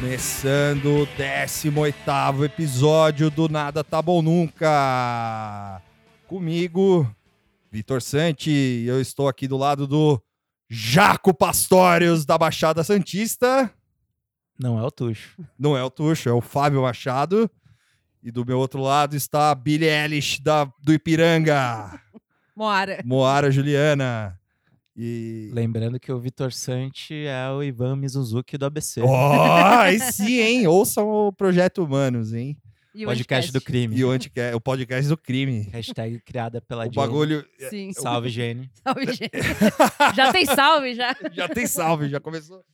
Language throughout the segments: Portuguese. Começando o 18 episódio do Nada Tá Bom Nunca. Comigo, Vitor Santi, e eu estou aqui do lado do Jaco Pastórios da Baixada Santista. Não é o Tuxo. Não é o Tuxo, é o Fábio Machado. E do meu outro lado está a Billie Eilish da, do Ipiranga, Moara. Moara Juliana. E. Lembrando que o Vitor Santi é o Ivan Mizunzuki do ABC. Ó, aí sim, hein? Ouçam o Projeto Humanos, hein? E um o podcast do crime. E o, antica- o podcast do crime. Hashtag criada pela O Jenny. bagulho. Sim. Salve, Jenny. Salve, gente. já tem salve, já. já tem salve, já começou.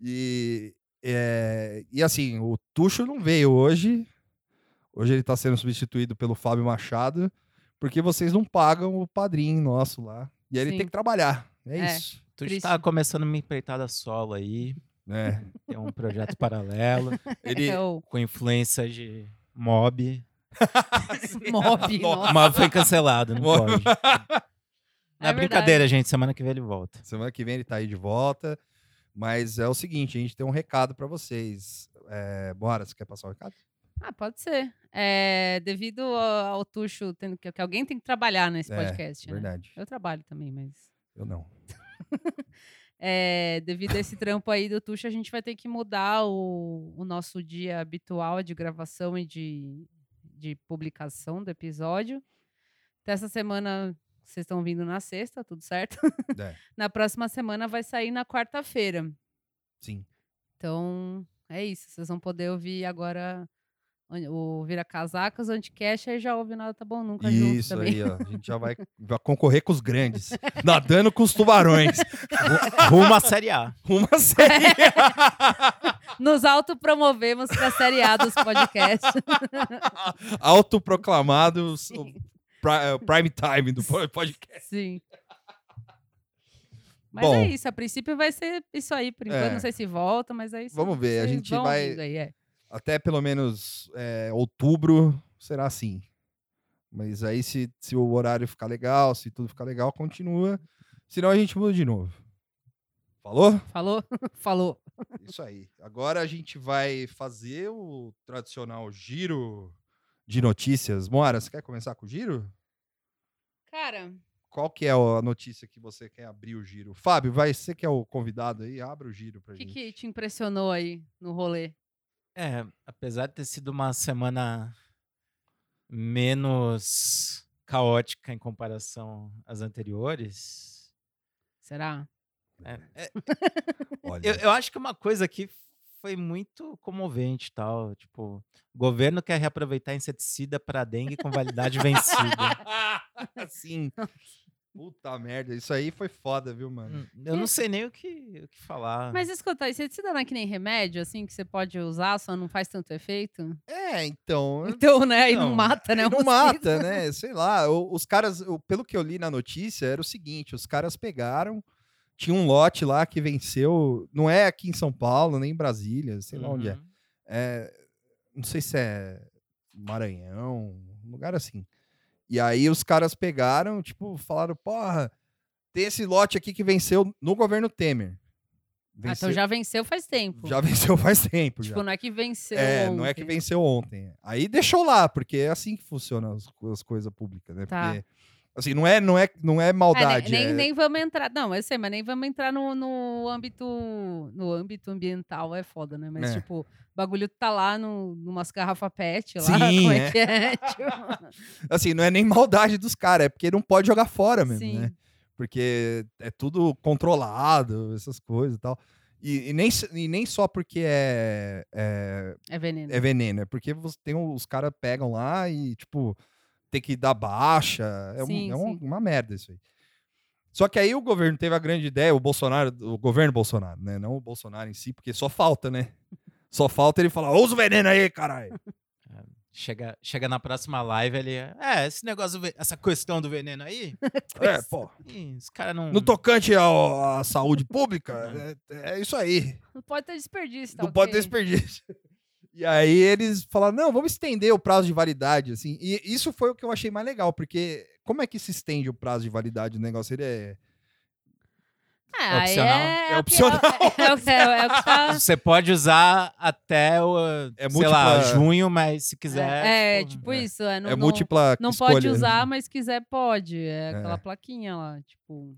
E, é, e assim, o Tuxo não veio hoje. Hoje ele tá sendo substituído pelo Fábio Machado, porque vocês não pagam o padrinho nosso lá. E aí ele Sim. tem que trabalhar. É, É. isso. Tu Triste. está tá começando uma empreitada solo aí. né? Tem um projeto paralelo Ele É o com influência de mob. mob. O nossa. mob foi cancelado, não Mob. pode. Não é, É brincadeira, gente. Semana que vem ele volta. Semana que vem ele tá aí de volta. Mas é o seguinte, a gente tem um recado pra vocês. É, bora, você quer passar o recado? Ah, pode ser. É, devido ao, ao Tuxo, tendo que, que alguém tem que trabalhar nesse É, podcast, né? Verdade. Eu trabalho também, mas... Eu não. é, devido a esse trampo aí do Tuxo, a gente vai ter que mudar o, o nosso dia habitual de gravação e de, de publicação do episódio. Então, essa semana, vocês estão vindo na sexta, tudo certo? É, na próxima semana vai sair na quarta-feira. sim. Então, é isso. Vocês vão poder ouvir agora an- o Vira Casacas, o Anticast, aí já ouve o Nada Tá Bom Nunca junto Isso também. aí, ó. A gente já vai, vai concorrer com os grandes. Nadando com os tubarões. Ru- Rumo à Série A. Uma série. Nos autopromovemos para a Série A dos podcasts. Autoproclamado o pri- é, o prime time do po- podcast. Sim. Mas Bom. é isso, a princípio vai ser isso aí, por enquanto, É. não sei se volta, mas é isso. Vamos ver, a gente vai- Aí, é. Até pelo menos é, outubro será assim. Mas aí, se, se o horário ficar legal, se tudo ficar legal, continua. Senão a gente muda de novo. Falou? Falou? Falou. Isso aí. Agora a gente vai fazer o tradicional giro de notícias. Moara, você quer começar com o giro? Cara, Qual que é a notícia que você quer abrir o giro? Fábio, vai, você que é o convidado aí, abre o giro pra o que, é gente. que te impressionou aí no rolê? É, apesar de ter sido uma semana menos caótica em comparação às anteriores, Será? é- é- Olha, eu, eu acho que uma coisa que foi muito comovente, e tal, tipo, governo quer reaproveitar inseticida para dengue com validade vencida. assim. Puta merda, isso aí foi foda, viu, mano? Hum, Eu não sei nem o que, o que falar. Ah. Mas escuta, isso se dá que nem remédio, assim, que você pode usar, só não faz tanto efeito? É, então. eu- Então, né? Aí não, Não, mata, né? o Não mosquito. mata, né? Sei lá. o- Os caras, o- pelo que eu li na notícia, era o seguinte: os caras pegaram. Tinha um lote lá que venceu. Não é aqui em São Paulo, nem em Brasília, sei lá onde é. Uhum. é, não sei se é Maranhão, um lugar assim. E aí os caras pegaram, tipo, falaram, porra, tem esse lote aqui que venceu no governo Temer. Ah, então Venceu- já venceu faz tempo. já venceu faz tempo. já. Tipo, não é que venceu É, não é que ontem. venceu ontem. Aí deixou lá, porque é assim que funcionam as, co- as coisas públicas, né? Tá. Porque, assim, não é, não é, não é maldade. É, nem, nem, é- nem vamos entrar. Não, eu sei, mas nem vamos entrar no, no âmbito. No âmbito ambiental é foda, né? Mas, É. tipo, o bagulho tá lá no, numas garrafa pet lá. Sim, como é. é que é? Tipo, Assim, não é nem maldade dos caras, é porque não pode jogar fora mesmo, sim. né? porque é tudo controlado, essas coisas e tal. E, e nem, s- e nem só porque é, é, É veneno. é veneno, é porque você tem o- os caras pegam lá e, tipo, tem que dar baixa. É, um- Sim, é um- sim. uma merda isso aí. Só que aí o governo teve a grande ideia, o Bolsonaro, o governo Bolsonaro, né? Não o Bolsonaro em si, porque só falta, né? Só falta ele falar, usa o veneno aí, caralho. Chega, chega na próxima live ele. É, esse negócio, do ve- essa questão do veneno aí. é, pô. ih, os caras não. No tocante ao- à saúde pública, Uhum. é- é isso aí. Não pode ter desperdício, tá? Não pode ter ok? desperdício. E aí eles falaram, não, vamos estender o prazo de validade, assim. E isso foi o que eu achei mais legal, porque como é que se estende o prazo de validade do negócio? Ele é... É, É aí opcional. É a opcional. pior- É, o- é o- é o que tá. Você pode usar até, o, É sei lá, múltipla- junho, mas se quiser... É, é, tipo é. isso. É, não, é não- múltipla não escolha. né? pode usar, mas quiser pode. É. É aquela plaquinha lá, tipo.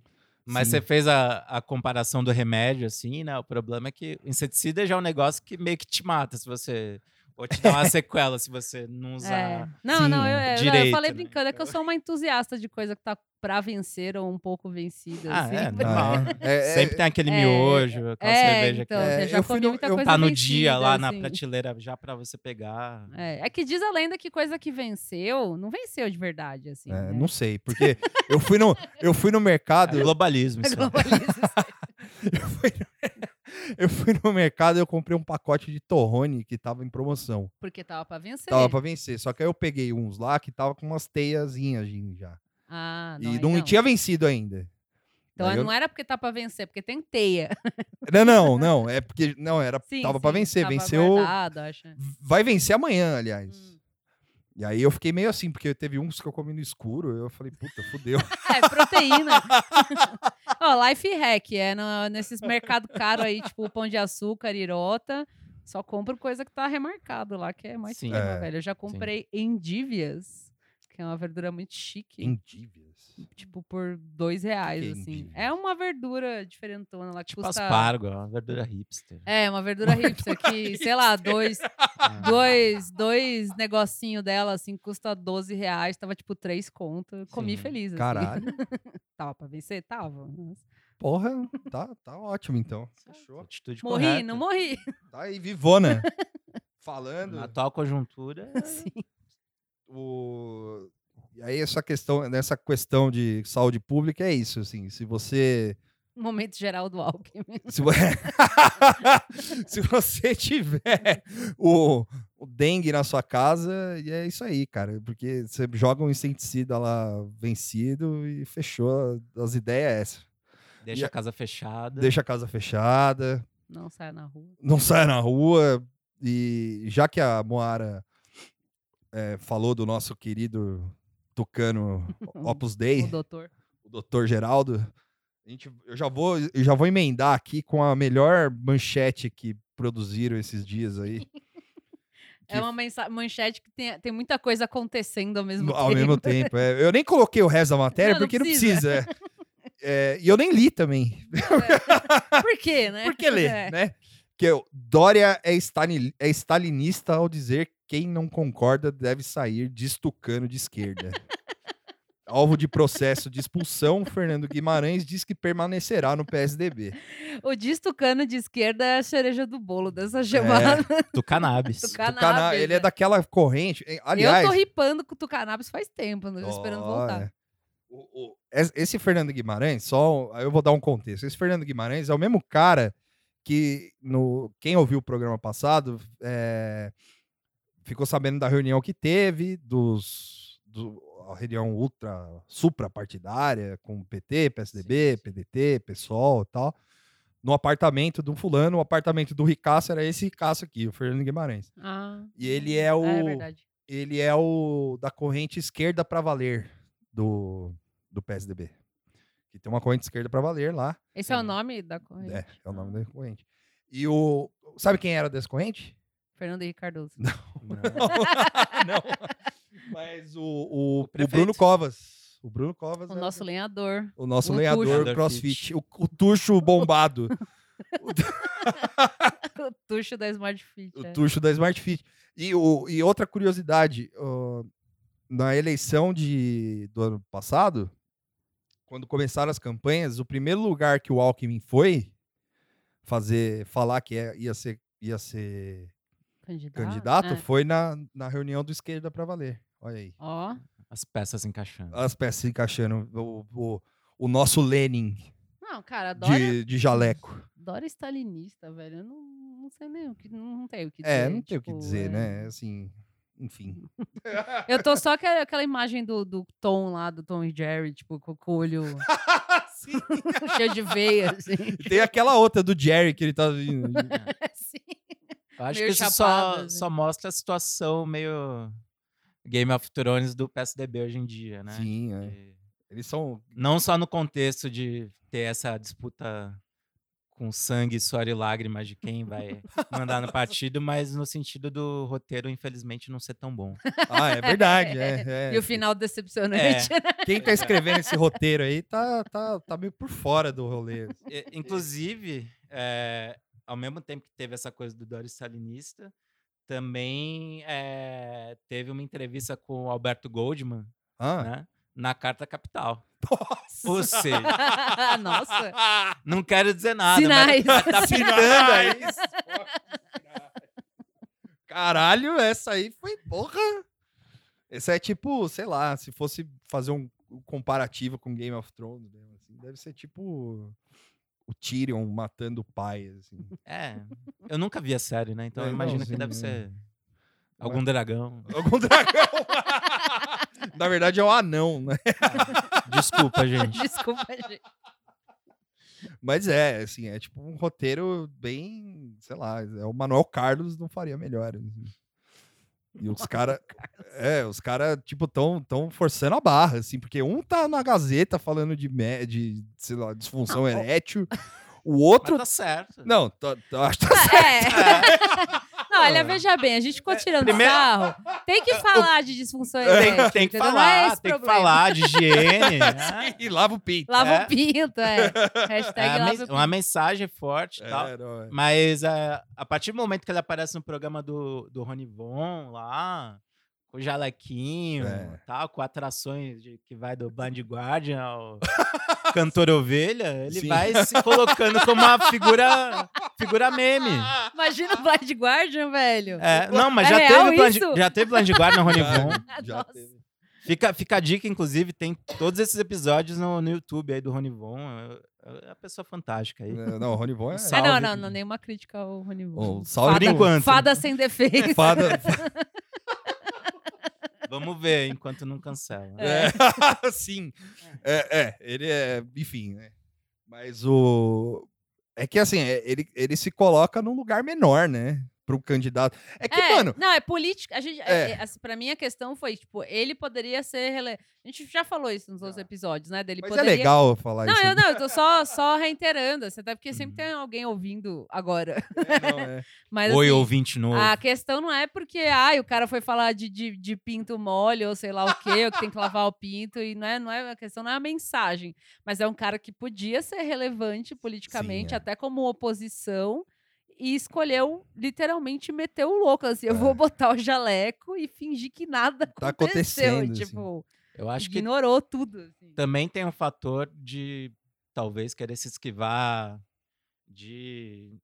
Mas Sim. você fez a, a comparação do remédio, assim, né? O problema é que o inseticida já é um negócio que meio que te mata se você. Ou te dá uma sequela se você não É. usar. Não, não, Sim, eu, eu- eu direito, falei né? brincando, é que eu sou uma entusiasta de coisa que tá pra vencer ou um pouco vencida. Ah, assim. é, Ah, normal. é, é, Sempre tem aquele é, miojo, aquela é, cerveja então, É, eu já eu fui comi no- muita eu- que coisa tá no dia vencida, lá na assim. prateleira já pra você pegar. É, é que diz a lenda que coisa que venceu, não venceu de verdade, assim. é, né? não sei, porque eu fui no, eu fui no É mercado, globalismo, isso. aí. eu fui no, eu fui no mercado e eu comprei um pacote de torrone que tava em promoção. Porque tava pra vencer. Tava pra vencer, só que aí eu peguei uns lá que tava com umas teiazinhas de- já. Ah, não, e aí não, tinha vencido ainda. Então Aí eu- não era porque tá pra vencer, porque tem teia. Não, não, não, é porque não era Sim, tava pra sim, vencer, tava venceu guardado, acho. vai vencer amanhã, aliás. Hum. E aí eu fiquei meio assim, porque teve uns que eu comi no escuro, eu falei, puta, fudeu. É, proteína. Ó, life hack, é no- nesses mercados caros aí, tipo pão de açúcar, irota. Só compro coisa que tá remarcado lá, que é mais Sim. fino, É, velho. Eu já comprei endívias, que é uma verdura muito chique. Endívias. Tipo, por dois reais, que é assim. endívias? É uma verdura diferentona lá que Tipo custa... aspargo, é uma verdura hipster. É, uma verdura hipster que, sei lá, dois, dois, dois negocinho dela, assim, custa 12 reais. Tava, tipo, três conto. Eu Comi Sim. feliz, assim. Caralho, Tava pra vencer? Tava. porra, tá, tá ótimo então. Fechou. Atitude Morri? correta. Não morri. Tá aí, vivona. Falando. Na atual conjuntura, o e aí essa questão nessa questão de saúde pública é isso assim se você Momento geral do Alckmin. se, vo- se você tiver o, o dengue na sua casa e é isso aí cara porque você joga um inseticida lá vencido e fechou as ideias é essa deixa a casa fechada. deixa a casa fechada Não saia na rua. não saia na rua. E já que a Moara eh, falou do nosso querido tucano Opus Dei, O doutor. o doutor Geraldo, a gente, eu, já vou, eu já vou emendar aqui com a melhor manchete que produziram esses dias aí. É uma mensa- manchete que tem, tem muita coisa acontecendo ao mesmo No- tempo. Ao mesmo tempo. é. Eu nem coloquei o resto da matéria Não, não porque não precisa. precisa. é. É, e eu nem li também. Por quê, né? Por que ler, É. né? Que eu- Dória é, stali- é stalinista ao dizer quem não concorda deve sair de estucano de esquerda. Alvo de processo de expulsão, Fernando Guimarães diz que permanecerá no PSDB. O distucano de esquerda é a cereja do bolo dessa chamada. Do cannabis. Do Tucana- cannabis, É, ele é né? daquela corrente. eh, Eu Aliás, é. tô ripando com o cannabis faz tempo, não tô esperando voltar. Olha. O- o- es- esse Fernando Guimarães, só eu vou dar um contexto. Esse Fernando Guimarães é o mesmo cara que no quem ouviu o programa passado é, ficou sabendo da reunião que teve dos do, a reunião ultra suprapartidária com PT, PSDB, PDT, PSOL e tal, no apartamento do fulano, o apartamento do Ricasso era esse Ricasso aqui, o Fernando Guimarães. Ah, E ele é o é verdade. ele é o da corrente esquerda para valer do, do PSDB. Que tem uma corrente esquerda para valer lá. Esse é o nome da corrente? tá. É, é o nome da corrente. E o. Sabe quem era dessa corrente? Fernando Henrique Cardoso. Não. Não. Ah, não. Mas o, o, O o Bruno prefeito. Covas. O Bruno Covas. O era nosso lenhador. o nosso o lenhador Tuxo. crossfit. O, o tucho bombado. O tucho da Smart Fit. o é. tucho da Smart Fit. E, o, e outra curiosidade, ó, na eleição de, do ano passado, quando começaram as campanhas, o primeiro lugar que o Alckmin foi fazer falar que é- ia ser, ia ser Candidato. candidato É. foi na, na reunião do Esquerda para Valer. Olha aí. Ó, As peças encaixando. As peças se encaixando. O, o, o nosso Lenin não, cara, Dória, de, de jaleco. Dória é stalinista, velho. Eu não, não sei nem o que, não, não tenho o que dizer. É, não tem o que tipo, dizer, é. né? Assim, enfim. Eu tô só com a- aquela imagem do, do Tom lá, do Tom e Jerry, tipo, com o olho Ah, Sim. cheio de veia, assim. E Tem aquela outra do Jerry que ele tá vindo. assim. Eu acho meio que isso chapadas, só, né? só mostra a situação meio Game of Thrones do PSDB hoje em dia, né? Sim, é. Que Eles são. Não só no contexto de ter essa disputa com sangue, suor e lágrimas de quem vai mandar no partido, mas no sentido do roteiro, infelizmente, não ser tão bom. Ah, é verdade. é, é. E o final decepcionante. Quem tá escrevendo esse roteiro aí tá, tá, tá meio por fora do rolê. E- Inclusive, é, ao mesmo tempo que teve essa coisa do Doris Salinista, também é, teve uma entrevista com o Alberto Goldman, Ah, né, Na Carta Capital. nossa. Ou seja, Nossa. não quero dizer nada, Sinais. mas tá, tá pintando aí. Caralho, essa aí foi porra. Essa é tipo, sei lá, se fosse fazer um um comparativo com Game of Thrones, né, assim, deve ser tipo o Tyrion matando o pai, assim. É, eu nunca vi a série, né? Então É, eu imagino né. que igualzinho, deve é. ser algum dragão. Algum dragão. Na verdade é um anão, né? Desculpa, gente. Desculpa, gente. Mas é, assim, é tipo um roteiro bem, sei lá, é o Manuel Carlos não faria melhor. assim. E os caras, é, os caras, tipo, tão, tão forçando a barra, assim, porque um tá na Gazeta falando de, mé- de sei lá, disfunção erétil, o outro... Mas tá certo. Não, tá, tá, acho que tá certo. É. Não, olha, veja bem, a gente ficou tirando primeiro- sarro. Tem que falar de disfunção Tem, erétil. tem que entendeu? Não é falar, esse tem que problema. falar de higiene. né? e lava o pinto. Lava É. o pinto, é. Hashtag É, lava uma o men- pinto. uma mensagem forte e tal. É, não, é. Mas é, a partir do momento que ele aparece no programa do, do Rony Von lá, com o jalequinho É. e tal, com atrações de- que vai do Blind Guardian ao Cantor Ovelha, ele Sim. vai se colocando como uma figura, figura meme. Imagina o Blind Guardian, velho. É, não, mas É já, real teve isso? Blind, já teve Blind Guardian no Rony Já, Von. É. já tá. Nossa. teve. Fica, fica a dica, inclusive, tem todos esses episódios no, no YouTube aí do Rony Von. É uma pessoa fantástica aí. É, Não, o Rony Von é... Ah, não, Salve. não, não, nenhuma crítica ao Rony Oh, Von. salve Por Rony Von. enquanto. um Fada sem defeito. Fada, Vamos ver enquanto não cancela. É. Sim. É, é, ele é, enfim, né? Mas o. É que assim, é, ele, ele se coloca num lugar menor, né? Para o candidato. É que, É, mano. Não, é política. A gente, É. é, é, assim, pra mim, a questão foi, tipo, ele poderia ser. rele- A gente já falou isso nos outros episódios, né? Dele Tá. Mas poderia. é legal falar Não, isso. né? eu não, eu tô só, só reiterando, assim, até porque Uhum. sempre tem alguém ouvindo agora. É, não, é. Mas, Oi, assim, ouvinte novo. A questão não é porque, ai, o cara foi falar de, de, de pinto mole ou sei lá o quê, ou que tem que lavar o pinto, e não é, não é, a questão não é a mensagem, mas é um cara que podia ser relevante politicamente, Sim, é. até como oposição, e escolheu literalmente meter o louco, assim, eu É. vou botar o jaleco e fingir que nada Tá aconteceu, acontecendo, assim. tipo, Eu acho que ignorou tudo. assim. também tem um fator de talvez querer se esquivar de,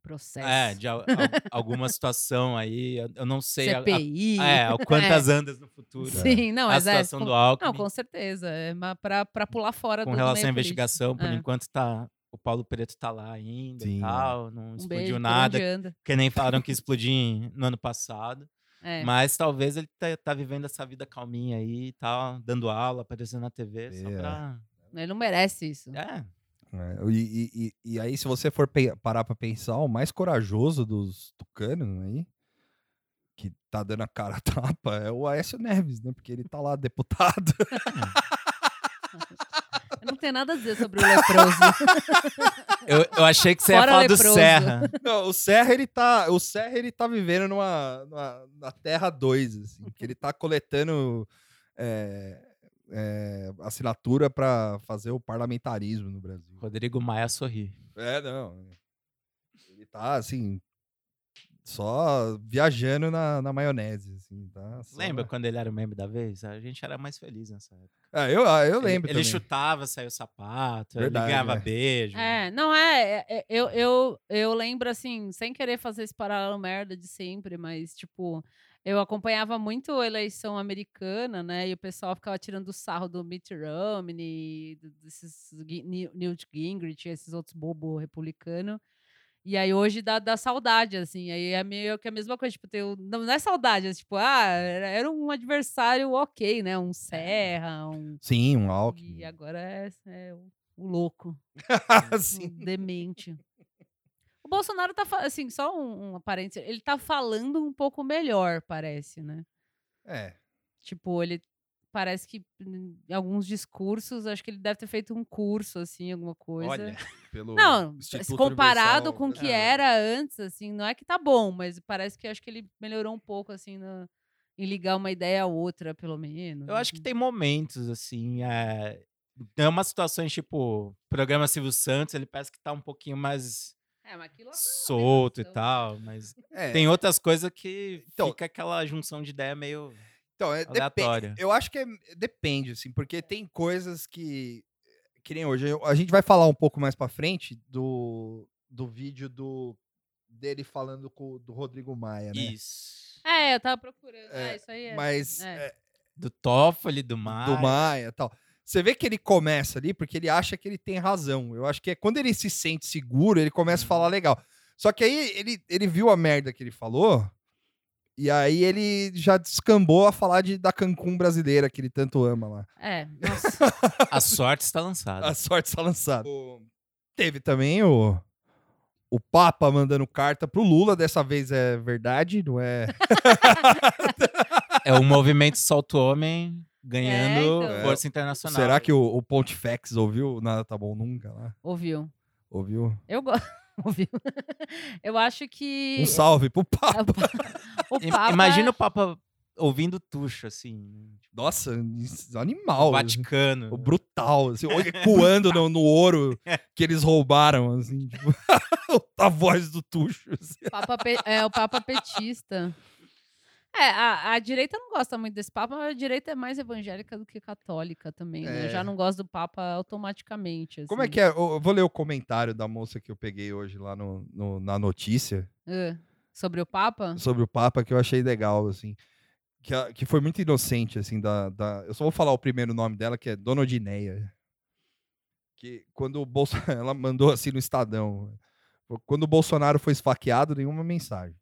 Processo. é, de al- al- alguma situação aí. Eu, eu não sei a- a- CPI. é, ao quantas andas no futuro. Sim, não, a mas é. situação com- do Alckmin Não, com certeza. É uma- pra, pra pular fora com do do relação à meio político. investigação, por É. enquanto tá o Paulo Preto tá lá ainda Sim, e é. tal, não Um beijo, explodiu por nada, onde anda. que nem falaram que explodiu em- no ano passado. É. Mas talvez ele tá, tá vivendo essa vida calminha aí e tal, dando aula, aparecendo na TV, só É. pra. Ele não merece isso. É. É, E, e- e- e aí, se você for pe- parar para pensar, o mais corajoso dos tucanos aí, que tá dando a cara a tapa, é o Aécio Neves, né? Porque ele tá lá deputado. Eu não tenho nada a dizer sobre o leproso. né? Eu, eu achei que você ia Fora falar do leproso. Serra. Não, o Serra, ele tá, o Serra, ele tá vivendo numa, numa- na Terra 2, assim, que ele tá coletando é, é, assinatura pra fazer o parlamentarismo no Brasil. Rodrigo Maia sorri. É, não. Ele tá, assim, só viajando na, na maionese, assim, tá? Só Lembra na- quando ele era o meme da vez? A gente era mais feliz nessa época. Ah, eu, ah, eu lembro Ele, também. ele chutava, saiu o sapato, Verdade, ele ganhava é. beijo. é, não é. é, é, eu, eu, eu lembro, assim, sem querer fazer esse paralelo merda de sempre, mas, tipo, eu acompanhava muito a eleição americana, né? E o pessoal ficava tirando sarro do Mitt Romney, do- desses Gi- Ni- Newt Gingrich, esses outros bobo republicano. E aí hoje dá, dá saudade, assim. Aí é meio que a mesma coisa, tipo, tem o- não não é saudade, é tipo, ah, era era um adversário ok, né? Um Serra, um Sim, um Alckmin. E agora é, é o, o louco, o Sim. Um demente. O Bolsonaro tá fa- assim, só um, um aparência, ele tá falando um pouco melhor, parece, né? É. Tipo, ele parece que hum, em alguns discursos, acho que ele deve ter feito um curso, assim, alguma coisa. Olha, Pelo Não, se Instituto comparado Universal- é. com o que Ah. era antes, assim, não é que tá bom, mas parece que acho que ele melhorou um pouco, assim, na- em ligar uma ideia a outra, pelo menos. Eu acho que enfim. tem momentos, assim. É, é umas situações tipo programa Silvio Santos, ele parece que tá um pouquinho mais É, mas aquilo lá foi uma solto e revelação. tal, mas É, tem outras coisas que Então- fica aquela junção de ideia meio então, é, depen- aleatória. Eu acho que é- depende, assim, porque tem coisas que. Que nem hoje. eu- A gente vai falar um pouco mais pra frente do, do vídeo do dele falando com do Rodrigo Maia, né? Isso. É, eu tava procurando. É, ah, isso aí é. Mas é. é, Do Toffoli, do Mar. do Maia e tal. Você vê que ele começa ali porque ele acha que ele tem razão. Eu acho que é quando ele se sente seguro, ele começa a Uhum. falar legal. Só que aí ele, ele viu a merda que ele falou e aí ele já descambou a falar de, da Cancún brasileira que ele tanto ama lá. É, nossa. A sorte está lançada. A sorte está lançada. Teve também o, o Papa mandando carta pro Lula. Dessa vez é verdade, não é? É o movimento Solto Homem ganhando então. força internacional. É. Será que o, o Pontifex ouviu? Nada tá bom nunca lá. Ouviu. Ouviu? Eu gosto. Ouviu. Eu acho que. Um salve pro Papa. o pa- o I- Papa- Imagina o Papa ouvindo tucho, assim. tipo, Nossa, isso é o animal. Vaticano. O brutal, assim, olha, coando no, no ouro que eles roubaram, assim, tipo, a voz do Tuxo. assim. Papa pe- é o Papa petista. É, a, a direita não gosta muito desse Papa, mas a direita é mais evangélica do que católica também. né? É. Eu já não gosto do Papa automaticamente. assim. Como é que é? Eu eu vou ler o comentário da moça que eu peguei hoje lá no- no, na notícia. sobre o Papa? sobre o Papa que eu achei legal, assim. Que, a- que foi muito inocente, assim, da, da... Eu só vou falar o primeiro nome dela, que é Dona Odineia. Que quando o Bolsonaro... Ela mandou, assim, no Estadão. Quando o Bolsonaro foi esfaqueado, nenhuma mensagem.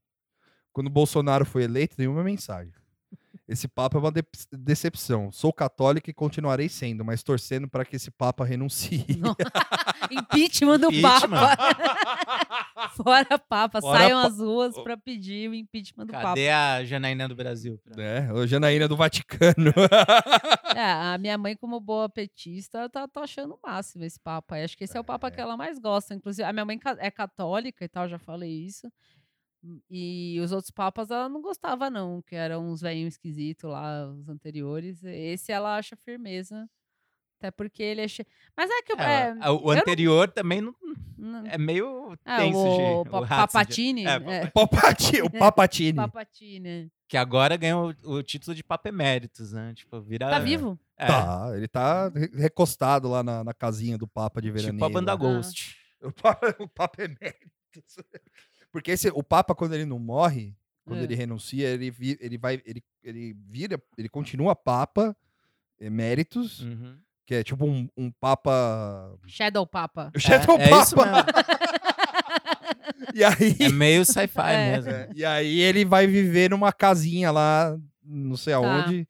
Quando o Bolsonaro foi eleito, nenhuma mensagem. Esse Papa é uma de- decepção. Sou católica e continuarei sendo, mas torcendo para que esse Papa renuncie. Não. Impeachment do Impeachment. Papa. Fora Papa, Fora saiam pa- às ruas pra pedir o impeachment do Papa. Então, Cadê a Janaína do Brasil? né? Ô, Janaína do Vaticano. É, a minha mãe, como boa petista, tá, tá achando o máximo esse papa. aí. Acho que esse é o papa que ela mais gosta. Inclusive, a minha mãe ca- é católica e tal, já falei isso. Hum, E os outros papas ela não gostava, não, que eram uns velhinhos esquisitos lá, os anteriores. Esse ela acha firmeza. Até porque ele é. Che... Mas é que. eu- É, é, a- o eu não- anterior também não, não- é meio é, tenso de. o, o pa- Ratzinger, Papatini. É, é, Papati- o Papatini. Papatini. né? que agora ganhou o, o título de Papa Eméritos, né? Tipo, vira. Tá vivo? É, Tá, ele tá re- recostado lá na, na casinha do Papa de Veraneio. tipo a banda lá. Ghost. O Papa, o Papa emérito. Porque esse, o Papa, quando ele não morre, quando É. ele renuncia, ele, vi- ele vai. Ele, ele vira. Ele continua Papa Eméritus, Uhum. que é tipo um, um Papa. É, Shadow Papa. O Shadow é, é isso Papa! mesmo. e, aí, É meio sci-fi É. mesmo. é, e aí ele vai viver numa casinha lá, não Tá. sei aonde,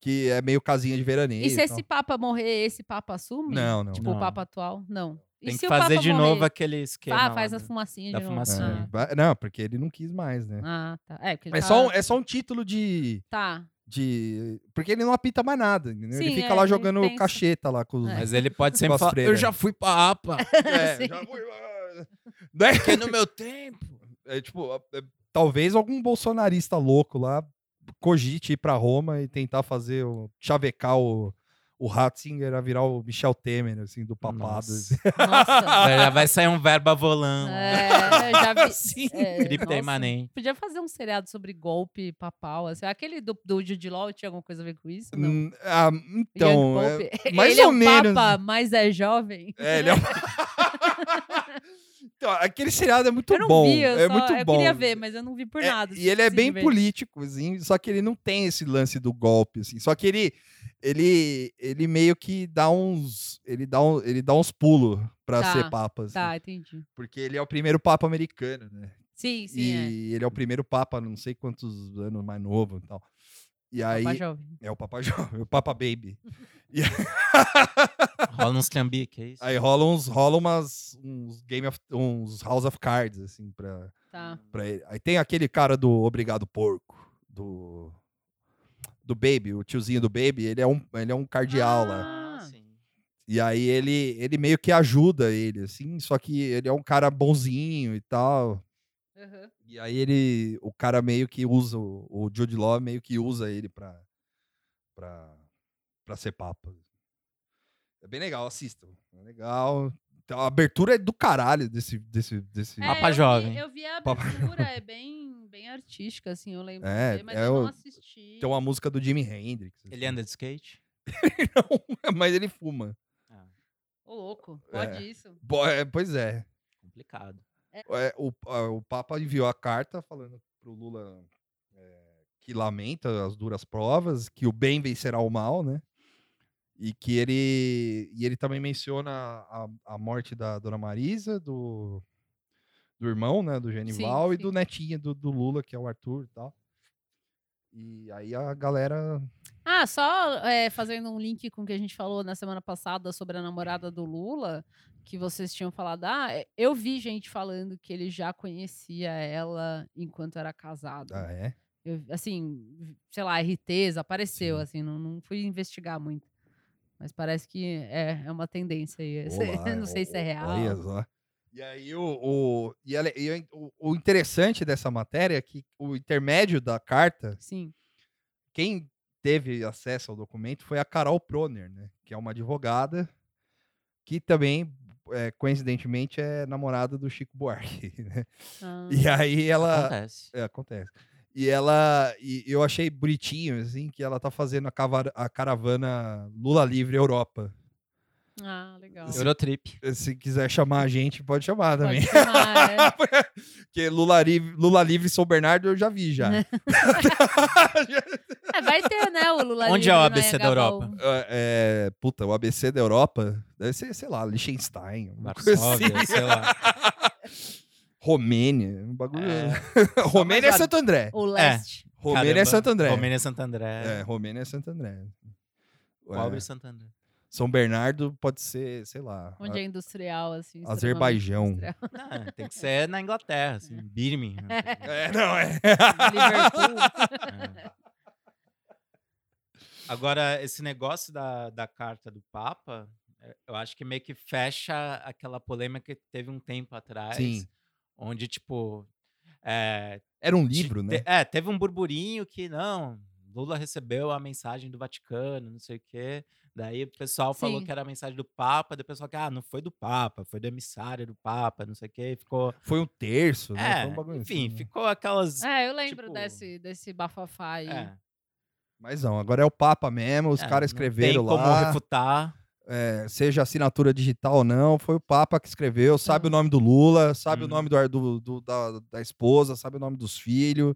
que é meio casinha de veraneio. E se tal. esse papa morrer, esse papa assume? Não, não. Tipo, Não. o Papa atual? Não. E Tem se que o fazer Papa de morrer? novo aquele esquema. Ah, faz lá né? a do- fumacinha da de novo. fumacinha. É, vai- não, porque ele não quis mais, né? Ah, ah, tá. É, porque ele É tá- só, um, é só um título de, Tá. de. Porque ele não apita mais nada. entendeu? ele Sim, fica é, lá ele jogando pensa. É. cacheta lá com os. Mas ele pode sempre Gosto falar, freira. eu já fui pra APA, É, Sim. já fui, ah, né? porque no meu tempo... É, tipo, a- é, talvez algum bolsonarista louco lá cogite ir pra Roma e tentar fazer o. chavecar o. O Ratzinger a virar o Michel Temer, assim, do papado. assim. Nossa. Nossa. Já vai sair um verba volando, é, já vi. Sim. é, cripta nossa. imanente. Podia fazer um seriado sobre golpe papal. Assim. Aquele do, do Jude Law tinha alguma coisa a ver com isso? Não. Hum, ah, Young então, é, Pope. mais ele ou é um menos. Papa, mas é jovem. É, ele é um... Então, aquele seriado é muito eu não bom. vi, eu, é só, muito eu bom. queria ver, mas eu não vi por É, nada. E ele é esqueci bem de ver. político, assim, só que ele não tem esse lance do golpe, assim. Só que ele, ele, ele meio que dá uns, ele dá, um, ele dá uns pulos pra Tá, ser papa, assim, Tá, entendi. porque ele é o primeiro papa americano, né? Sim, sim, é. e ele é o primeiro papa, não sei quantos anos mais novo, e tal. E aí Papa jovem. é o papa jovem, o papa baby. Rola uns clambique, é isso? Aí rola uns, rola umas, uns game of, uns House of Cards, assim, pra Tá. pra ele. Aí tem aquele cara do Obrigado Porco, do do Baby, o tiozinho do Baby, ele é um, ele é um cardeal lá. Ah. sim. E aí ele, ele meio que ajuda ele, assim, só que ele é um cara bonzinho e tal. Aham. E aí ele, o cara meio que usa, o o Jude Law meio que usa ele pra, pra, pra ser papa. É bem legal, assistam. É legal. Então, a abertura é do caralho desse... desse, desse... É, Papa eu vi- Jovem. eu vi a Papa abertura, é bem, bem artística, assim, eu lembro. É, de ver, mas é eu o- não assisti. Tem um uma música do Jimi Hendrix. assim. Ele anda de skate? Não, mas ele fuma. Ô, louco, pode É. isso. Bo- é, Pois é. Complicado. É, o, a- o Papa enviou a carta falando pro Lula é, que lamenta as duras provas, que o bem vencerá o mal, né? E que ele. E ele também menciona a, a morte da Dona Marisa, do, do irmão, né? Do Genival, e do sim. netinho do, do Lula, que é o Arthur e tal. E aí a galera. Ah, só é, fazendo um link com o que a gente falou na semana passada sobre a namorada do Lula, que vocês tinham falado. Ah, é, eu vi gente falando que ele já conhecia ela enquanto era casado. Ah, é? Eu, assim, vi- sei lá, RTs apareceu, Sim. assim, não, não fui investigar muito. Mas parece que é, é uma tendência aí. essa- Olá, não sei o- se é o- real. olha só. E aí, o, o, e ela- e é- o, o interessante dessa matéria é que o intermédio da carta Sim. quem teve acesso ao documento foi a Carol Proner, né? Que é uma advogada que também, é, coincidentemente, é namorada do Chico Buarque. né? Ah, E aí ela. Acontece. É, acontece. E ela. E eu achei bonitinho, assim, que ela tá fazendo a, cava- a caravana Lula Livre Europa. ah, legal. Eurotrip. Se quiser chamar a gente, pode chamar também. Pode chamar, é. Porque Lula, Livre- Lula Livre São Bernardo eu já vi já. É, vai ter, né, o Lula Onde é livre né, o na ABC da Anhangabaú. Europa? Ah, é, puta, o ABC da Europa deve ser, sei lá, Liechtenstein, alguma coisa Varsóvia, assim. sei lá. Romênia, um bagulho. É. Romênia é mais a- Santo André. O leste. Romênia é Caramba. Santo André. Romênia é Santo André. É, Romênia é Santo André. Pobre É, Santo André. São Bernardo pode ser, sei lá, Onde é industrial, assim. a- Azerbaijão. extremamente Não, tem que ser na Inglaterra, assim, Birmingham. É, não, é. industrial. Liverpool. É. Agora, esse negócio da, da carta do Papa, é, eu acho que meio que fecha aquela polêmica que teve um tempo atrás. Sim. Onde, tipo. é, Era um te- livro, né? te- é, teve um burburinho que não. Lula recebeu a mensagem do Vaticano, não sei o quê. Daí o pessoal falou Sim. que era a mensagem do Papa, depois falou que ah, não foi do Papa, foi do emissário do Papa, não sei o quê. e Ficou. Foi um terço, né? É, Foi um bagulho enfim, assim, né? ficou aquelas. É, eu lembro Tipo- desse, desse bafafá aí. é. Mas não, agora é o Papa mesmo, os É, caras escreveram não tem lá. como refutar. é, seja assinatura digital ou não, foi o Papa que escreveu, sabe o nome do Lula, sabe o Uhum. nome do, ar- do- do- da, da esposa, sabe o nome dos filhos,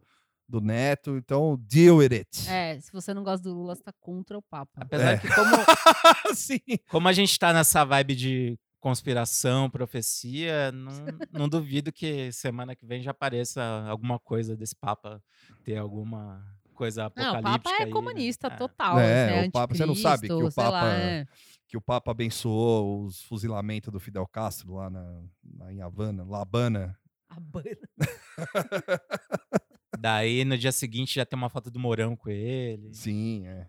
do neto, então deal with it. É, se você não gosta do Lula, você tá contra o Papa. Apesar É. que, como, Sim. como a gente tá nessa vibe de conspiração, profecia, não, não duvido que semana que vem já apareça alguma coisa desse Papa ter alguma coisa Não, apocalíptica. o Papa é aí, né? comunista É. total. É, assim, o Papa- você não sabe que o anticristo, sei lá, Papa- é. Que o Papa abençoou os fuzilamentos do Fidel Castro lá, na, lá em Havana, La Habana. A banda. Daí, no dia seguinte, já tem uma foto do Mourão com ele. Sim, é.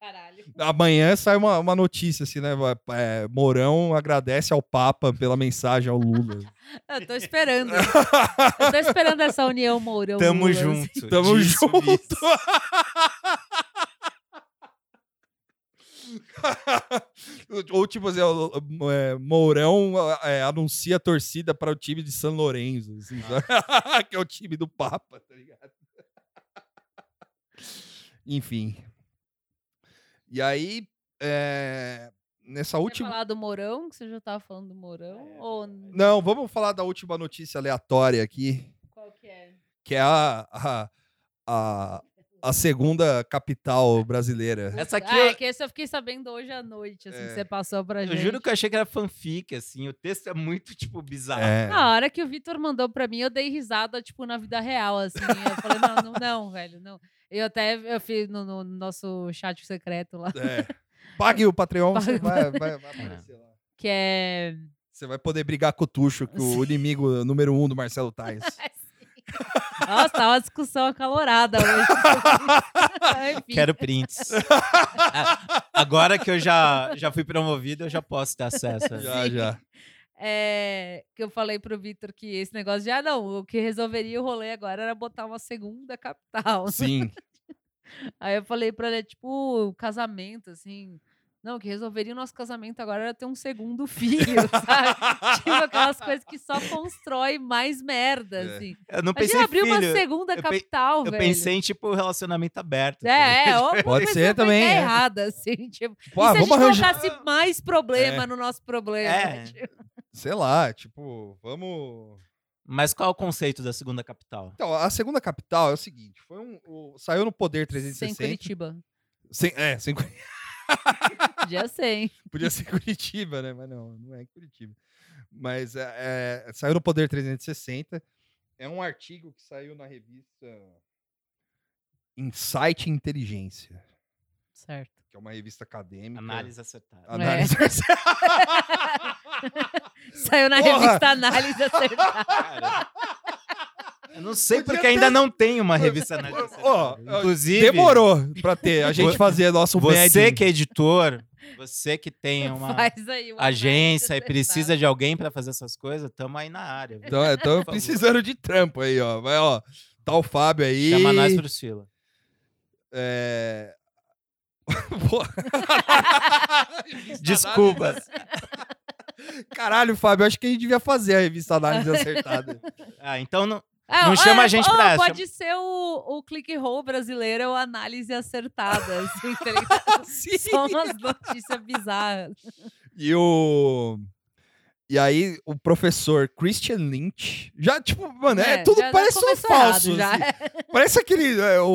Caralho. Amanhã sai uma, uma notícia assim, né? vai- é, Mourão agradece ao Papa pela mensagem ao Lula. Eu tô esperando. eu tô esperando essa união Mourão. Tamo Lula, assim. junto. Tamo disso, junto! disso. Ou tipo assim, o- o- é, Mourão é, anuncia a torcida para o time de San Lorenzo, assim, sabe? que é o time do Papa, tá ligado? Enfim. E aí, é, nessa Quer última. falar do Mourão? Que você já tava falando do Mourão? É, ou n- Não, vamos falar da última notícia aleatória aqui, qual que é? que é a, a, a, a segunda capital brasileira. Essa aqui ah, eu- é que esse eu fiquei sabendo hoje à noite, assim, É. que você passou pra eu, gente. juro que eu achei que era fanfic, assim. O texto é muito, tipo, bizarro. É. Na hora que o Vitor mandou pra mim, eu dei risada, tipo, na vida real, assim. Eu falei, não, não, não, velho, não. Eu até eu fiz no, no nosso chat secreto lá, É. Pague o Patreon, você Pague- vai, vai- vai aparecer lá. que é. Você vai poder brigar com o Tuxo, que o inimigo número um do Marcelo Tais. é assim. Nossa, tá uma discussão acalorada hoje. Enfim, Quero prints. A- Agora que eu já, já fui promovido, eu já posso ter acesso. a- Já, já. é, que eu falei pro Vitor que esse negócio de, ah, não, o que resolveria o rolê agora era botar uma segunda capital. Sim. Aí eu falei pra ele, tipo, casamento, assim. Não, o que resolveria o nosso casamento agora era ter um segundo filho, sabe? tipo aquelas coisas que só constrói mais merda, É. assim. Eu não A gente pensei em abriu uma filho. segunda Eu pe- capital, Eu velho. pensei em, tipo, relacionamento aberto. tá É, é, ligado? alguma Pode coisa ser vai também, né? dar é. errada, assim, tipo. Pô, e se a ah, gente vamos arranjar. colocasse mais problema no nosso problema? É. Tipo, Sei lá, tipo, vamos. Mas qual é o conceito da segunda capital? Então, a segunda capital é o seguinte: foi um. o- saiu no poder 360. sem Curitiba. Sem- é, sem, Cu- Já sei. podia ser Curitiba, né? Mas não, não é em Curitiba. Mas é, é, saiu no Poder 360. É um artigo que saiu na revista Insight e Inteligência, Certo. que é uma revista acadêmica. Análise é. acertada. Análise. Saiu na Porra! revista Análise Acertada. Cara, eu não sei Podia porque ter- ainda não tem uma revista análise Ó, acertada. ó, Inclusive, Demorou pra ter a gente fazer nosso você médium. que é editor, você que tem uma Faz aí uma agência e análise precisa de alguém pra fazer essas coisas, tamo aí na área. viu? Então, é, tamo Por favor. precisando de trampo aí, ó. Vai, ó. Tá o Fábio aí. Chama nós pro Sila. É... Porra. Desculpa. Caralho, Fábio, acho que a gente devia fazer a revista análise acertada. Ah, então não. Ah, Não ah, chama a gente ah, pra essa, Pode ser o, o click roll brasileiro, é o análise acertada. Assim, tá ligado? São umas notícias bizarras. E o. E aí, o professor Christian Lynch. Já, tipo, mano, é, É, tudo já- já parece um começou falso. errado, já. assim. Parece aquele. é, o,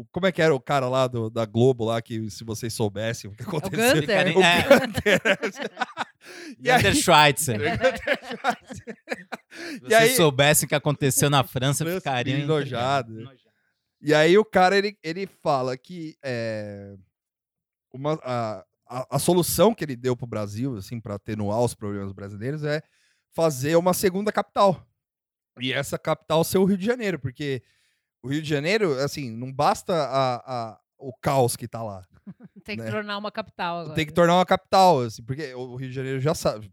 o, como é que era o cara lá do, da Globo lá, que se vocês soubessem o que aconteceu. Gunther. Ficarem- O É, E aí- Gunter Schweitzer. Se E aí- vocês soubessem o que aconteceu na França, França, ficariam enojado. intrigados. E aí o cara, ele, ele fala que é, uma, a, a, a solução que ele deu pro Brasil, assim, para atenuar os problemas brasileiros é fazer uma segunda capital. E essa capital ser o Rio de Janeiro, porque o Rio de Janeiro, assim, não basta a, a, o caos que tá lá. Tem que Né? tornar uma capital agora. Tem que tornar uma capital, assim, porque o Rio de Janeiro já sabe,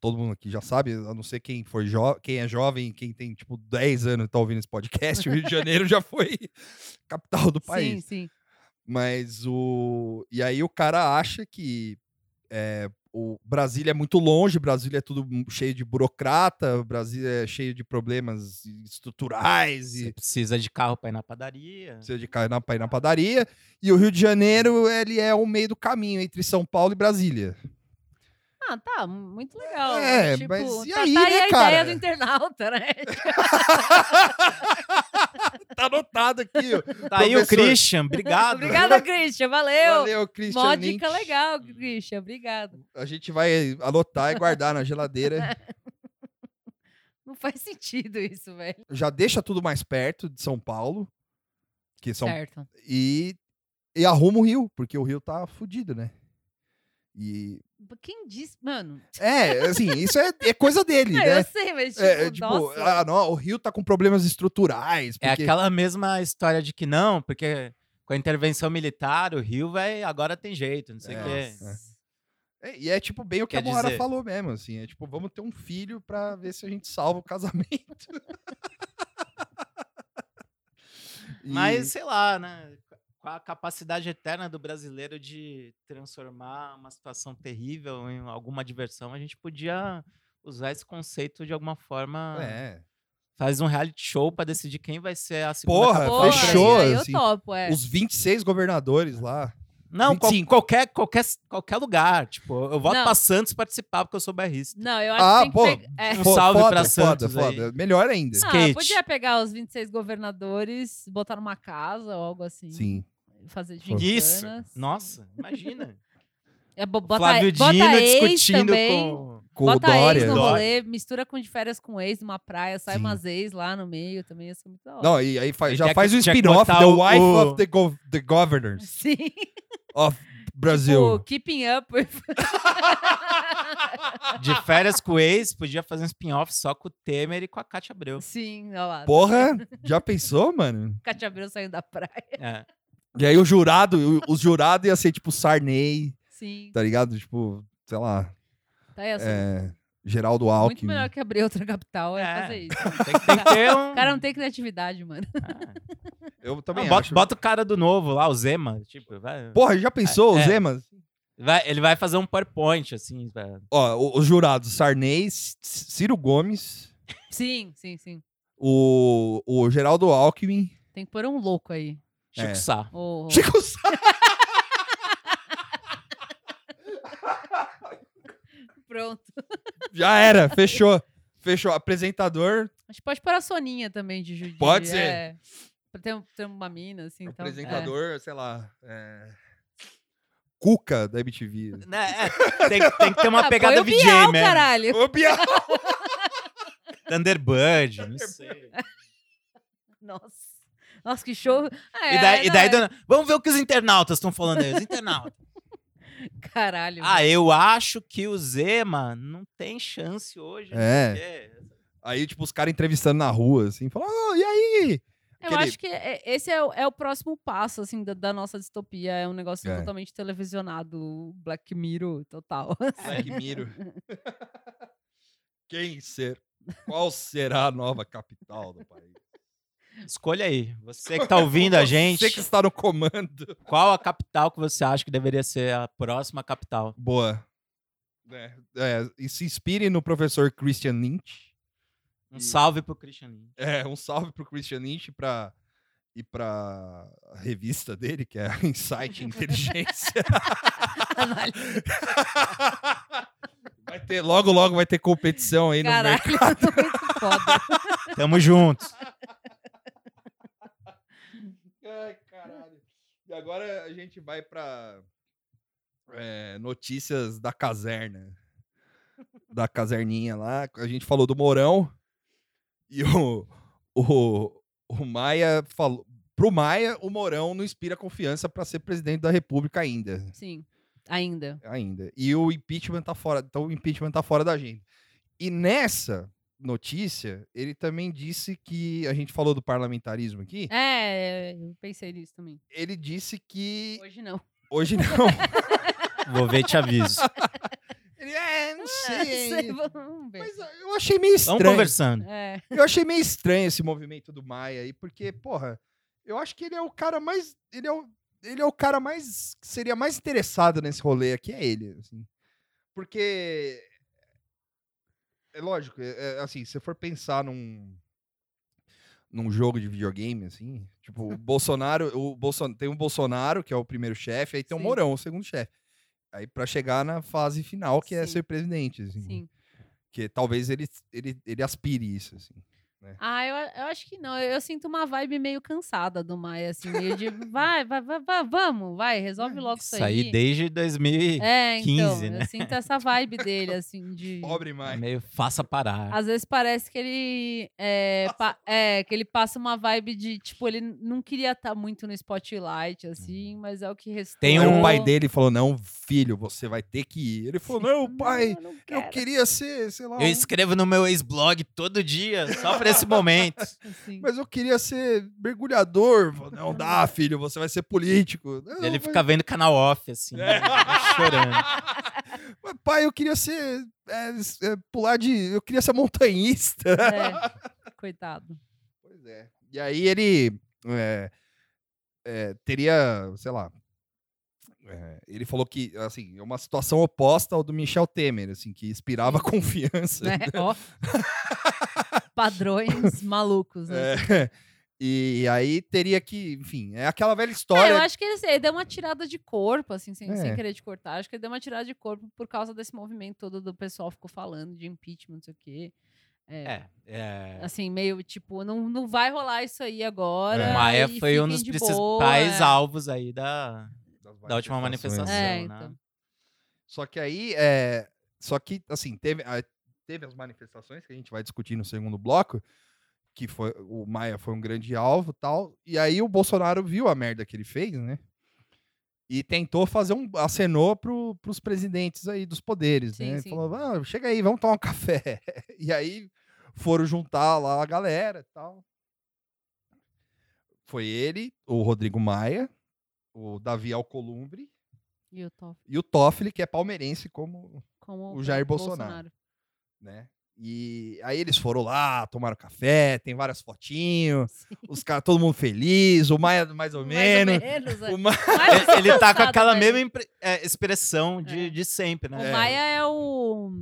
todo mundo aqui já sabe, a não ser quem for jo quem é jovem, quem tem, tipo, 10 anos e tá ouvindo esse podcast, o Rio de Janeiro já foi capital do país. Sim, sim. Mas o. E aí o cara acha que é, o Brasília é muito longe, Brasília é tudo mu- cheio de burocrata, Brasília é cheio de problemas estruturais Você e precisa de carro pra ir na padaria. precisa de cair na, pra ir na padaria. E o Rio de Janeiro, ele é o meio do caminho entre São Paulo e Brasília. Ah, tá, muito legal. É, tipo, mas e tá, aí, tá né, a cara? ideia do internauta, né? Tá anotado aqui. ó. Tá aí o Professor. Christian, obrigado. Obrigada, Christian, valeu. Valeu, Christian. Mó Lynch. dica legal, Christian, obrigado. A gente vai anotar e guardar na geladeira. Não faz sentido isso, velho. Já deixa tudo mais perto de São Paulo, que São Certo. e, e arruma o Rio, porque o Rio tá fudido, né? E. Quem disse, mano? É, assim, isso é, é coisa dele, Ah, né? eu sei, mas tipo, É, é, tipo, nossa. ah, não, o Rio tá com problemas estruturais. É Porque... aquela mesma história de que não, porque com a intervenção militar, o Rio vai agora tem jeito, não sei o É. quê. É, e é tipo bem o que a Quer Moara dizer- falou mesmo, assim. É tipo, vamos ter um filho pra ver se a gente salva o casamento. E- Mas sei lá, né? Com a capacidade eterna do brasileiro de transformar uma situação terrível em alguma diversão, a gente podia usar esse conceito de alguma forma. Ah. É. Faz um reality show pra decidir quem vai ser a segunda Porra, capital do fechou, Brasil. aí eu assim, topo, é. Os 26 governadores lá. Não, qual- 25. qualquer, qualquer, qualquer lugar. Tipo, eu voto Não. pra Santos participar porque eu sou bairrista. Não, eu acho Ah, que tem pô, que pegar... é. Um Fo- salve foda, pra foda, Santos aí. foda. Melhor ainda. Ah, skate. podia pegar os 26 governadores, botar numa casa ou algo assim. Sim. Fazer Pô. Isso. gincanas. Nossa, imagina. É, bo- bota, Flávio bota Dino ex discutindo também. com. Com Bota o ex Dória. no Dória. rolê, mistura com de férias com ex numa praia, sai Sim. umas ex lá no meio também, ia ser muito da hora. Não, e aí faz- Aí já tinha que- faz o tinha que spin-off botar The o- Wife o- of the, gov the Governors. Sim. Of Brasil. Tipo, keeping up. with- De férias com o ex, podia fazer um spin-off só com o Temer e com a Cátia Abreu. Sim, olha lá. Porra, já pensou, mano? Cátia Abreu saindo da praia. É. E aí o jurado, o- os jurados ia ser tipo Sarney, Sim. tá ligado? Tipo, sei lá, Tá aí, assim, é, Geraldo Muito Alckmin. melhor que abrir outra capital é, É. fazer isso. Tem, que- tem que ter um. O cara não tem criatividade, mano. Ah. Eu também Não, Ah, bota, acho. bota o cara do novo lá, o Zema. Tipo, vai, Porra, já pensou, É. o Zema? vai- ele vai fazer um PowerPoint, assim. pra- Ó, o- os jurados, Sarney, C- Ciro Gomes, Sim, sim, sim. o, o Geraldo Alckmin. Tem que pôr um louco aí. Chico É. Sá. Ô, Chico Sá. Pronto. Já era, fechou. Fechou. Apresentador. A gente pode pôr a Soninha também de Judy. Pode ser. É. Pra ter, um- ter uma mina, É um assim. Então, apresentador, sei lá. é, Cuca da MTV. Né, é, tem, tem que ter uma Ah, pegada põe o VJ Bial, mesmo. caralho. Ô, Bial! Thunderbird, não sei. Nossa. Nossa, que show. Ah, e daí, é, e daí não, é- dona- vamos ver o que os internautas estão falando aí. Os internautas. é. Caralho. ah, eu acho que o Zema não tem chance hoje. não É. sei o quê. Aí, tipo, os caras entrevistando na rua, assim, falando, "Ah, e aí? Eu Aquele- acho que é- esse é, o- é o próximo passo, assim, da, da nossa distopia. É um negócio É. totalmente televisionado, Black Mirror total. Black Mirror. Quem ser? Qual será a nova capital do país? Escolha aí. Você que tá ouvindo a gente, Você que está no comando. qual a capital que você acha que deveria ser a próxima capital? Boa. É, é, e se inspire no professor Christian Lynch. Um E- salve pro Christian Lin. É, um salve pro Christian Lynch e pra, e pra revista dele, que é Insight Inteligência. vai ter, logo, logo vai ter competição aí no mercado. Caralho, eu tô muito foda. Tamo juntos. Ai, caralho. E agora a gente vai pra é, notícias da caserna. Da caserninha lá. A gente falou do Mourão. E o, o, o Maia falou. Pro Maia, o Mourão não inspira confiança pra ser presidente da República ainda. Sim, ainda. ainda. E o impeachment tá fora. Então o impeachment tá fora da agenda. E nessa notícia, ele também disse que. A gente falou do parlamentarismo aqui. É, eu pensei nisso também. Ele disse que. Hoje não. Hoje não. Vou ver e te aviso. Ele, é, não Sei, sei. Vamos ver. Mas eu achei meio Vamos estranho. conversando. É, Eu achei meio estranho esse movimento do Maia aí, porque, porra, eu acho que ele é o cara mais. Ele é o, ele é o cara mais. que seria mais interessado nesse rolê aqui, é ele. assim. Porque. É lógico, é- é assim, se você for pensar num. Num jogo de videogame, assim, tipo, o Bolsonaro, o Bolson, tem o Bolsonaro, que é o primeiro chefe, aí tem o Sim. Mourão, o segundo chefe. Aí pra chegar na fase final, que é Sim. ser presidente, assim. sim. Que talvez ele, ele, ele aspire isso, assim. Ah, eu, eu acho que não. Eu, eu sinto uma vibe meio cansada do Maia, assim, meio de vai, vai, vai, vai, vamos, vai, resolve logo isso, Isso aí aí. desde 2000 e- É, então, 15, né? eu sinto essa vibe dele, assim, de... Pobre Maia. é meio faça parar. Às vezes parece que ele é, pa- é, que ele passa uma vibe de tipo ele não queria estar muito no spotlight assim, mas é o que restou. Tem Aí um- o pai dele falou: Não, filho, você vai ter que ir. Ele falou: Não, pai, Não, não eu quero, queria ser, sei lá, Eu um- escrevo no meu ex-blog todo dia, só pra esse momento. assim. mas eu queria ser mergulhador. Falou, não dá, filho, você vai ser político. Não, Ele mas- fica vendo canal off, assim, É. chorando. mas, é, pai, eu queria ser. é, s- é, pular de. Eu queria ser montanhista. É, coitado. Pois é. E aí ele é, é, teria, sei lá. é, ele falou que, assim, é uma situação oposta ao do Michel Temer, assim, que inspirava confiança. Né? Ó. Padrões malucos, É. né? E aí teria que, enfim, é aquela velha É, eu história. acho que ele, ele deu uma tirada de corpo, assim, sem, É. sem querer te cortar. Acho que ele deu uma tirada de corpo por causa desse movimento todo do pessoal ficou falando de impeachment, não sei o quê. É, é. Assim, meio tipo, não, não vai rolar isso aí agora. É. O Maia e foi um fiquem dos de principais boa, é. alvos aí da, da última manifestação, né? É, então. Só que aí, é, só que, assim, teve, a- teve as manifestações que a gente vai discutir no segundo bloco, que foi o Maia foi um grande alvo e tal. E aí o Bolsonaro viu a merda que ele fez, né? e tentou fazer um. acenou pro, pros presidentes aí dos poderes, Sim, né? sim. Falou, "Ah, chega aí, vamos tomar um café. E aí foram juntar lá a galera e tal. Foi ele, o Rodrigo Maia, o Davi Alcolumbre E o Toff e o Toffoli, que é palmeirense, como como O Jair Bolsonaro. né? E aí eles foram lá, tomaram café, tem várias fotinhos, Sim. os caras, todo mundo feliz, o Maia mais ou menos. Mais ou menos, é. o Ma- Mais Ele- Ele tá com descansado, aquela né? mesma impre- é, expressão de, É. de sempre, O né? Maia é o.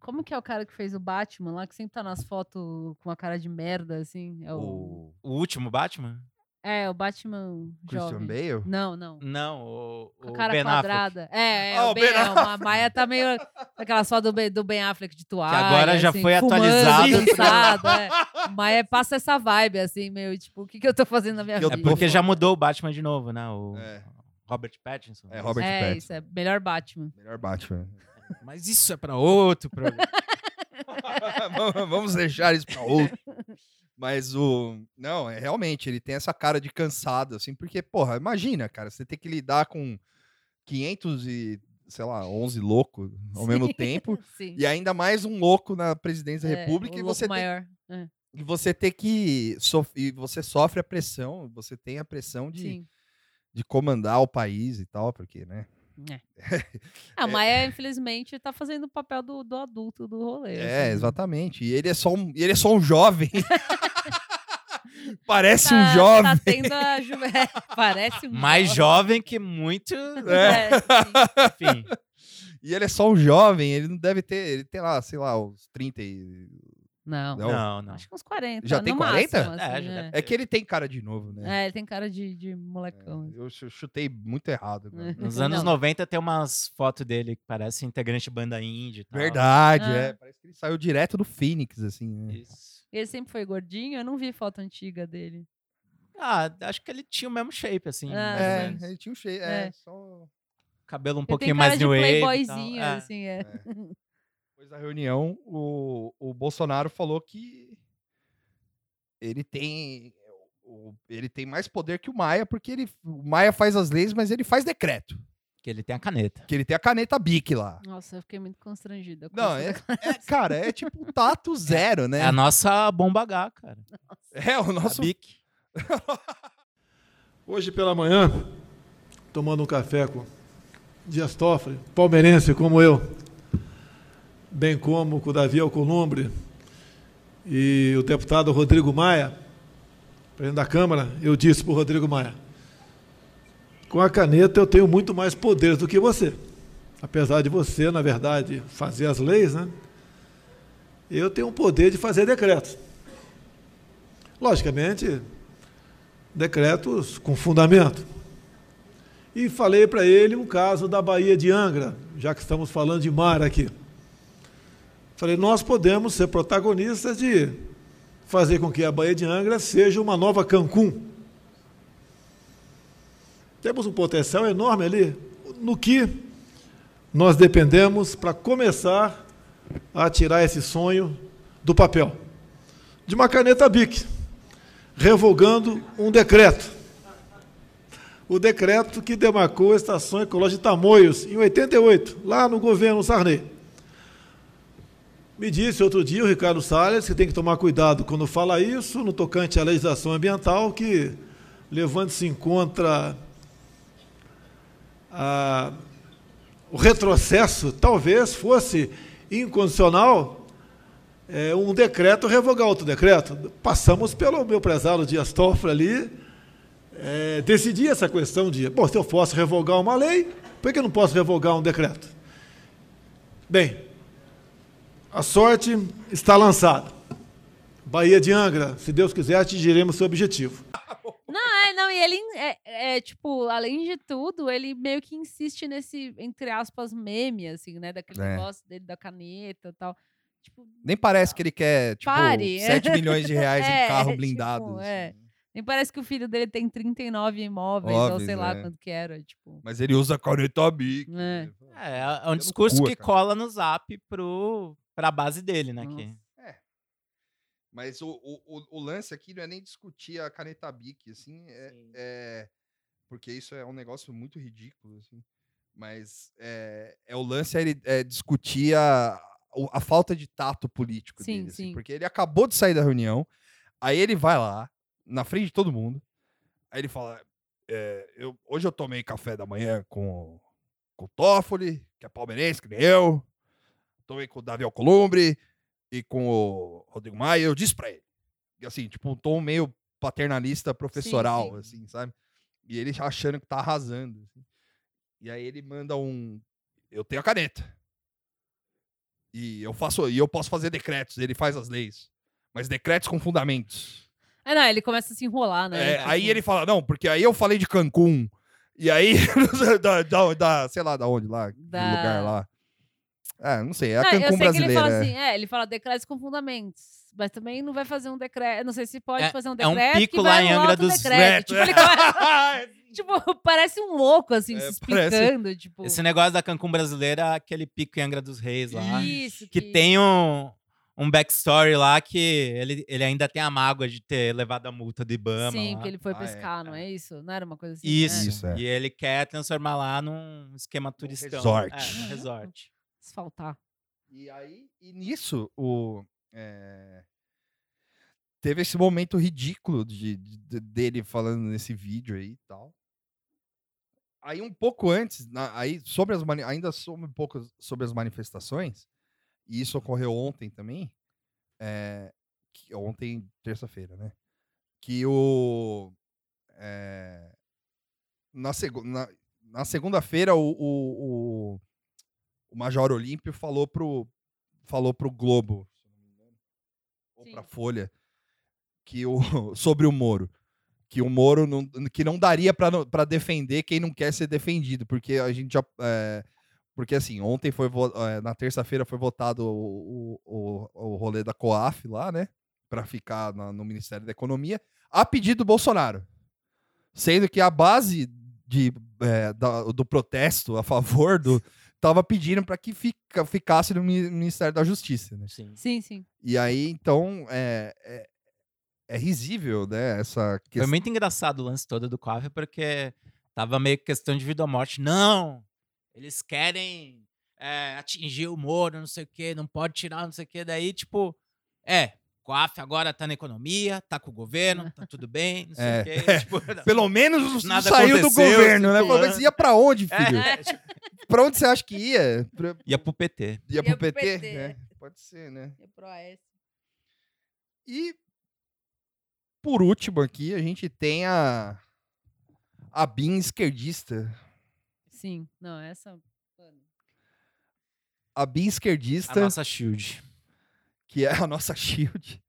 Como que é o cara que fez o Batman lá, que sempre tá nas fotos com a cara de merda, assim? É o. o O último Batman? É, o Batman. Christian jovem. Bale? Não, não. Não, o, Com a o cara Ben Affleck. quadrada. É, é, Ah, o o ben, Ben é, uma- a Maia tá meio. Aquela só do, Ben- do Ben Affleck de toalha. agora já assim, foi fumando, atualizado. dançado, é. Maia passa essa vibe, assim, meio tipo, o que, que eu tô fazendo na minha Que eu vida? É porque já mudou o Batman de novo, né? Uhum. O É. Robert Pattinson. É, Robert É, Pattinson. isso, é melhor Batman. Melhor Batman. Mas isso é pra outro programa. Vamos- Vamos deixar isso pra outro. Mas o. Não, é realmente, ele tem essa cara de cansado, assim, porque, porra, imagina, cara, você tem que lidar com 500 e, sei lá, 11 loucos ao mesmo Sim, tempo, Sim. e ainda mais um louco na presidência da É, República, o e louco você, tem, maior. É, e você tem que. sof- E você sofre a pressão, você tem a pressão de, sim. de comandar o país e tal, porque, né? É. A Ah, Maia, infelizmente, tá fazendo o papel do, do adulto do rolê. É, assim. exatamente. E ele é só um, ele é só um jovem. Parece Tá- um jovem. Tá tendo a juve... é, Parece um Mais jovem que muito. É, sim. Enfim. E ele é só um jovem, ele não deve ter. Ele tem lá, sei lá, uns 30 e. Não, Não. Não, não. acho que uns 40. Já no tem 40? máximo, É, assim, já é. deve É que ele tem cara de novo, né? É, ele tem cara de, de molecão. Eu chu- chutei muito errado. agora. É. Nos anos Não. 90 tem umas fotos dele que parece integrante de banda indie. e tal. Verdade, Ah. é. Parece que ele saiu direto do Phoenix, assim. Né? Isso. Ele sempre foi gordinho, eu não vi foto antiga Um dele. Ah, acho que ele tinha o mesmo shape, assim. Ah, mais ou É, menos. ele tinha um cheio. É. É, só. Cabelo um ele tem pouquinho cara mais de new wave. e tal. playboyzinho, É. assim, é. Depois da reunião, o, o Bolsonaro falou que ele tem. o- Ele tem mais poder que o Maia, porque ele, o Maia faz as leis, mas ele faz decreto. Que ele tem a caneta. Que ele tem a caneta BIC lá. Nossa, eu fiquei muito constrangida. com Não, essa é, é, cara, é tipo um tato zero, né? É a nossa bomba H, cara. É, o nosso. A Bic. Hoje pela manhã, tomando um café com Dias Toffoli, palmeirense como eu, bem como com o Davi Alcolumbre e o deputado Rodrigo Maia, presidente da Câmara, eu disse para o Rodrigo Maia, com a caneta eu tenho muito mais poderes do que você. Apesar de você, na verdade, fazer as leis, né? Eu tenho o poder de fazer decretos. Logicamente, decretos com fundamento. E falei para ele um caso da Bahia de Angra, já que estamos falando de mar aqui. Falei, nós podemos ser protagonistas de fazer com que a Bahia de Angra seja uma nova Cancún. Temos um potencial enorme ali, no que nós dependemos para começar a tirar esse sonho do papel. De uma caneta BIC revogando um decreto. O decreto que demarcou a Estação Ecológica de Tamoios, em 88, lá no governo Sarney. Me disse outro dia o Ricardo Salles que tem que tomar cuidado quando fala isso, no tocante à legislação ambiental, que levando-se em conta a- o retrocesso, talvez fosse incondicional é, um decreto revogar outro decreto. Passamos pelo meu prezado Dias Toffoli ali, é, decidir essa questão de, bom, se eu posso revogar uma lei, por que eu não posso revogar um decreto? Bem, a sorte está lançada. Bahia de Angra, se Deus quiser, atingiremos seu objetivo. Não, é, não, e ele, é, é, tipo, além de tudo, ele meio que insiste nesse, entre aspas, meme, assim, né? Daquele É. negócio dele, da caneta e tal. Tipo, Nem parece que ele quer, tipo, Pare. 7 milhões de reais É, em carro tipo, blindado. é. assim. nem parece que o filho dele tem 39 imóveis, ou sei Óbvio, lá né? quanto que era, tipo... Mas ele usa a caneta BIC. né? É. É, é um discurso cu, que cara. cola no zap pro, pra base dele, né? Que... Nossa. Mas o, o, o- o lance aqui não é nem discutir a caneta BIC, assim, é, Sim. é- porque isso é um negócio muito ridículo, assim. Mas é, é o lance é ele é, discutir a, o- a falta de tato político Sim, dele, assim, sim. porque ele acabou de sair da reunião, aí ele vai lá, na frente de todo mundo, aí ele fala, é, eu, hoje eu tomei café da manhã com, com o Toffoli, que é palmeirense, que nem eu, tomei com o Davi Alcolumbre e com o Rodrigo Maia, eu disse pra ele, e assim, tipo, um tom meio paternalista, professoral, sim. assim, sabe? E ele achando que tá arrasando. assim. E aí ele manda um, eu tenho a caneta. E eu faço, e eu posso fazer decretos, ele faz as leis. Mas decretos com fundamentos. É, não, ele começa a se enrolar, né? É, Tipo, aí ele fala, não, porque aí eu falei de Cancún. E aí, da, da, da- sei lá, da onde lá, do Da- lugar lá. Ah, não sei, é a Não, eu Cancún sei que ele brasileira. fala é. assim, é, ele fala decretos com fundamentos, mas também não vai fazer um decreto, não sei se pode É- fazer um é um decreto pico que lá vai em rolar Angra outro dos É, decreto. Tipo, ele começa- tipo, parece um louco, assim, É, se parece- explicando, tipo... Esse negócio da Cancún brasileira, aquele pico em Angra dos Reis lá. Isso, que tem um, um backstory lá que ele, ele ainda tem a mágoa de ter levado a multa do Ibama. Sim, lá. que ele foi Ah, é, pescar, não é isso? Não era uma coisa assim? né? Isso. Isso, é. E ele quer transformar lá num esquema turistão. resort. É, um resort. Asfaltar. E aí, e nisso, o. é, Teve esse momento ridículo de, de- dele falando nesse vídeo aí e tal. Aí, um pouco antes, na- aí sobre as mani- ainda sobre um pouco sobre as manifestações, e isso ocorreu ontem também, é, que- ontem, terça-feira, né? Que o. é, na segu- na, na segunda-feira, o- o- o o Major Olímpio falou pro, falou pro Globo, se não me engano, ou Sim. pra Folha, que o, sobre o Moro. Que o Moro não, que não daria pra não- pra defender quem não quer ser defendido, porque a gente já. é, porque assim, ontem foi. vo- é, na terça-feira foi votado o, o, o, o rolê da COAF lá, né? Pra ficar na- no Ministério da Economia, a pedido do Bolsonaro. Sendo que a base de, é, da- do protesto a favor do, tava pedindo para que fica- ficasse no Mi- Ministério da Justiça, né? Sim. Sim, sim. E aí, então, é, é, é risível, né, essa Foi questão. muito engraçado o lance todo do Coffee, porque tava meio que questão de vida ou morte. Não! Eles querem é, atingir o Moro, não sei o quê, não pode tirar, não sei o quê. Daí, tipo, é, COAF agora tá na economia, tá com o governo, tá tudo bem, não sei É. o quê. Tipo, Pelo menos Nada saiu do aconteceu, governo, né? tipo, Pelo menos ia pra onde, filho? é, tipo, Pra onde você acha que ia? Pra- ia é pro PT. ia pro PT? PT, né? é. Pode ser, né? E pro AS. E por último aqui, a gente tem a a BIM esquerdista. Sim, não, essa... A BIM A esquerdista. nossa shield. que é a nossa Shield.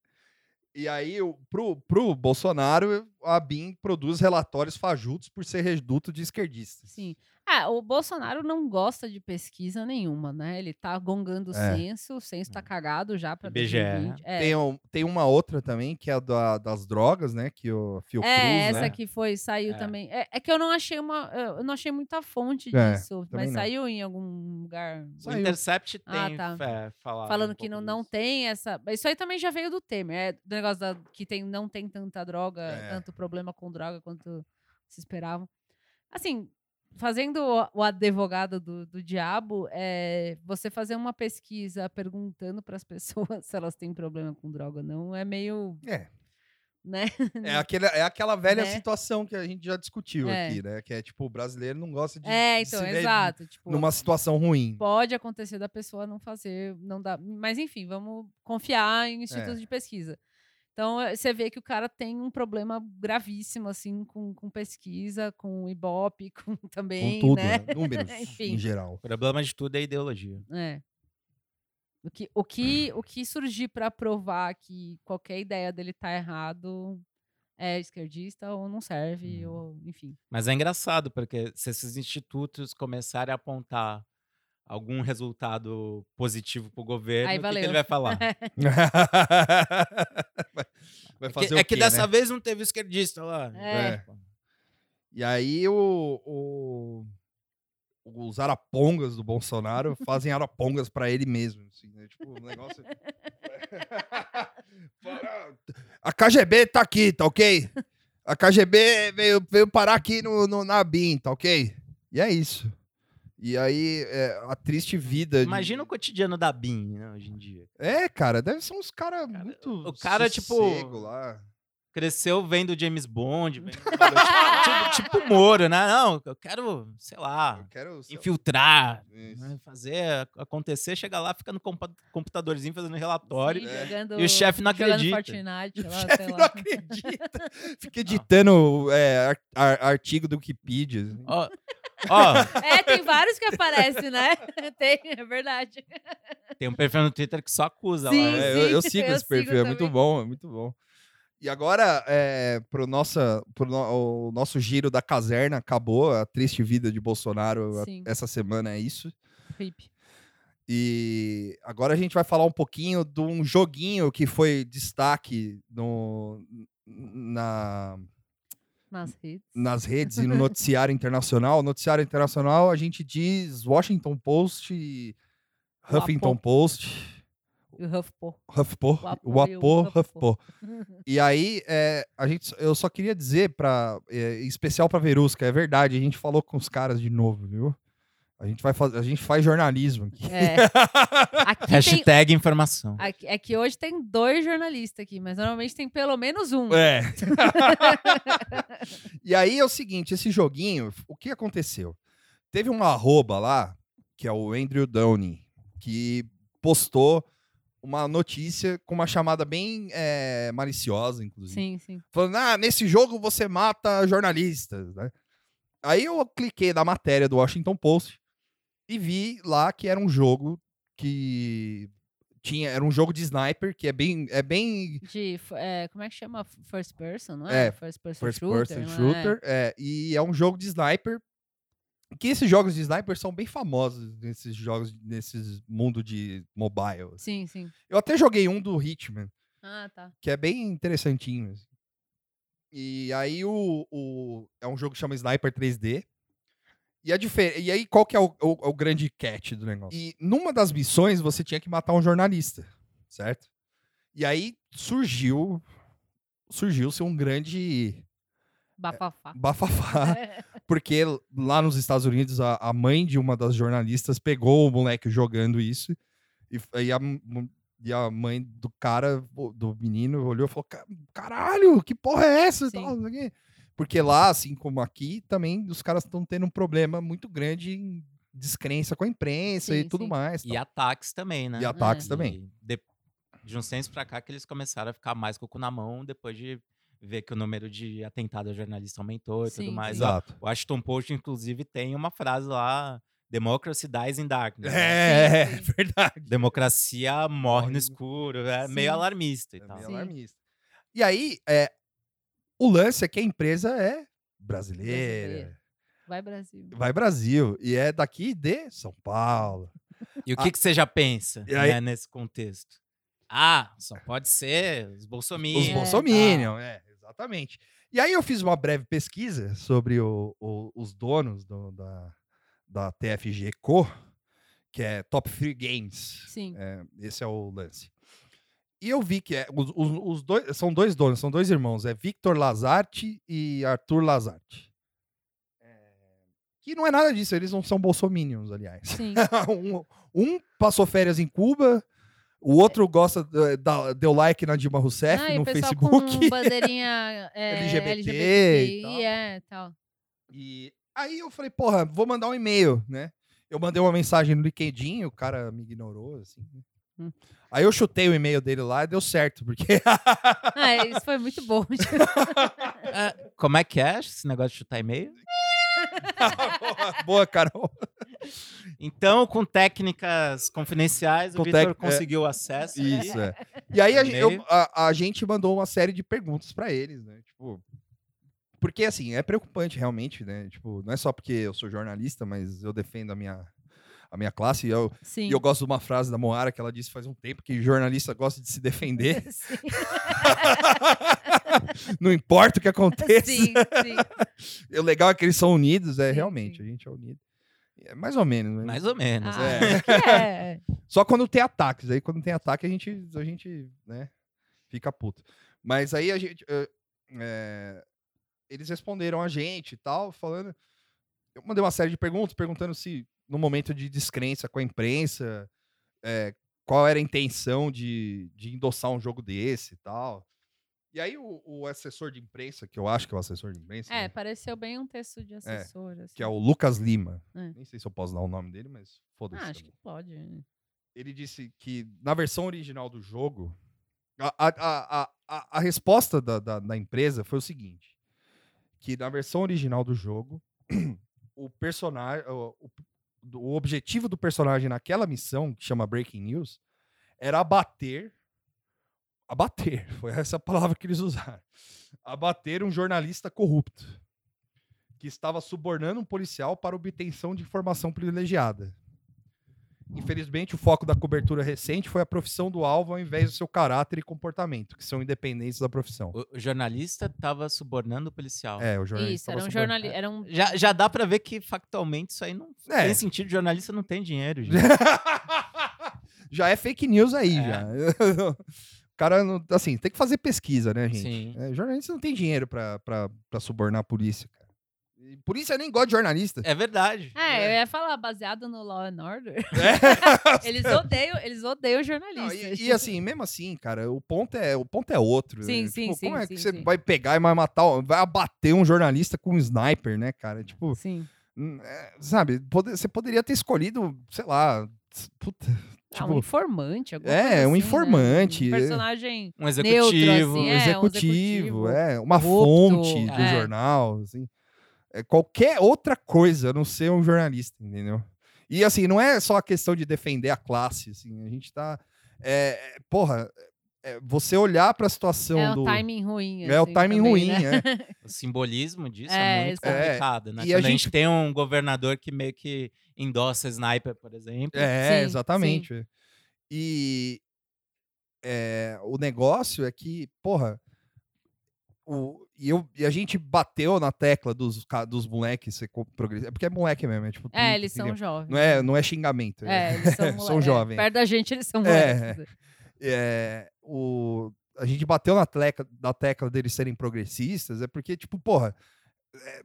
E aí, o- pro, pro Bolsonaro, a BIM produz relatórios fajutos por ser reduto de esquerdistas. Sim. Ah, o Bolsonaro não gosta de pesquisa nenhuma, né? Ele tá gongando o É. censo, o censo tá cagado já pra IBGE, né? 2020. É, Tem, um- tem uma outra também, que é a da- das drogas, né? Que o Fiocruz, é essa né? que foi, saiu É. também. É, é que eu não achei uma. Eu não achei muita fonte É, disso, também mas não. saiu em algum lugar O Saiu. Intercept tem Ah, tá. é, falado falando um que não, pouco não disso. tem essa. mas Isso aí também já veio do Temer, é, do negócio da, que tem, não tem tanta droga, É. tanto problema com droga quanto se esperava. Assim, fazendo o- o advogado do, do diabo, é, você fazer uma pesquisa perguntando para as pessoas se elas têm problema com droga ou não é meio. É. Né? É, aquele, é aquela velha Né? situação que a gente já discutiu É. aqui, né? Que é tipo, o brasileiro não gosta de, É, de se então, ver exato. Tipo, numa situação ruim. pode acontecer da pessoa não fazer, não dá. Mas enfim, vamos confiar em institutos de pesquisa. Então eh, você vê que o cara tem um problema gravíssimo assim com, com pesquisa, com Ibope, com também, Com tudo, né? né? números Enfim. em geral. O problema de tudo é ideologia. É. O que, o que, o que surgir para provar que qualquer ideia dele tá errado é esquerdista ou não serve ou enfim. Mas é engraçado, porque se esses institutos começarem a apontar algum resultado positivo para o governo, o Aí que que, valeu. ele vai falar? É Vai- Vai que- fazer é o que, quê, dessa né? vez não teve esquerdista lá. né? É. É. E aí o, o- os arapongas do Bolsonaro fazem arapongas pra ele mesmo. assim, né? Tipo, um negócio. A KGB tá aqui, tá ok? A a KGB veio, veio parar aqui no, no, na BIM, tá ok? E é isso. E aí, é, a triste vida. de- Imagina o cotidiano da BIM, né, hoje em dia. É, cara, deve ser uns caras muito. o cara, tipo- sossego Lá. Cresceu vendo James Bond, vendo, tipo, tipo o Moro, né? Não, eu quero, sei lá, Eu quero. sei lá, infiltrar, isso. né, fazer ac- acontecer, chega lá, fica no compa- computadorzinho fazendo relatório. Sim. e- É. jogando, E o chefe não jogando acredita. Fortnite, O lá, chefe sei não lá. acredita. Fica editando é, ar- ar- artigo do Wikipedia. assim. Ó, ó, É, tem vários que aparecem, né? Tem, é verdade. tem um perfil no Twitter que só acusa Sim, lá. né? É, eu, eu sim, sigo eu esse perfil, sigo é muito também. bom, é muito bom. E agora, é, pro, nossa, pro no- o nosso giro da caserna, acabou a triste vida de Bolsonaro a- Sim. essa semana, é isso. Hip. E agora a gente vai falar um pouquinho de um joguinho que foi destaque no, na, Mas hits. nas redes e no noticiário internacional. Noticiário internacional a gente diz Washington Post, e Huffington Wapo. Post, E o Huffpo. Huffpo, Wapo e o Wapo, Huffpo. Huffpo. E aí, é, a gente, só- eu só queria dizer, pra, é, em especial para Verusca, é verdade, a gente falou com os caras de novo, viu? A gente, vai faz, a gente faz jornalismo aqui. É. Aqui tem, Hashtag informação. aqui- é que hoje tem dois jornalistas aqui, mas normalmente tem pelo menos um. É. e aí é o seguinte, esse joguinho, o que aconteceu? Teve um arroba lá, que é o Andrew Downey, que postou uma notícia com uma chamada bem eh, maliciosa, inclusive. Sim, sim. Falando, ah, nesse jogo você mata jornalistas, né? Aí eu cliquei na matéria do Washington Post e vi lá que era um jogo que tinha, era um jogo de sniper, que é bem, é bem De, f- é, como é que chama? First person, não É, é? first person First shooter. Person não é? Shooter. É, e é um jogo de sniper. Que esses jogos de sniper são bem famosos nesses jogos, nesses mundo de mobile. assim. Sim, sim. Eu até joguei um do Hitman, Ah, tá. que é bem interessantinho. assim. E aí o, o- É um jogo que chama Sniper 3D. E, a difer- e aí, qual que é o, o- o grande catch do negócio? E numa das missões, você tinha que matar um jornalista, certo? E aí surgiu. Surgiu-se um grande Bafafá. É. bafafá, porque lá nos Estados Unidos a, a mãe de uma das jornalistas pegou o moleque jogando isso e, f- e a, m- e a mãe do cara, o- do menino, olhou e falou: "Ca- caralho, que porra é essa? e Sim. tal, não sei o quê. Porque lá, assim como aqui, também os caras estão tendo um problema muito grande em descrença com a imprensa e Sim, tudo sim. mais. E tal. ataques também, né? E ataques também. E De, de uns tempos pra cá que eles começaram a ficar mais com o cu na mão depois de ver que o número de atentados a jornalista aumentou e Sim, tudo mais. sim. Ó, Exato. O Washington Post, inclusive, tem uma frase lá: Democracy dies in darkness. né? É, é Sim, sim. verdade. Democracia morre no no- escuro. É Sim. meio alarmista e É tal. meio Sim. alarmista. E aí, é, o lance é que a empresa é brasileira. Brasileira. Vai, Brasil. Vai Brasil. E é daqui de São Paulo. E o que, que você já pensa E aí- né, nesse contexto? Ah, só pode ser os bolsominions. né? Os É, Bolsominion, é, exatamente. E aí eu fiz uma breve pesquisa sobre o- o- os donos do- da, da TFG Co, que é Top 3 Games. Sim. Esse é o lance. E eu vi que é, os, os- os dois, são dois donos, são dois irmãos, é Victor Lazarte e Arthur Lazarte. É, Que não é nada disso, eles não são bolsominions, aliás. Sim. um, um passou férias em Cuba, o outro gosta eh, da- deu like na Dilma Rousseff Ah, e no o pessoal Facebook. com bandeirinha é, LGBT e LGBTQI, tal. é, tal. E aí eu falei, porra, vou mandar um e-mail, né? Eu mandei uma mensagem no LinkedIn, o cara me ignorou, assim. né? Hum. Aí eu chutei o e-mail dele lá e deu certo, porque Ah, isso foi muito bom. tipo, É, como é que é esse negócio de chutar e-mail? boa, Carol. Então, com técnicas confidenciais, Com o Vitor tec- é. conseguiu o acesso. aí. Isso, é. E aí a, gen- eu- E-mail. a- a gente mandou uma série de perguntas pra eles, né? Tipo. Porque, assim, é preocupante realmente, né? Tipo, não é só porque eu sou jornalista, mas eu defendo a minha, a minha classe. E eu, Sim. e eu gosto de uma frase da Moara que ela disse faz um tempo que jornalista gosta de se defender. Sim, não importa o que aconteça. sim, sim. O legal é que eles são unidos, é Sim, realmente, sim. a gente é unido. É mais ou menos, né? Mais ou menos. Ah, é. acho que é. Só quando tem ataques. Aí quando tem ataque, a gente, a gente né, fica puto. Mas aí a gente. eh, eh, eles responderam a gente e tal, falando. Eu mandei uma série de perguntas perguntando se, no momento de descrença com a imprensa, é, qual era a intenção de, de endossar um jogo desse e tal. E aí, o, o assessor de imprensa, que eu acho que é o assessor de imprensa, É, né, pareceu bem um texto de assessor. assim. que é o Lucas Lima, É. nem sei se eu posso dar o nome dele, mas foda-se. Ah, acho também. que pode. ele disse que na versão original do jogo, a, a, a, a- a, a resposta da, da, da empresa foi o seguinte: que na versão original do jogo, o personagem. O, o, do- o objetivo do personagem naquela missão, que chama Breaking News, era abater. Abater, foi essa a palavra que eles usaram. Abater um jornalista corrupto que estava subornando um policial para obtenção de informação privilegiada. Infelizmente, o foco da cobertura recente foi a profissão do alvo ao invés do seu caráter e comportamento, que são independentes da profissão. O, o jornalista tava subornando o policial. É, o jornalista. Isso, tava era um subornando- jornalista. Era um... Já, já dá pra ver que factualmente isso aí não É. tem sentido. Jornalista não tem dinheiro, gente. já é fake news aí, É. já. o cara, não, assim, tem que fazer pesquisa, né, gente? Sim. É, jornalista não tem dinheiro pra, pra, pra subornar a polícia, cara. E polícia nem gosta de jornalista. É verdade. É, eu ia falar, baseado no Law and Order. eles odeiam, eles odeiam Não, jornalistas. e, e assim, mesmo assim, cara, o ponto é, o ponto é outro. né? Sim, sim, Tipo, Como sim, é que sim, você sim. vai pegar e vai matar, um- vai abater um jornalista com um sniper, né, cara? Tipo, Sim. Hum, é, sabe, pode- você poderia ter escolhido, sei lá, s- puta, Ah, tipo, um informante, alguma é, coisa um assim, né? informante, Um é. personagem Um Neutro, assim, um executivo. é, um executivo, executivo é, uma corrupto, fonte do é. jornal, assim, é, qualquer outra coisa, a não ser um jornalista, entendeu? E assim, não é só a questão de defender a classe, assim, a gente tá, é, é, porra, é, você olhar pra situação é do... um timing ruim. é o assim, timing também, ruim, né? é. O simbolismo disso É, é, muito exato. complicado, né? E Quando a a gente... gente- tem um governador que meio que endossa sniper, por exemplo. É, Sim, exatamente. E é, o negócio é que, porra, o, e, eu, e a gente bateu na tecla dos, ca- dos moleques ser co- progressistas. É porque é moleque mesmo, é tipo. É, truque, eles são entendeu? jovens. Não é, não é xingamento. né? É, eles são, São moleques. jovens. Perto da gente, eles são É. moleques. é, o, a gente bateu na tecla, na tecla deles serem progressistas, é porque, tipo, porra, é,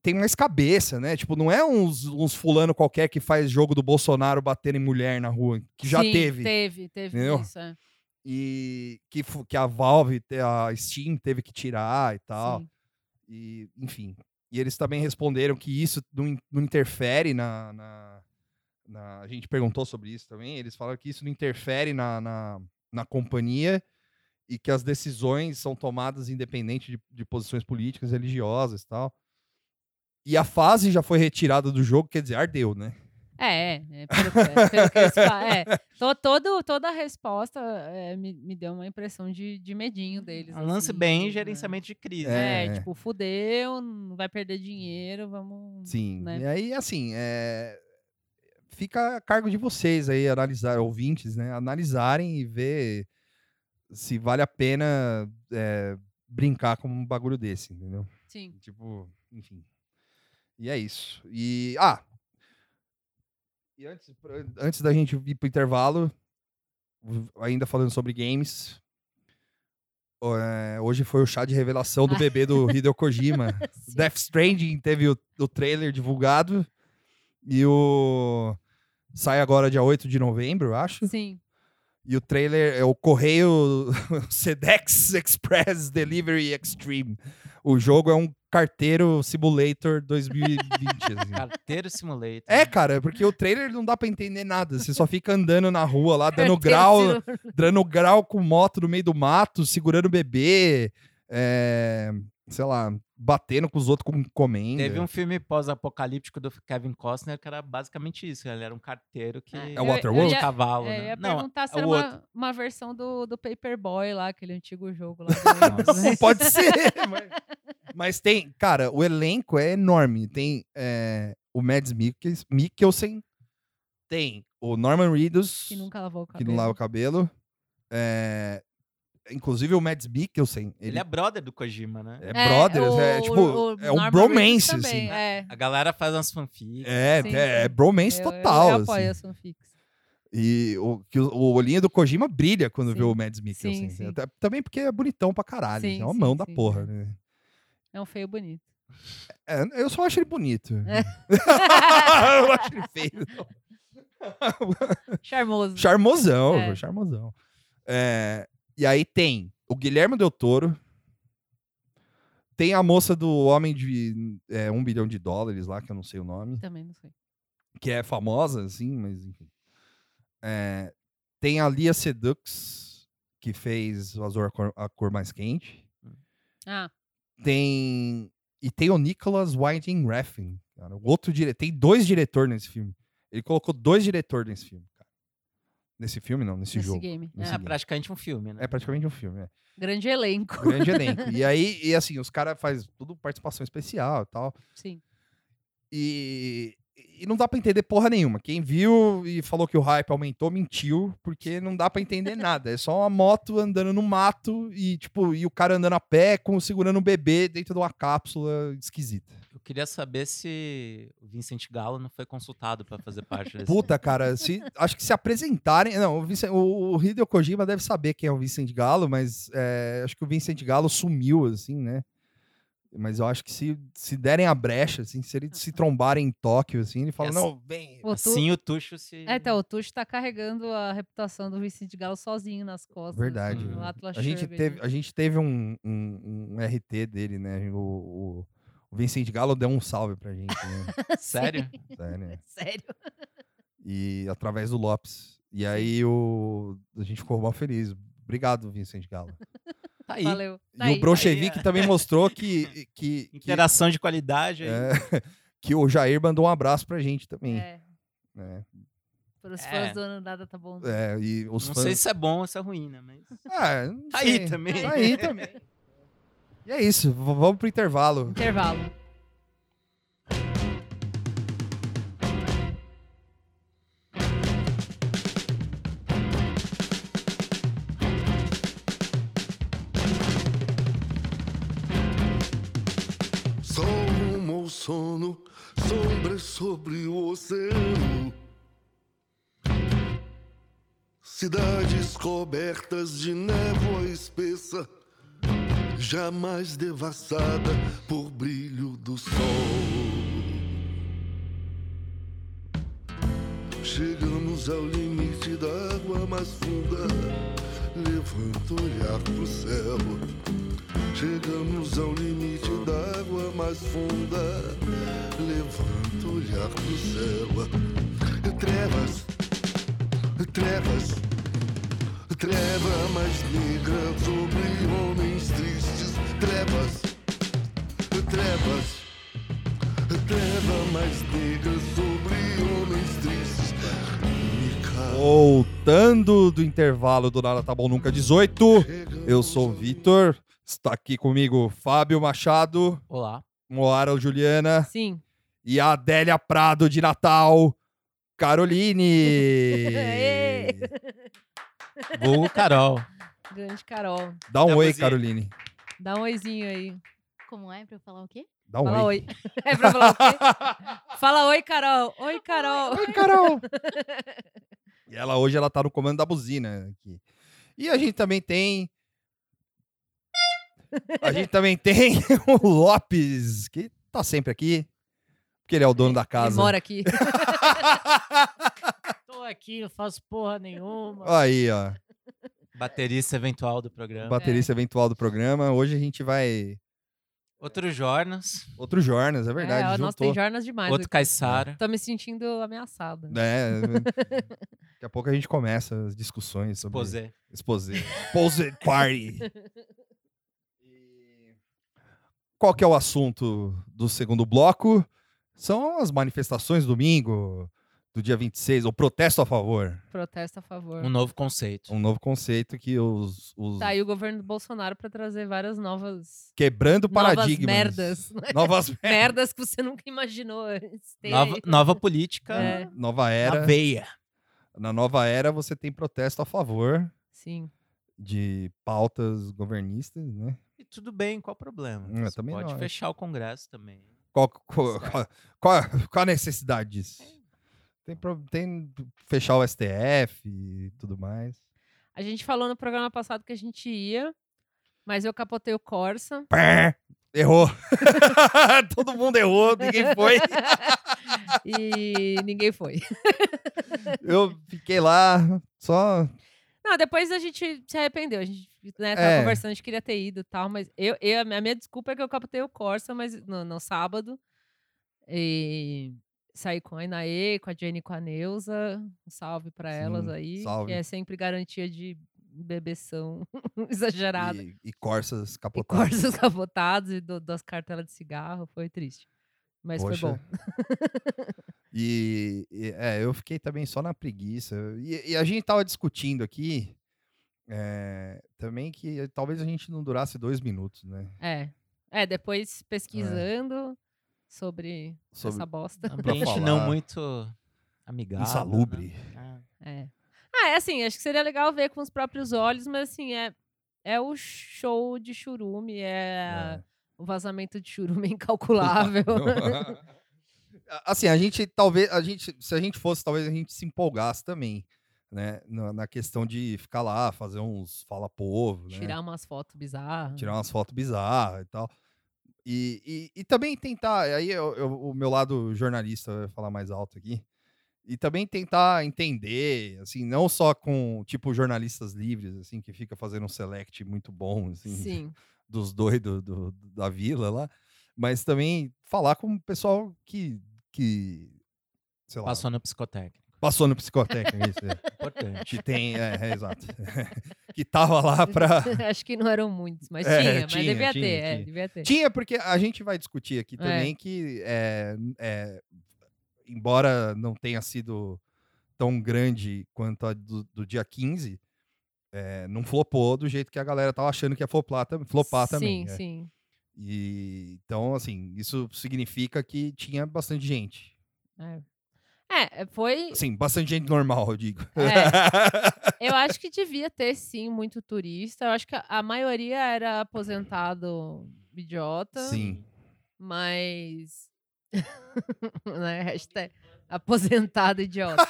tem mais cabeça, né? Tipo, não é uns, uns fulano qualquer que faz jogo do Bolsonaro bater em mulher na rua, que já Sim, teve. Teve, teve Entendeu? isso. É. e que, fu- que a Valve, te- a Steam teve que tirar e tal. Sim. E, enfim. E eles também responderam que isso não, in- não interfere na, na, na- A gente perguntou sobre isso também. Eles falaram que isso não interfere na, na, na companhia e que as decisões são tomadas independente de, de posições políticas, religiosas e tal. E a fase já foi retirada do jogo, quer dizer, ardeu, né? É, é, é, pelo, que- é, pelo que eles falam. É, to- todo, toda a resposta é, me, me deu uma impressão de, de medinho deles. É um lance assim, bem né? gerenciamento de crise. né? É, É. tipo, fudeu, não vai perder dinheiro, vamos. Sim. né? E aí, assim, é, fica a cargo de vocês aí, analisar, ouvintes, né? Analisarem e ver se vale a pena é, brincar com um bagulho desse, entendeu? Sim. Tipo, enfim. E é isso. E. Ah! E antes, pra- antes da gente ir pro intervalo, v- ainda falando sobre games. ó, é, Hoje foi o chá de revelação do bebê do Hideo Kojima. Sim. Death Stranding teve o, o trailer divulgado e o sai agora dia 8 de novembro, eu acho. Sim. E o trailer é o Correio Sedex Express Delivery Extreme. O jogo é um carteiro simulator 2020. assim. Carteiro Simulator. É, cara, porque o trailer não dá pra entender nada. Você só fica andando na rua lá, dando Pertence Tá grau no- dando grau com moto no meio do mato, segurando o bebê, é, sei lá, batendo com os outros com encomenda. Teve um filme pós-apocalíptico do Kevin Costner que era basicamente isso. Ele era um carteiro que... É. É o Eu- eu Waterworld? ia- cavalo, É, eu né? ia Não, perguntar se é era o uma, uma versão do, do Paperboy lá, aquele antigo jogo lá. né? Não Do... pode ser. mas... mas tem, cara, o elenco é enorme. Tem é, o Mads Mikkels- Mikkelsen, tem o Norman Reedus, que nunca lavou o cabelo. que não lava o cabelo. É, inclusive o Mads Mikkelsen, ele, Ele é brother do Kojima, né? é, brother, é o- tipo, o- o é um Norman Reedus bromance, também, assim. É, A galera faz umas fanfics. É, Sim, é, é sim. bromance Eu- total. Eu, eu assim. apoio as fanfics. E o, que o, o olhinho do Kojima brilha quando vê Sim. o Mads Mikkelsen. assim. Sim, sim. Até- Também porque é bonitão pra caralho. Sim, é uma sim, mão da sim. porra, né? É um feio bonito. É, eu só acho ele bonito. É. eu não acho ele feio. não. Charmoso. Charmosão, É. charmosão. É, e aí tem o Guilherme Del Toro. Tem a moça do Homem de é, Um Bilhão de Dólares lá, que eu não sei o nome. Também não sei. que é famosa, assim, mas enfim. É, tem a Lia Sedux, que fez o Azor a Cor, a Cor Mais Quente. Ah, Tem. E tem o Nicholas Winding Refn, cara. O outro diretor. Tem dois diretores nesse filme. Ele colocou dois diretores nesse filme, cara. Nesse filme, não, nesse, nesse jogo. game. nesse Ah, É praticamente um filme, né? É praticamente um filme, é. grande elenco. Grande elenco. E aí, e assim, os caras fazem tudo participação especial e tal. Sim. E, e não dá pra entender porra nenhuma. Quem viu e falou que o hype aumentou, mentiu, porque não dá pra entender nada. É só uma moto andando no mato e, tipo, e o cara andando a pé com segurando um bebê dentro de uma cápsula esquisita. Eu queria saber se o Vincent Galo não foi consultado pra fazer parte desse. Puta, cara, se- acho que se apresentarem. Não, o, Vincent, o, o Hideo Kojima deve saber quem é o Vincent Galo, mas é, acho que o Vincent Galo sumiu, assim, né? Mas eu acho que se, se derem a brecha, assim, se eles se trombarem em Tóquio, assim, ele fala, Essa- não, vem, O Tu- Assim o Tuxo se. É, então, o Tuxo tá carregando a reputação do Vicente Galo sozinho nas costas. Verdade. Uhum. do né? Atlas A gente Sherbet, teve, né? a gente teve um, um- um RT dele, né? O, o, o Vincent Galo deu um salve pra gente, né? Sério? Sério. né? Sério. E através do Lopes. E aí o, a gente ficou mal feliz. Obrigado, Vincent Galo. Tá aí. Valeu. Tá e aí. o Brochevik aí, é. também mostrou que, que, que, Interação de qualidade. aí. é, que o Jair mandou um abraço pra gente também. É, né? pros É. fãs do ano nada tá bom. É, e os Não fãs. sei se é bom ou se é ruim, né? Mas. Ah, não Tá aí sei. também. Tá aí também. E é isso. v- Vamos pro intervalo. Intervalo. Só um mau sono, sombras sobre o oceano. Cidades cobertas de névoa espessa, jamais devassada por brilho do sol. Chegamos ao limite da água mais funda, levanto o olhar pro céu. Chegamos ao limite da água mais funda. Levanto o olhar pro céu. Trevas, trevas, treva mais negra sobre homens tristes. Trevas, trevas, treva mais negra sobre homens tristes. Me cala. Voltando do intervalo do Nada Tá Bom Nunca 18, eu sou o Vitor, está aqui comigo Fábio Machado, Olá. Moara Juliana Sim. e a Adélia Prado de Natal, Caroline. Ê! Vulgo Carol. Grande Carol. Dá um Da oi, cozinha. Caroline. Dá um oizinho aí. Como é pra eu falar o quê? Dá um Fala oi. oi. É pra falar o quê? Fala oi, Carol. Oi, Carol. Oi, Carol. e ela hoje ela tá no comando da buzina aqui. E a gente também tem A gente também tem o Lopes, que tá sempre aqui, porque ele é o dono da Ele casa. mora aqui. Tô aqui, não faço porra nenhuma. Aí, ó. Baterista eventual do programa. Baterista eventual do programa. Hoje a gente vai. Outro Jornas. Outro Jornas, é verdade. É, nossa, juntou. tem jornas demais. Outro aqui. Caissara. Tô me sentindo ameaçada. É, daqui a pouco a gente começa as discussões sobre. Posé. Exposé. Exposé Party. E Qual que é o assunto do segundo bloco? São as manifestações domingo, do dia 26, o protesto a favor. Protesto a favor. Um novo conceito. Um novo conceito que os. os Tá aí o governo do Bolsonaro pra trazer várias novas Quebrando Novas paradigmas. merdas. Novas merdas. merdas que você nunca imaginou antes. Tem É. Nova, aí. nova política É. Nova na era. veia. Na nova era, você tem protesto a favor Sim. de pautas governistas, né? E tudo bem, qual o problema? Hum, eu Você também pode não, fechar o Congresso também. Tá Qual, qual, qual, qual, qual a necessidade disso? Tem, pro- tem fechar o STF e tudo mais. A gente falou no programa passado que a gente ia, mas eu capotei o Corsa. Pé! Errou. Todo mundo errou, ninguém foi. E ninguém foi. Eu fiquei lá, só. Não, depois a gente se arrependeu. A gente né, tava É. conversando, a gente queria ter ido e tal, mas eu, eu, a minha- a minha desculpa é que eu captei o Corsa mas no, no sábado. E saí com a Inaê, com a Jenny e com a Neuza. Um salve pra elas Sim, aí. salve. Que é sempre garantia de bebeção exagerada. E, e Corsas E capotadas. corsos capotados e do- das cartelas de cigarro. Foi triste. Mas foi bom. Poxa. E, e, é, eu fiquei também só na preguiça. E, e a gente tava discutindo aqui é, também que talvez a gente não durasse dois minutos, né? É. É, depois pesquisando sobre, Sobre essa bosta. Ambiente falar. não muito amigável. insalubre. né? É. É. Ah, é assim, acho que seria legal ver com os próprios olhos, mas assim, é, é o show de churume, é, o vazamento de churume é incalculável. né? A- assim, a gente talvez, a gente, se a gente fosse, talvez a gente se empolgasse também, né? Na, na questão de ficar lá, fazer uns fala povo, né? Tirar umas fotos bizarras. tirar umas fotos bizarras e tal. E, e, e também tentar, aí eu- eu- o meu lado jornalista vai falar mais alto aqui, e também tentar entender, assim, não só com, tipo, jornalistas livres, assim, que fica fazendo um select muito bom, assim, Sim. dos doidos do- do- da vila lá, mas também falar com o pessoal que, que sei lá, passou, Passou no psicotécnico. no psicotécnico, isso, é. Importante. que tem, é, é, exato, que tava lá pra... acho que não eram muitos, mas É, tinha, mas tinha, devia tinha, ter, é, tinha. devia ter. Tinha, porque a gente vai discutir aqui também que, é, é, embora não tenha sido tão grande quanto a do, do dia 15, é, não flopou do jeito que a galera tava achando que ia flopar, tam- flopar também. Sim, é. sim. E, então, assim, isso significa que tinha bastante gente. É, é, foi. Assim, bastante gente normal, eu digo. Eu acho que devia ter, sim, muito turista. Eu acho que a, a maioria era aposentado idiota. Sim. Mas. né? Hashtag aposentado idiota.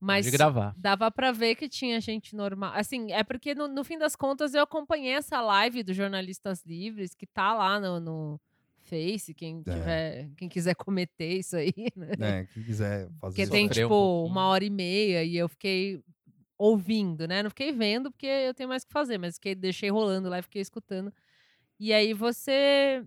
Mas Pode gravar. dava pra ver que tinha gente normal. Assim, é porque no, no fim das contas eu acompanhei essa live dos jornalistas livres que tá lá no, no Face, quem, É. tiver, quem quiser cometer isso aí, né? né, quem quiser fazer Porque isso. tem, sofrer um tipo, uma pouquinho. hora e meia e eu fiquei ouvindo, né? Não fiquei vendo porque eu tenho mais o que fazer, mas fiquei, deixei rolando lá e fiquei escutando. E aí você.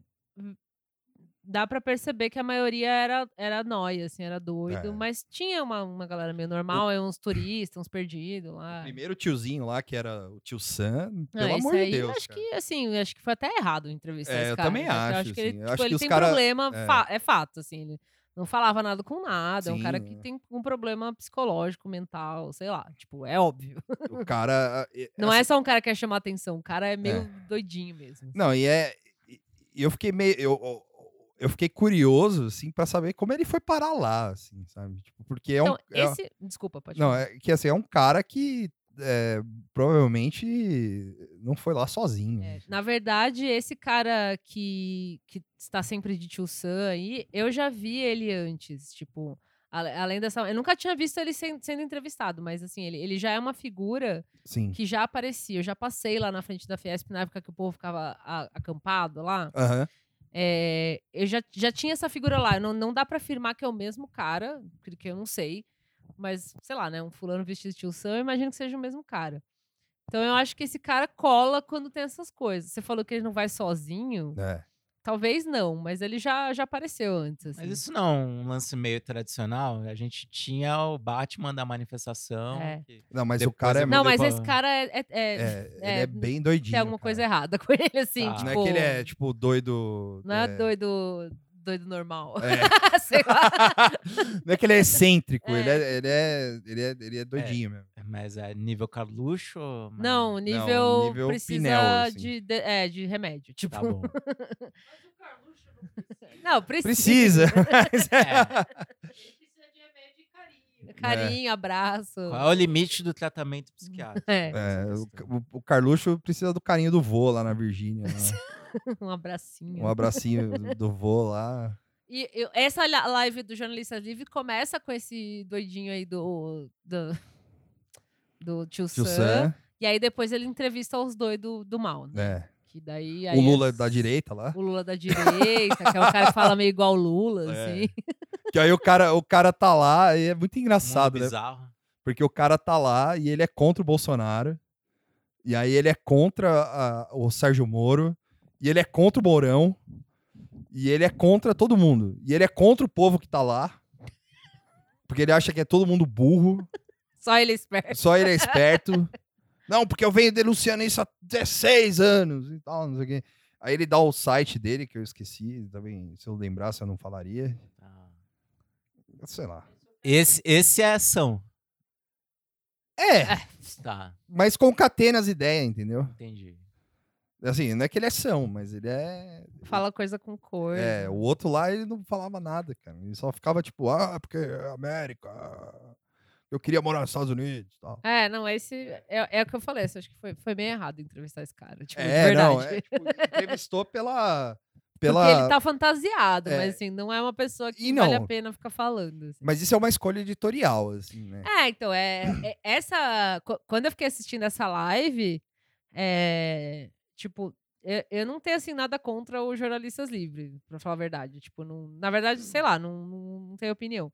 Dá pra perceber que a maioria era, era nóia, assim, era doido. É. Mas tinha uma, uma galera meio normal, aí uns turistas, uns perdidos lá. Primeiro tiozinho lá, que era o tio Sam, Não, pelo esse amor de É, aí, eu Deus. acho cara. que, assim, eu acho que foi até errado entrevistar É, esse eu cara. também né? Eu acho, que ele, assim, eu tipo, acho que ele os tem cara- problema, é. fa- é. fato, assim, ele não falava nada com nada, é um cara Sim, que é. tem um problema psicológico, mental, sei lá, tipo, é óbvio. O cara. é- Não é só um cara que quer chamar atenção, o cara é meio É. doidinho mesmo. assim. Não, e é. e- e eu fiquei meio. Eu, eu- eu fiquei curioso, assim, pra saber como ele foi parar lá, assim, sabe? Tipo, porque é Então, um. é- esse... Desculpa, pode não, falar. é que assim, é um cara que é, provavelmente não foi lá sozinho. É, né? na verdade, esse cara que, que está sempre de tio Sam aí, eu já vi ele antes, tipo, ale- além dessa... Eu nunca tinha visto ele sen- sendo entrevistado, mas assim, ele, ele já é uma figura Sim. que já aparecia. Eu já passei lá na frente da Fiesp, na época que o povo ficava a- acampado lá. Aham. É, eu já, já tinha essa figura lá. Não, não dá pra afirmar que é o mesmo cara, porque eu não sei. Mas, sei lá, né? Um fulano vestido de tio Sam, eu imagino que seja o mesmo cara. Então eu acho que esse cara cola quando tem essas coisas. Você falou que ele não vai sozinho? É. Talvez não, mas ele já, já apareceu antes. Mas assim. isso não é um lance meio tradicional. A gente tinha o Batman da manifestação. É. que- Não, mas o Depois cara é, eu- mu- Não, mas pra- esse cara é. é- é- é, ele é, é bem doidinho. tem alguma cara. coisa errada com ele, assim. Tá. Tipo, Não é que ele é, tipo, doido. não é doido, doido normal. é. Sei lá. não é que ele é excêntrico, É. Ele, é, ele, é, ele, é, ele é doidinho mesmo. Mas é nível Carluxo? mas- Não, nível, nível precisa Pinel, assim. de, de- é, de remédio. Tipo, Tá bom. não, precisa. né? Precisa. mas É. né? Carinho, abraço. Qual é o limite do tratamento psiquiátrico? É. É, Essa o, questão. o- o Carluxo precisa do carinho do vô lá na Virgínia. né? Um abracinho. Um abracinho do vô lá. E eu- essa la- live do Jornalista Livre começa com esse doidinho aí do. do... do tio, Tio Sam. Sam. E aí depois ele entrevista os doidos do mal, né? É. Que daí aí O Lula as- da direita lá. O Lula da direita, que é o cara que fala meio igual o Lula, É. assim. Que aí o cara, o cara tá lá e é muito Mundo engraçado, né? bizarro. Porque o cara tá lá e ele é contra o Bolsonaro. E aí ele é contra a- o Sérgio Moro. E ele é contra o Mourão. E ele é contra todo mundo. E ele é contra o povo que tá lá. Porque ele acha que é todo mundo burro. Só ele é esperto. Só ele é esperto. Não, porque eu venho denunciando isso há 16 anos e tal, não sei o quê. Aí ele dá o site dele, que eu esqueci também. Se eu lembrasse, eu não falaria. Tá. Sei lá. Esse, esse é ação. É, Tá, mas concatena as ideias, entendeu? entendi. Assim, não é que ele é são, mas ele é. Fala coisa com cor. É, o outro lá ele não falava nada, cara. Ele só ficava tipo, ah, porque é América. Eu queria morar nos Estados Unidos e tal. É, não, esse é, é o que eu falei. assim, acho que foi, foi meio errado entrevistar esse cara. Tipo, de É, verdade. não, é, tipo, entrevistou pela. Porque ele pela... tá fantasiado, É. mas assim, não é uma pessoa que E vale não. a pena ficar falando. assim. Mas isso é uma escolha editorial, assim, né? É, então, é, é- essa. qu- Quando eu fiquei assistindo essa live, é, tipo, eu, eu não tenho assim nada contra os jornalistas livres, pra falar a verdade. Tipo, não, na verdade, sei lá, não, não, não tenho opinião.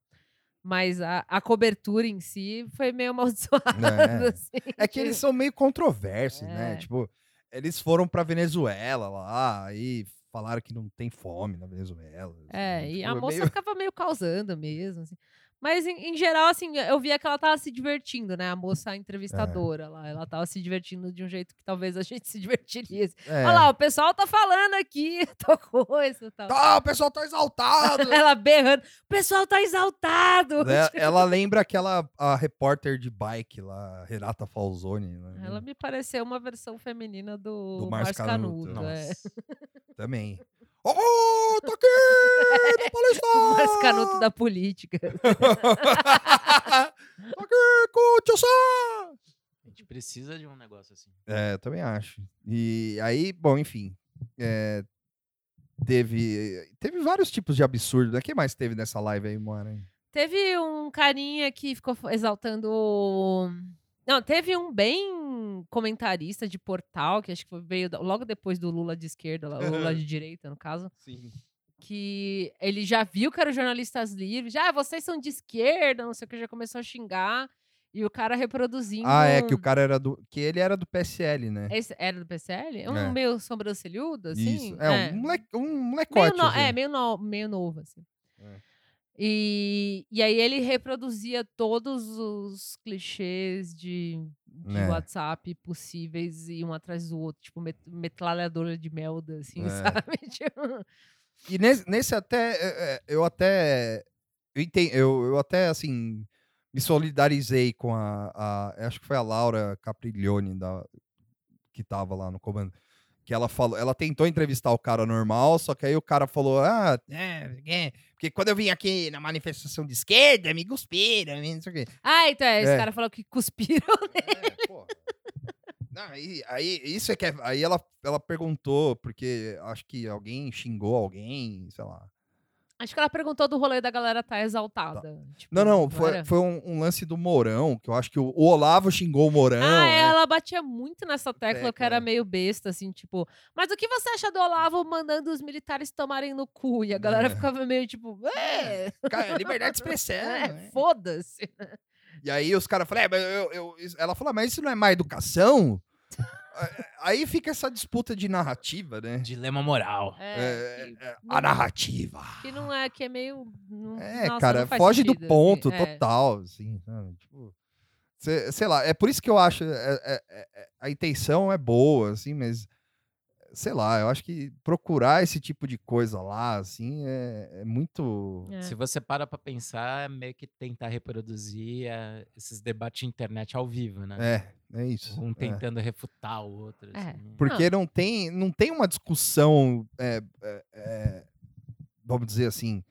Mas a, a cobertura em si foi meio amaldiçoada. É. assim. É que eles são meio controversos, né? É. Tipo, eles foram pra Venezuela lá, aí falaram que não tem fome na Venezuela. É, e tipo, a moça meio- ficava meio causando mesmo. assim. Mas, em, em geral, assim, eu via que ela tava se divertindo, né? A É. moça entrevistadora lá. Ela tava se divertindo de um jeito que talvez a gente se divertiria. assim. É. Olha lá, o pessoal tá falando aqui, tal coisa, tal. Tá, o pessoal tá exaltado. Ela berrando. O pessoal tá exaltado. Né, Ela lembra aquela a repórter de bike lá, Renata Falzoni, né? Ela me pareceu uma versão feminina do, Do Márcio Márcio Canuto. Canudo. é. Também. Oh, tô aqui na O Palestina! Márcio Canuto da política. Tô aqui com o tio Sam! A gente precisa de um negócio assim. É, eu também acho. E aí, bom, enfim. é, teve, teve vários tipos de absurdo, né? O que mais teve nessa live aí, Moara? Teve um carinha que ficou fa- exaltando. o- Não, teve um bem comentarista de portal, que acho que foi- veio da- logo depois do Lula de esquerda, lá- o Lula de direita, no caso. Sim. que ele já viu que eram jornalistas livres, já "Ah, vocês são de esquerda, não sei o que, já começou a xingar. E o cara reproduzindo. Ah, é, que o cara era do. Que ele era do PSL, né? Esse era do PSL? É um É. meio sobrancelhudo, assim? Isso. É, um, moleque, um molecote. meio no- assim. É, meio, no- meio novo, assim. É. E, e aí ele reproduzia todos os clichês de, de É. WhatsApp possíveis e um atrás do outro, tipo met- metralhadora de melda, assim, É. sabe? Tipo, E nesse, nesse até, é, é, eu até, eu, enten- eu, eu até, assim, me solidarizei com a, a- acho que foi a Laura Capriglione da, que tava lá no comando, que ela falou, ela tentou entrevistar o cara normal, só que aí o cara falou, ah, é, é, porque quando eu vim aqui na manifestação de esquerda, me cuspiram, e não sei o quê. Ah, então é, esse É. cara falou que cuspiram. É, porra. Não, aí, aí isso é que é, aí ela, ela perguntou porque acho que alguém xingou alguém, sei lá. Acho que ela perguntou do rolê da galera tá exaltada. Tipo, Não, não, foi, era? foi um, um lance do Mourão, que eu acho que o, o Olavo xingou o Mourão. ah, né? ela batia muito nessa tecla que tecla, era né? meio besta, assim, tipo. Mas o que você acha do Olavo mandando os militares tomarem no cu? E a galera É. ficava meio tipo, é, Cara, liberdade de expressão. é, né? foda-se. E aí os caras falaram, é, mas eu, eu- isso- ela falou, mas isso não é má educação? A- aí fica essa disputa de narrativa, né? Dilema moral. É, É, que, é, não- a narrativa. que não é, que é meio. não- É, nossa, cara, não faz foge sentido, do assim, ponto é. total, assim, sabe? Tipo, cê- sei lá, é por isso que eu acho, é- é- é- é- a intenção é boa, assim, mas, sei lá, eu acho que procurar esse tipo de coisa lá, assim, é, é muito... É. Se você para pra pensar, é meio que tentar reproduzir eh, esses debates de internet ao vivo, né? É, é isso. Um é. tentando refutar o outro. É. assim. Porque não tem, não tem uma discussão, é, é, é, vamos dizer assim.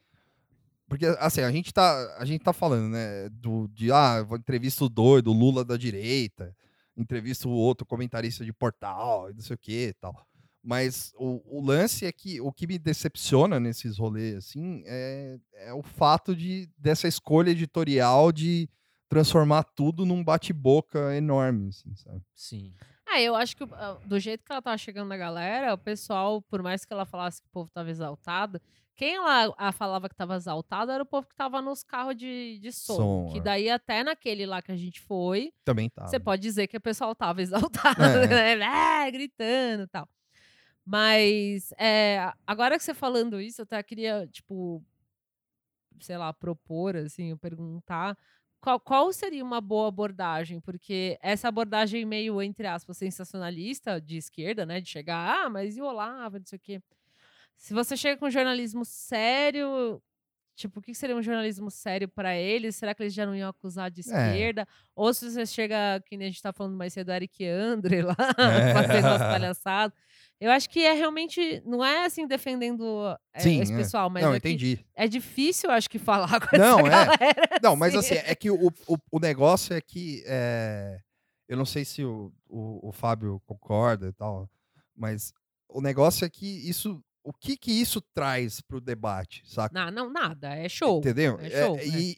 Porque, assim, a gente tá, a gente tá falando, né? Do, de, ah, vou entrevista o doido, o Lula da direita, entrevista o outro comentarista de portal, e não sei o que e tal. Mas o, o lance é que o que me decepciona nesses rolês, assim, é, é o fato de, dessa escolha editorial de transformar tudo num bate-boca enorme, assim, sabe? Sim. Ah, É, eu acho que ah, do jeito que ela tava chegando na galera, o pessoal, por mais que ela falasse que o povo tava exaltado, quem ela ah, falava que tava exaltado era o povo que tava nos carros de, de som. Som, que é. daí até naquele lá que a gente foi, Também tá. você pode dizer que o pessoal tava exaltado, É. né? Ah, gritando e tal. Mas é, agora que você falando isso, eu até queria, tipo, sei lá, propor, assim, eu perguntar qual, qual seria uma boa abordagem, porque essa abordagem meio, entre aspas, sensacionalista de esquerda, né? De chegar, ah, mas e o Olavo, não sei o quê. Se você chega com jornalismo sério, tipo, o que que seria um jornalismo sério para eles? Será que eles já não iam acusar de esquerda? Ou se você chega, que nem a gente tá falando mais cedo, Eric Andre lá, É. fazendo as palhaçadas. Eu acho que é realmente, não é assim defendendo é, Sim, esse é. pessoal, mas Não, é, que entendi. é difícil, eu acho que, falar com Não, essa é. galera. Não, mas assim, assim. é que o, o, o negócio é que. é, eu não sei se o, o, o Fábio concorda e tal, mas o negócio é que isso. O que que isso traz pro debate, saca? Não, não, nada, é show. Entendeu? é É, show, é. E,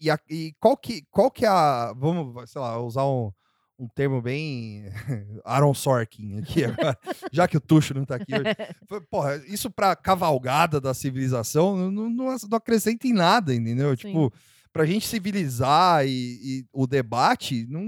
e, a- e qual, que, qual que é a. Vamos, sei lá, usar um, um termo bem. Aaron Sorkin aqui agora, já que o Tuxo não tá aqui hoje. Foi, Porra, isso pra cavalgada da civilização não, não, não ac- não acrescenta em nada, entendeu? Tipo, pra gente civilizar e, e o debate, não,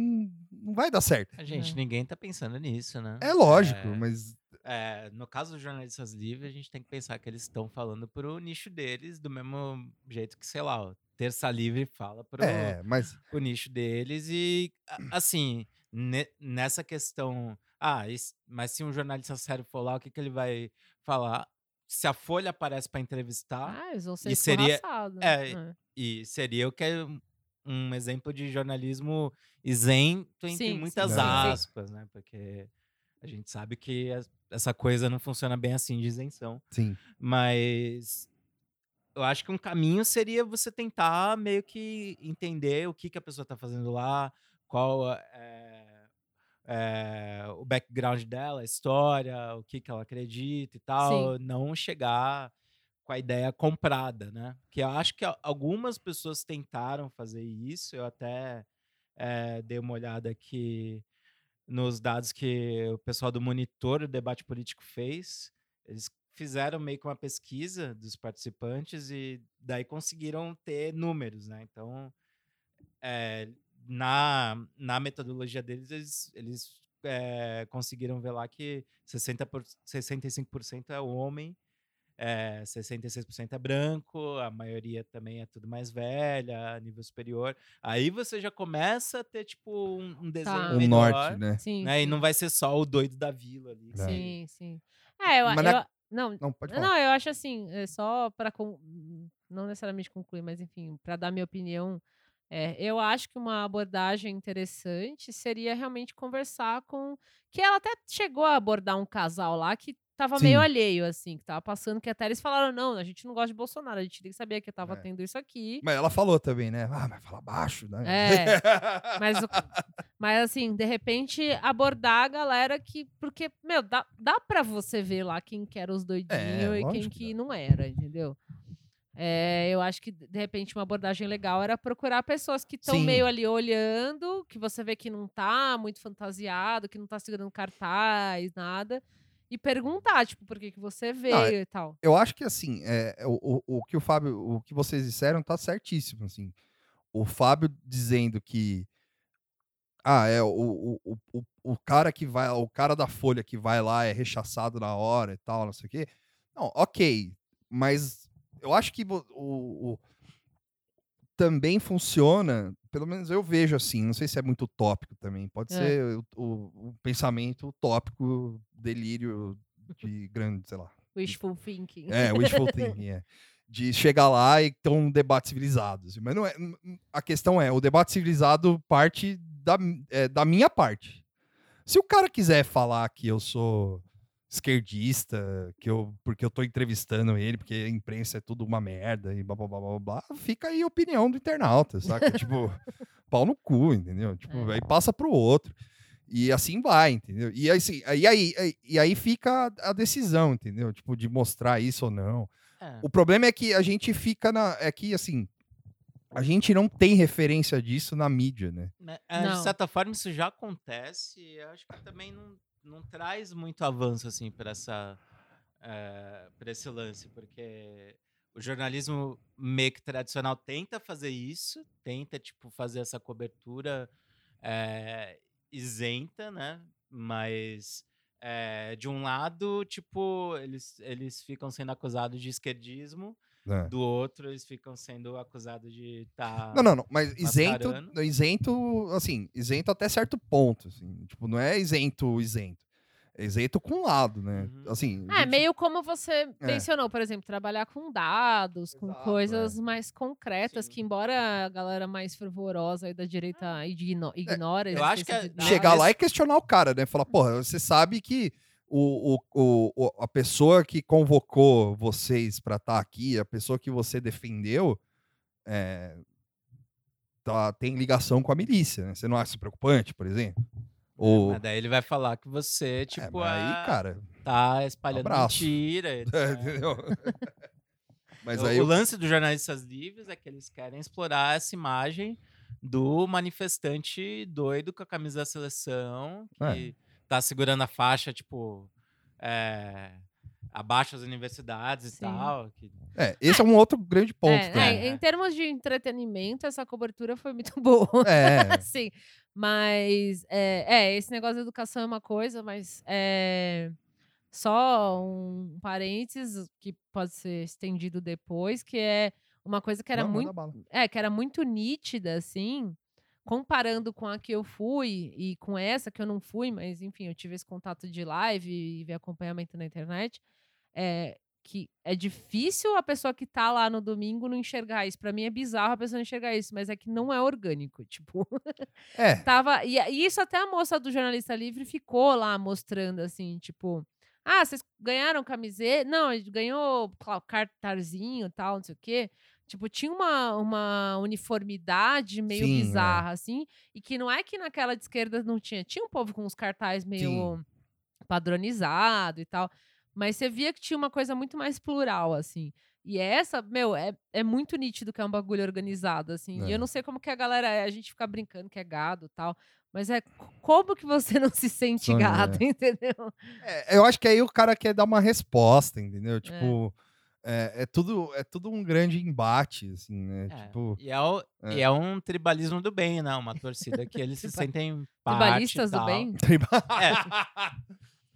não vai dar certo. Ah, Gente, ninguém tá pensando nisso, né? É lógico, É, mas. é, no caso dos jornalistas livres, a gente tem que pensar que eles estão falando pro nicho deles, do mesmo jeito que, sei lá, o Terça Livre fala pro, É, mas. o nicho deles e a- assim ne- nessa questão ah es- mas se um jornalista sério for lá o que, que ele vai falar se a Folha aparece para entrevistar Ah, eles vão ser E seria- escorraçados, é, né? e seria o que é um- um exemplo de jornalismo isento entre Sim, sim, muitas sim, sim. aspas né porque a gente sabe que as- essa coisa não funciona bem assim de isenção Sim. mas eu acho que um caminho seria você tentar meio que entender o que, que a pessoa está fazendo lá, qual a- é, é, o background dela, a história, o que, que ela acredita e tal. Não chegar com a ideia comprada, né? Que eu acho que a- algumas pessoas tentaram fazer isso, eu até eh, dei uma olhada aqui nos dados que o pessoal do Monitor do Debate Político fez. Eles fizeram meio que uma pesquisa dos participantes e daí conseguiram ter números, né? Então, eh, na, na metodologia deles, eles, eles eh, conseguiram ver lá que 60 por, 65% é homem, eh, 66% é branco, a maioria também é tudo mais velha, nível superior. Aí você já começa a ter, tipo, um, um desenho Tá. O melhor norte, né? Sim, né? E sim, não vai ser só o doido da vila ali. que- sim, sim. É, eu, Mas eu, na- não, Não, pode falar. não, eu acho assim, é só para não necessariamente concluir, mas enfim, para dar minha opinião, é, eu acho que uma abordagem interessante seria realmente conversar com que ela até chegou a abordar um casal lá que tava meio Sim. alheio assim, que tava passando que até eles falaram não, a gente não gosta de Bolsonaro, a gente nem sabia que tava É. tendo isso aqui. Mas ela falou também, né? Ah, mas fala baixo, né? É. Mas, o- mas assim, de repente, abordar a galera que. Porque, meu, dá, dá pra você ver lá quem que era os doidinhos e quem É, lógico que que dá. não era, entendeu? É, eu acho que, de repente, uma abordagem legal era procurar pessoas que estão Sim. meio ali olhando, que você vê que não tá muito fantasiado, que não tá segurando cartaz, nada. E perguntar, tipo, por que, que você é veio e tal. eu acho que assim, é, é, o, o, o que o Fábio, o que vocês disseram tá certíssimo, assim. O Fábio dizendo que ah, é o, o, o, o- o cara que vai, o cara da Folha que vai lá é rechaçado na hora e tal, não sei o quê. Não, OK, mas eu acho que vo- o, o- também funciona, pelo menos eu vejo assim, não sei se é muito utópico também, pode É. ser o, o- o pensamento utópico, delírio de grande, sei lá, Wishful thinking. é, wishful thinking, é. De chegar lá e ter um debate civilizado. assim. Mas não é. n- n- A questão é, o debate civilizado parte da, mi- é, da minha parte. Se o cara quiser falar que eu sou esquerdista, que eu, porque eu tô entrevistando ele, porque a imprensa é tudo uma merda e blá blá blá blá blá, fica aí a opinião do internauta, saca? tipo, pau no cu, entendeu? Tipo, aí passa pro outro. E assim vai, entendeu? E aí, assim, aí, aí, aí- e aí fica a- a decisão, entendeu? Tipo, de mostrar isso ou não. É. O problema é que a gente fica na. É que, assim. a gente não tem referência disso na mídia, né? Né? É, de Não. certa forma, isso já acontece. e eu acho que também não, não traz muito avanço assim para essa eh, pra esse lance, porque o jornalismo meio que tradicional tenta fazer isso, tenta tipo fazer essa cobertura eh, isenta, né? Mas eh, de um lado, tipo, eles, eles ficam sendo acusados de esquerdismo, É. do outro, eles ficam sendo acusados de tá estar. Não, não, não. Mas isento, Mascarando. isento, assim, isento até certo ponto. assim. Tipo, não é isento, isento. É isento com um lado, né? Uhum. Assim. a É, gente- meio como você É. mencionou, por exemplo, trabalhar com dados, com Exato, é. coisas mais concretas, Sim. que embora a galera mais fervorosa aí da Uhum. direita igno É, ignora a eu acho que existência de é- chegar Não, lá esse- e questionar o cara, né? Falar, porra, você sabe que o, o, o, o- a pessoa que convocou vocês pra estar aqui, a pessoa que você defendeu, é, tá, tem ligação com a milícia, né? Você não acha isso preocupante, por exemplo? Ou. É, Mas daí ele vai falar que você, É, tipo, mas ah, aí, cara. tá espalhando Abraço. mentira. etc. entendeu? Mas O- aí. o, eu- lance dos jornalistas livres é que eles querem explorar essa imagem do manifestante doido com a camisa da seleção, que É. tá segurando a faixa, tipo, é, abaixo as universidades e Sim. tal. que- É, esse é um outro grande ponto né? É, também. é, em termos de entretenimento, essa cobertura foi muito boa. É, assim. Mas é, é, esse negócio da educação é uma coisa, mas é, só um parênteses que pode ser estendido depois, que é uma coisa que era não, manda muito bala. é, que era muito nítida, assim, comparando com a que eu fui e com essa que eu não fui, mas enfim, eu tive esse contato de live e vi acompanhamento na internet. É, que é difícil a pessoa que tá lá no domingo não enxergar isso. Pra mim é bizarro a pessoa não enxergar isso, mas é que não é orgânico. Tipo, É, tava. E, e isso até a moça do Jornalista Livre ficou lá mostrando, assim, tipo. Ah, vocês ganharam camiseta? Não, a gente ganhou cla- cartazinho e tal, não sei o quê. Tipo, tinha uma, uma uniformidade meio Sim, é. bizarra, assim. E que não é que naquela de esquerda não tinha. Tinha um povo com uns cartazes meio Sim. padronizado e tal. Mas você via que tinha uma coisa muito mais plural, assim. E essa, meu, é, é muito nítido que é um bagulho organizado, assim. E É. eu não sei como que a galera é. A gente fica brincando que é gado e tal. Mas é c- como que você não se sente Sonho, gado, entendeu? É, eu acho que aí o cara quer dar uma resposta, entendeu? Tipo, é, é tudo, é tudo um grande embate, assim, né? É, Tipo, e, é o- é. e é um tribalismo do bem, né? Uma torcida que eles se Triba- sentem parte e Tribalistas do tal. bem? triba- É.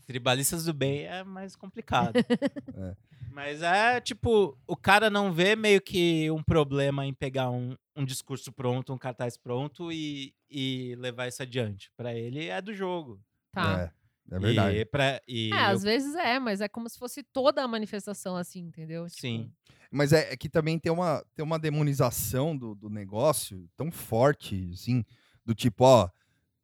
Tribalistas do bem é mais complicado. É. Mas é tipo, o cara não vê meio que um problema em pegar um, um discurso pronto, um cartaz pronto e, e levar isso adiante. Pra ele é do jogo. Tá. É, é verdade. E pra, e É, eu- às vezes é, mas é como se fosse toda a manifestação assim, entendeu? Tipo, sim. Mas é, é que também tem uma, tem uma demonização do, do negócio tão forte, assim, do tipo, ó,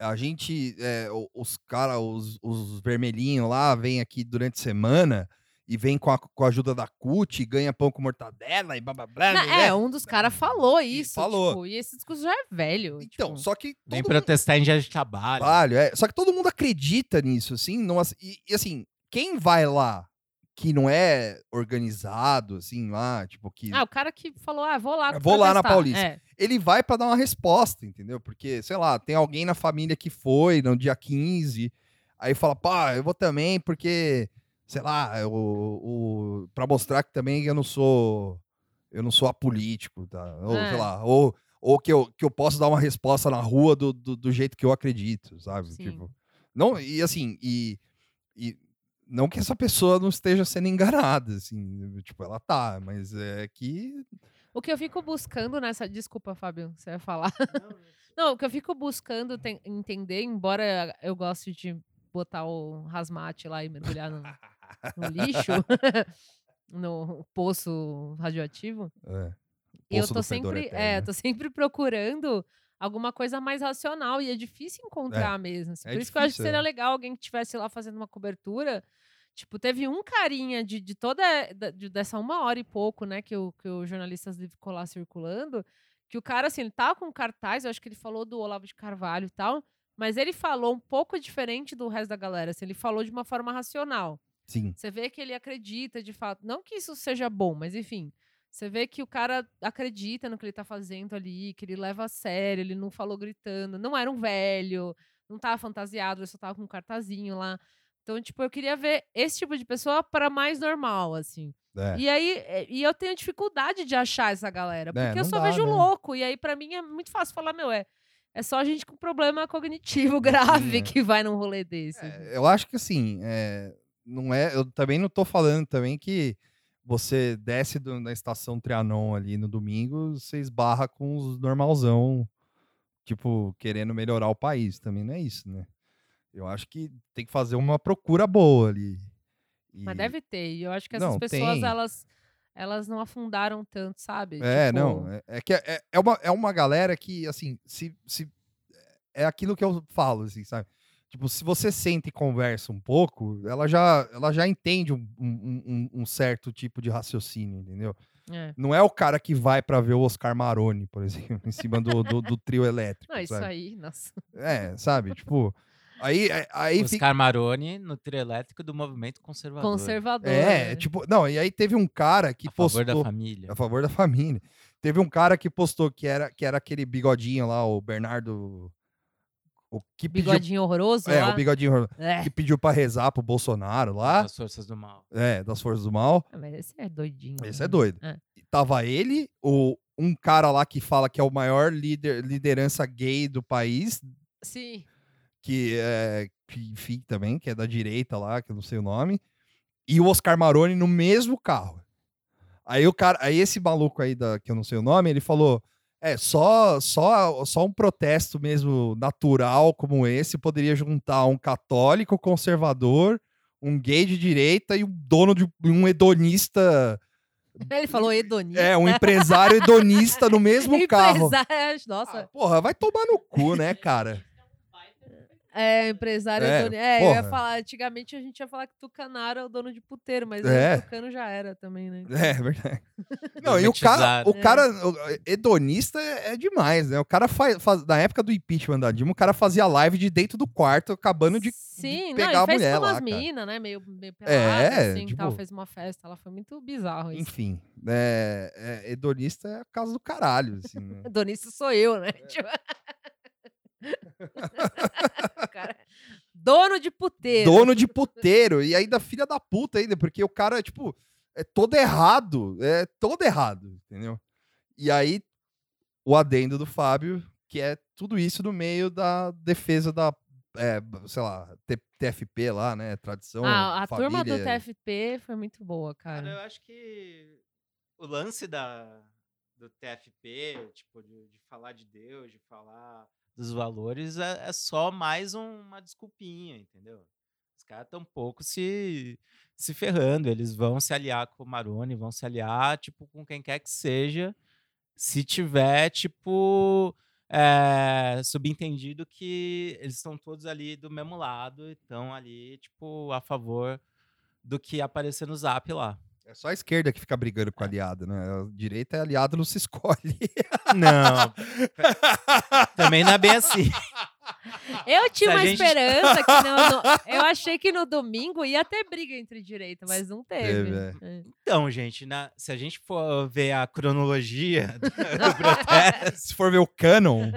a gente, é, o- os caras, os, os vermelhinhos lá, vêm aqui durante a semana e vem com a, com a ajuda da CUT, e ganha pão com mortadela e blá blá blá. Na- né? é, um dos caras falou E isso. falou. tipo, e esse discurso já é velho. Então, tipo. só que Vem todo mundo- protestar em dia de trabalho. trabalho, é. Só que todo mundo acredita nisso, assim. Não, ass- e, e, assim, quem vai lá que não é organizado, assim, lá, tipo, que. Ah, o cara que falou, ah, vou lá. Eu vou lá na protestar. Paulista. É. Ele vai pra dar uma resposta, entendeu? Porque, sei lá, tem alguém na família que foi no dia 15, aí fala, pá, eu vou também, porque, sei lá, eu- o, pra mostrar que também eu não sou. Eu não sou apolítico, tá? Ou, É. sei lá, ou. Ou que eu, que eu posso dar uma resposta na rua do, do, do jeito que eu acredito, sabe? Sim. Tipo, não, e assim, e, e não que essa pessoa não esteja sendo enganada, assim, tipo, ela tá, mas é que. O que eu fico buscando nessa. Desculpa, Fábio, você vai falar. Não, o que eu fico buscando ten- entender, embora eu goste de botar o rasmate lá e mergulhar no, no lixo, no poço radioativo, É, eu Poço tô do fedor sempre, eterno, é, né? tô sempre procurando alguma coisa mais racional e é difícil encontrar mesmo. assim. é Por isso que eu acho que difícil, seria é. legal alguém que estivesse lá fazendo uma cobertura. Tipo, teve um carinha de, de toda da- de- dessa uma hora e pouco, né, que o, que o jornalistas livre ficou lá circulando, que o cara, assim, ele tava com cartaz, eu acho que ele falou do Olavo de Carvalho e tal, mas ele falou um pouco diferente do resto da galera, assim, ele falou de uma forma racional. sim. Você vê que ele acredita de fato. Não que isso seja bom, mas enfim. Você vê que o cara acredita no que ele tá fazendo ali, que ele leva a sério, ele não falou gritando, não era um velho, não tava fantasiado, ele só tava com um cartazinho lá. Então, tipo, eu queria ver esse tipo de pessoa para mais normal, assim. É. E aí, é, e eu tenho dificuldade de achar essa galera, porque não eu só dá, vejo né? louco. E aí, pra mim, é muito fácil falar, meu, é, é só gente com problema cognitivo grave é. que vai num rolê desse. Eu acho que assim, é, não é. Eu também não tô falando também que você desce do- da estação Trianon ali no domingo, você esbarra com os normalzão, tipo, querendo melhorar o país. Também não é isso, né? Eu acho que tem que fazer uma procura boa ali. Mas E- deve ter. E eu acho que essas Não, pessoas, tem. elas, elas não afundaram tanto, sabe? É, Tipo, não. É, é que é, é, uma, é uma galera que, assim, se, se. É aquilo que eu falo, assim, sabe? Tipo, se você sente e conversa um pouco, ela já, ela já entende um, um- um- um certo tipo de raciocínio, entendeu? É. Não é o cara que vai pra ver o Oscar Maroni, por exemplo, em cima do, do, do trio elétrico. Não, isso sabe? aí, nossa. É, sabe? Tipo. Aí, é- aí Oscar fica. Maroni no trio elétrico do movimento conservador. Conservador. É, né? tipo. Não, e aí teve um cara que a postou. favor da família. A favor da família. Teve um cara que postou que era, que era aquele bigodinho lá, o Bernardo. O que pediu, bigodinho horroroso É, lá. o bigodinho É. que pediu pra rezar pro Bolsonaro lá. As forças do mal. É, das forças do mal. Ah, Mas esse é doidinho. Esse é né? doido. É. E tava ele, o, um cara lá que fala que é o maior líder, liderança gay do país, Sim. que é. Que, enfim, também, que é da direita lá, que eu não sei o nome. E o Oscar Maroni no mesmo carro. Aí o cara, aí esse maluco aí da, que eu não sei o nome, ele falou: "É, só só só um protesto mesmo natural como esse poderia juntar um católico conservador, um gay de direita e um dono de um hedonista, Ele falou né? hedonista. é, um empresário hedonista no mesmo carro". Empresário, Ah, nossa. porra, vai tomar no cu, né, cara? É, empresário É, hedonista. É, eu ia porra. falar, antigamente a gente ia falar que Tucanaro é o dono de puteiro, mas É. o Tucano já era também, né? É, verdade. Não, e o cara, Gourmetizaram. o cara o- hedonista é é demais, né? O cara faz, faz- na época do impeachment da Dilma, o cara fazia live de dentro do quarto, acabando de Sim, pegar não, a ele fez mulher com lá, umas cara. minas, né? Meio, meio É, pelada, assim, tipo- tal. Fez uma festa lá, foi muito bizarro isso. Enfim, é, é, hedonista é a casa do caralho, assim, né? Hedonista sou eu, né? É. Tipo- O cara- Dono de puteiro. Dono de puteiro e ainda filha da puta ainda, porque o cara, tipo, é todo errado, é todo errado, entendeu? E aí, o adendo do Fábio, que é tudo isso no meio da defesa da, é, sei lá, T- TFP lá, né? Tradição, Ah, a turma do família. TFP foi muito boa, Cara, cara. eu acho que o lance da, do TFP, tipo, de, de falar de Deus, de falar dos valores, é, é só mais um- uma desculpinha, entendeu? Os caras tão pouco se, se ferrando. Eles vão se aliar com o Maroni, vão se aliar, tipo, com quem quer que seja, se tiver, tipo, é, subentendido que eles estão todos ali do mesmo lado e estão ali, tipo, a favor do que aparecer no zap lá. É só a esquerda que fica brigando com a aliada, né? A direita é aliado, não se escolhe. Não. Também não é bem assim. Eu tinha Se a uma gente- esperança que não, no- Eu achei que no domingo ia ter briga entre direita, mas não teve. Teve, É. Então, gente, na- se a gente for ver a cronologia do, do protesto, é. se for ver o canon,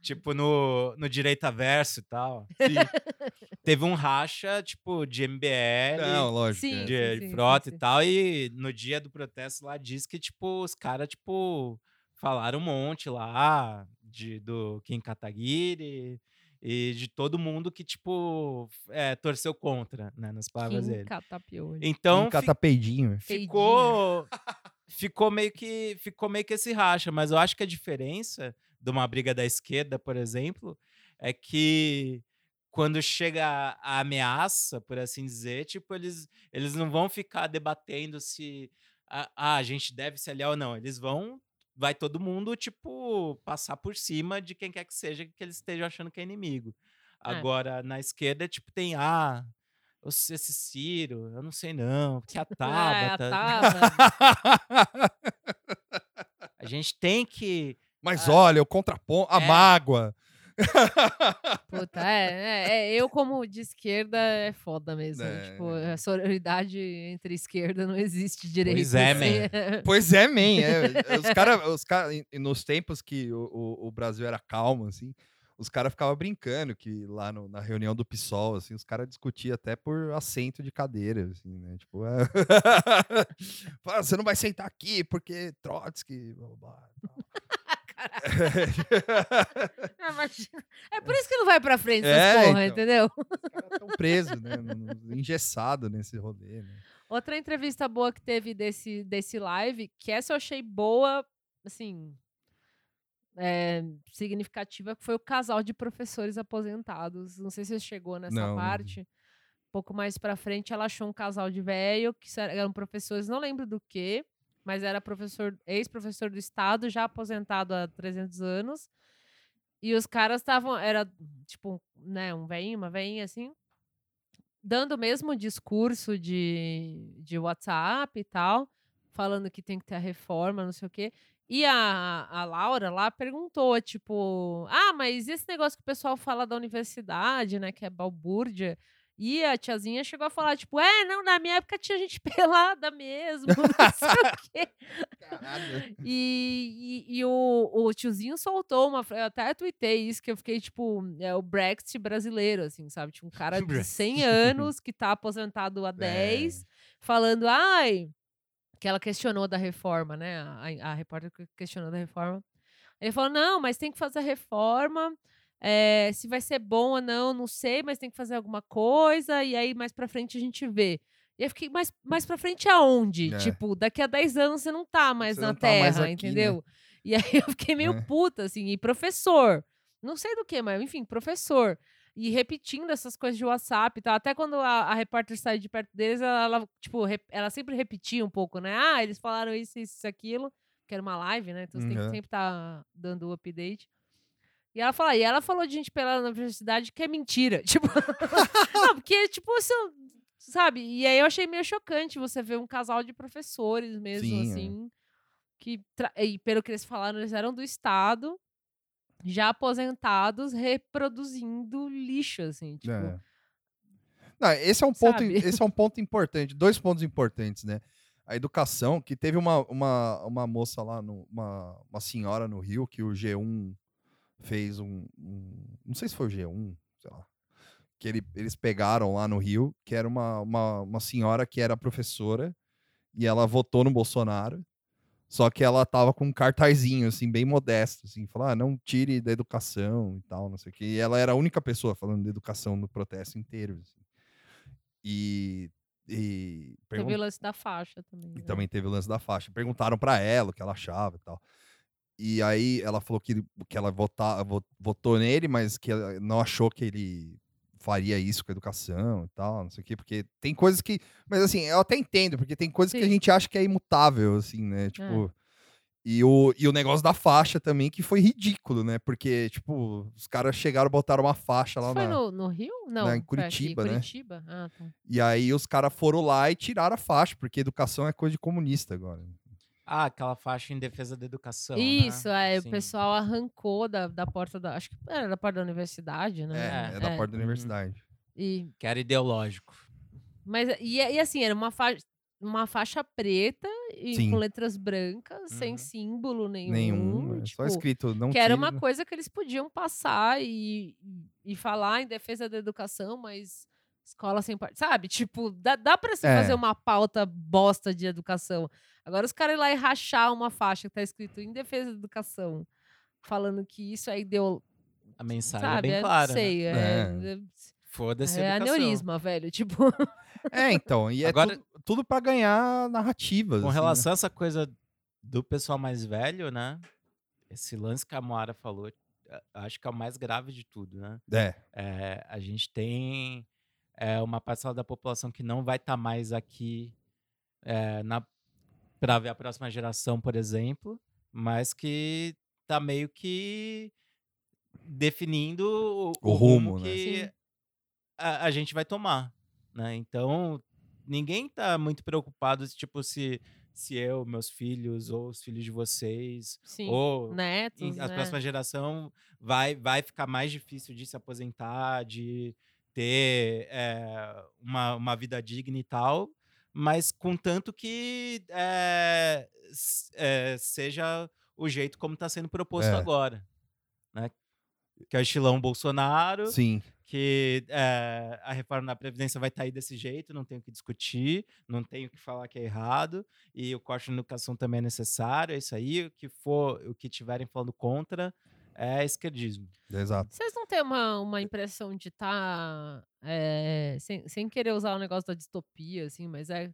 tipo, no, no Direita Verso e tal, teve um racha, tipo, de MBL, não, lógico. Sim. é. de sim, frota sim. e tal, e no dia do protesto lá diz que, tipo, os caras, tipo, falaram um monte lá de, do Kim Kataguiri e de todo mundo que, tipo, é, torceu contra, né, nas palavras Kim dele. Catapiolho. Então, um catapeidinho. fi- Peidinho. ficou ficou meio que ficou meio que esse racha, mas eu acho que a diferença de uma briga da esquerda, por exemplo, é que quando chega a- a ameaça, por assim dizer, tipo, eles eles não vão ficar debatendo se a, ah, a gente deve se aliar ou não. Eles vão vai todo mundo tipo passar por cima de quem quer que seja que eles estejam achando que é inimigo. É. Agora na esquerda tipo tem ah, os- esse Ciro, eu não sei não, que é a Tabata. Ah, a É, Tabata. A gente tem que. Mas Ah. olha, o contraponto, a É. mágoa. Puta, é, é, é, eu, como de esquerda, é foda mesmo. É. Tipo, a sororidade entre esquerda não existe direito. Pois é, assim. Pois é, man. é. Os caras, os cara, e- e nos tempos que o, o- o Brasil era calmo, assim, os caras ficavam brincando que lá no- na reunião do PSOL, assim, os caras discutiam até por assento de cadeira, assim, né? Tipo, é... Fala, você não vai sentar aqui porque Trotsky, blá, blá, blá. e tal." Ah, imagina. É por isso que não vai pra frente É, essas porra, então. entendeu? Os caras estão presos, né? no- no- Engessado nesse rolê, né? Outra entrevista boa que teve desse, desse live, que essa eu achei boa, assim, é, significativa, que foi o casal de professores aposentados. Não sei se você chegou nessa Não, não vi. parte. Um pouco mais pra frente, ela achou um casal de velho, que se- eram professores, não lembro do que, mas era professor, ex-professor do estado, já aposentado há 300 anos. E os caras estavam, era tipo, né, um veinho, uma veinha assim, dando o mesmo discurso de, de WhatsApp e tal, falando que tem que ter a reforma, não sei o quê. E a, a Laura lá perguntou, tipo, ah, mas esse negócio que o pessoal fala da universidade, né, que é balbúrdia. E a tiazinha chegou a falar, tipo, é, não, na minha época tinha gente pelada mesmo, não sei o quê. Caralho. E, e- e o, o tiozinho soltou uma. fra- Eu até tuitei isso, que eu fiquei tipo. É o Brexit brasileiro, assim, sabe? Tipo, um cara de Brexit. 100 anos que tá aposentado há 10, falando, ai. Que ela questionou da reforma, né? A, a repórter que questionou da reforma. Ele falou: não, mas tem que fazer a reforma. é, se vai ser bom ou não, não sei, mas tem que fazer alguma coisa. E aí, mais pra frente, a gente vê. E eu fiquei, mais, mais pra frente aonde? É. Tipo, daqui a 10 anos você não tá mais Você na não tá mais aqui, Terra, né? entendeu? E aí eu fiquei meio É. puta, assim, e professor. Não sei do que, mas enfim, professor. E repetindo essas coisas de WhatsApp e tal. Até quando a, a repórter saiu de perto deles, ela, ela, tipo, rep- ela sempre repetia um pouco, né? Ah, eles falaram isso, isso, isso, aquilo. Que era uma live, né? Então você tem Uhum. que sempre estar dando o update. E ela fala, e ela falou de gente pela universidade que é mentira. Tipo, não, porque, tipo, você. Sabe? E aí eu achei meio chocante você ver um casal de professores mesmo, Sim, é. assim. Que, tra- e pelo que eles falaram, eles eram do Estado, já aposentados, reproduzindo lixo, assim. Tipo, É. Não, esse é um ponto, sabe? esse é um ponto importante, dois pontos importantes, né? A educação, que teve uma, uma, uma moça lá, no, uma, uma senhora no Rio, que o G1 fez um, um- Não sei se foi o G1, sei lá. Que ele- eles pegaram lá no Rio, que era uma, uma, uma senhora que era professora e ela votou no Bolsonaro. Só que ela tava com um cartazinho, assim, bem modesto, assim, falar, ah, não tire da educação e tal, não sei o quê. E ela era a única pessoa falando de educação no protesto inteiro. assim. E. e teve pergun- o lance da faixa também. um e né? também teve o lance da faixa. Perguntaram pra ela o que ela achava e tal. E aí ela falou que, que ela vota, vo- votou nele, mas que ela não achou que ele faria isso com a educação e tal, não sei o quê, porque tem coisas que. Mas assim, eu até entendo, porque tem coisas que a Sim. É. gente acha que é imutável, assim, né? Tipo. E o, e o negócio da faixa também, que foi ridículo, né? Porque, tipo, os caras chegaram, botaram uma faixa tá lá Isso foi na- no, no Rio? Não. em foi aqui, Curitiba, né? Curitiba? Ah, tá. E aí os caras foram lá e tiraram a faixa, porque educação é coisa de comunista agora. né. Ah, aquela faixa em defesa da educação. né? Isso, é, Sim. o pessoal arrancou da, da porta da. Acho que era da porta da universidade, né? É, é da porta da Uhum. universidade. E Que era ideológico. Mas e, e assim, era uma faixa, uma faixa preta e Sim. com letras brancas, sem Uhum. símbolo nenhum. Nenhum. é tipo, só escrito, não que era tire, uma coisa que eles podiam passar e, e falar em defesa da educação, mas escola sem parte. Sabe? Tipo, dá, dá pra se É. fazer uma pauta bosta de educação. Agora os caras ir lá e rachar uma faixa que tá escrito em defesa da educação, falando que isso é ideológico. A mensagem Sabe? é bem Eu não clara. né? sei. É, Foda-se a é, é educação. aneurisma, velho. Tipo. É, então. E é Agora- tudo, tudo para ganhar narrativas. Com assim, né? relação a essa coisa do pessoal mais velho, né? Esse lance que a Moara falou, a- acho que é o mais grave de tudo, né? É, É, a gente tem é, uma parcela da população que não vai estar mais aqui é, na para ver a próxima geração, por exemplo, mas que tá meio que definindo o, O o rumo, rumo, né? que Sim. a, a gente vai tomar, né? Então ninguém tá muito preocupado se tipo se se eu, meus filhos ou os filhos de vocês Sim. ou Netos, em- a né? próxima geração vai, vai ficar mais difícil de se aposentar, de ter é, uma, uma vida digna e tal, mas contanto que é, s- é, seja o jeito como está sendo proposto É. agora. Né? Que é o estilão Bolsonaro, Sim. que é, a reforma da Previdência vai estar aí desse jeito, não tem o que discutir, não tem o que falar que é errado, e o corte na educação também é necessário, é isso aí, o que for, o que tiverem falando contra é esquerdismo. Exato. Vocês não têm uma, uma impressão de estar. sem, sem querer usar o negócio da distopia, assim, mas é.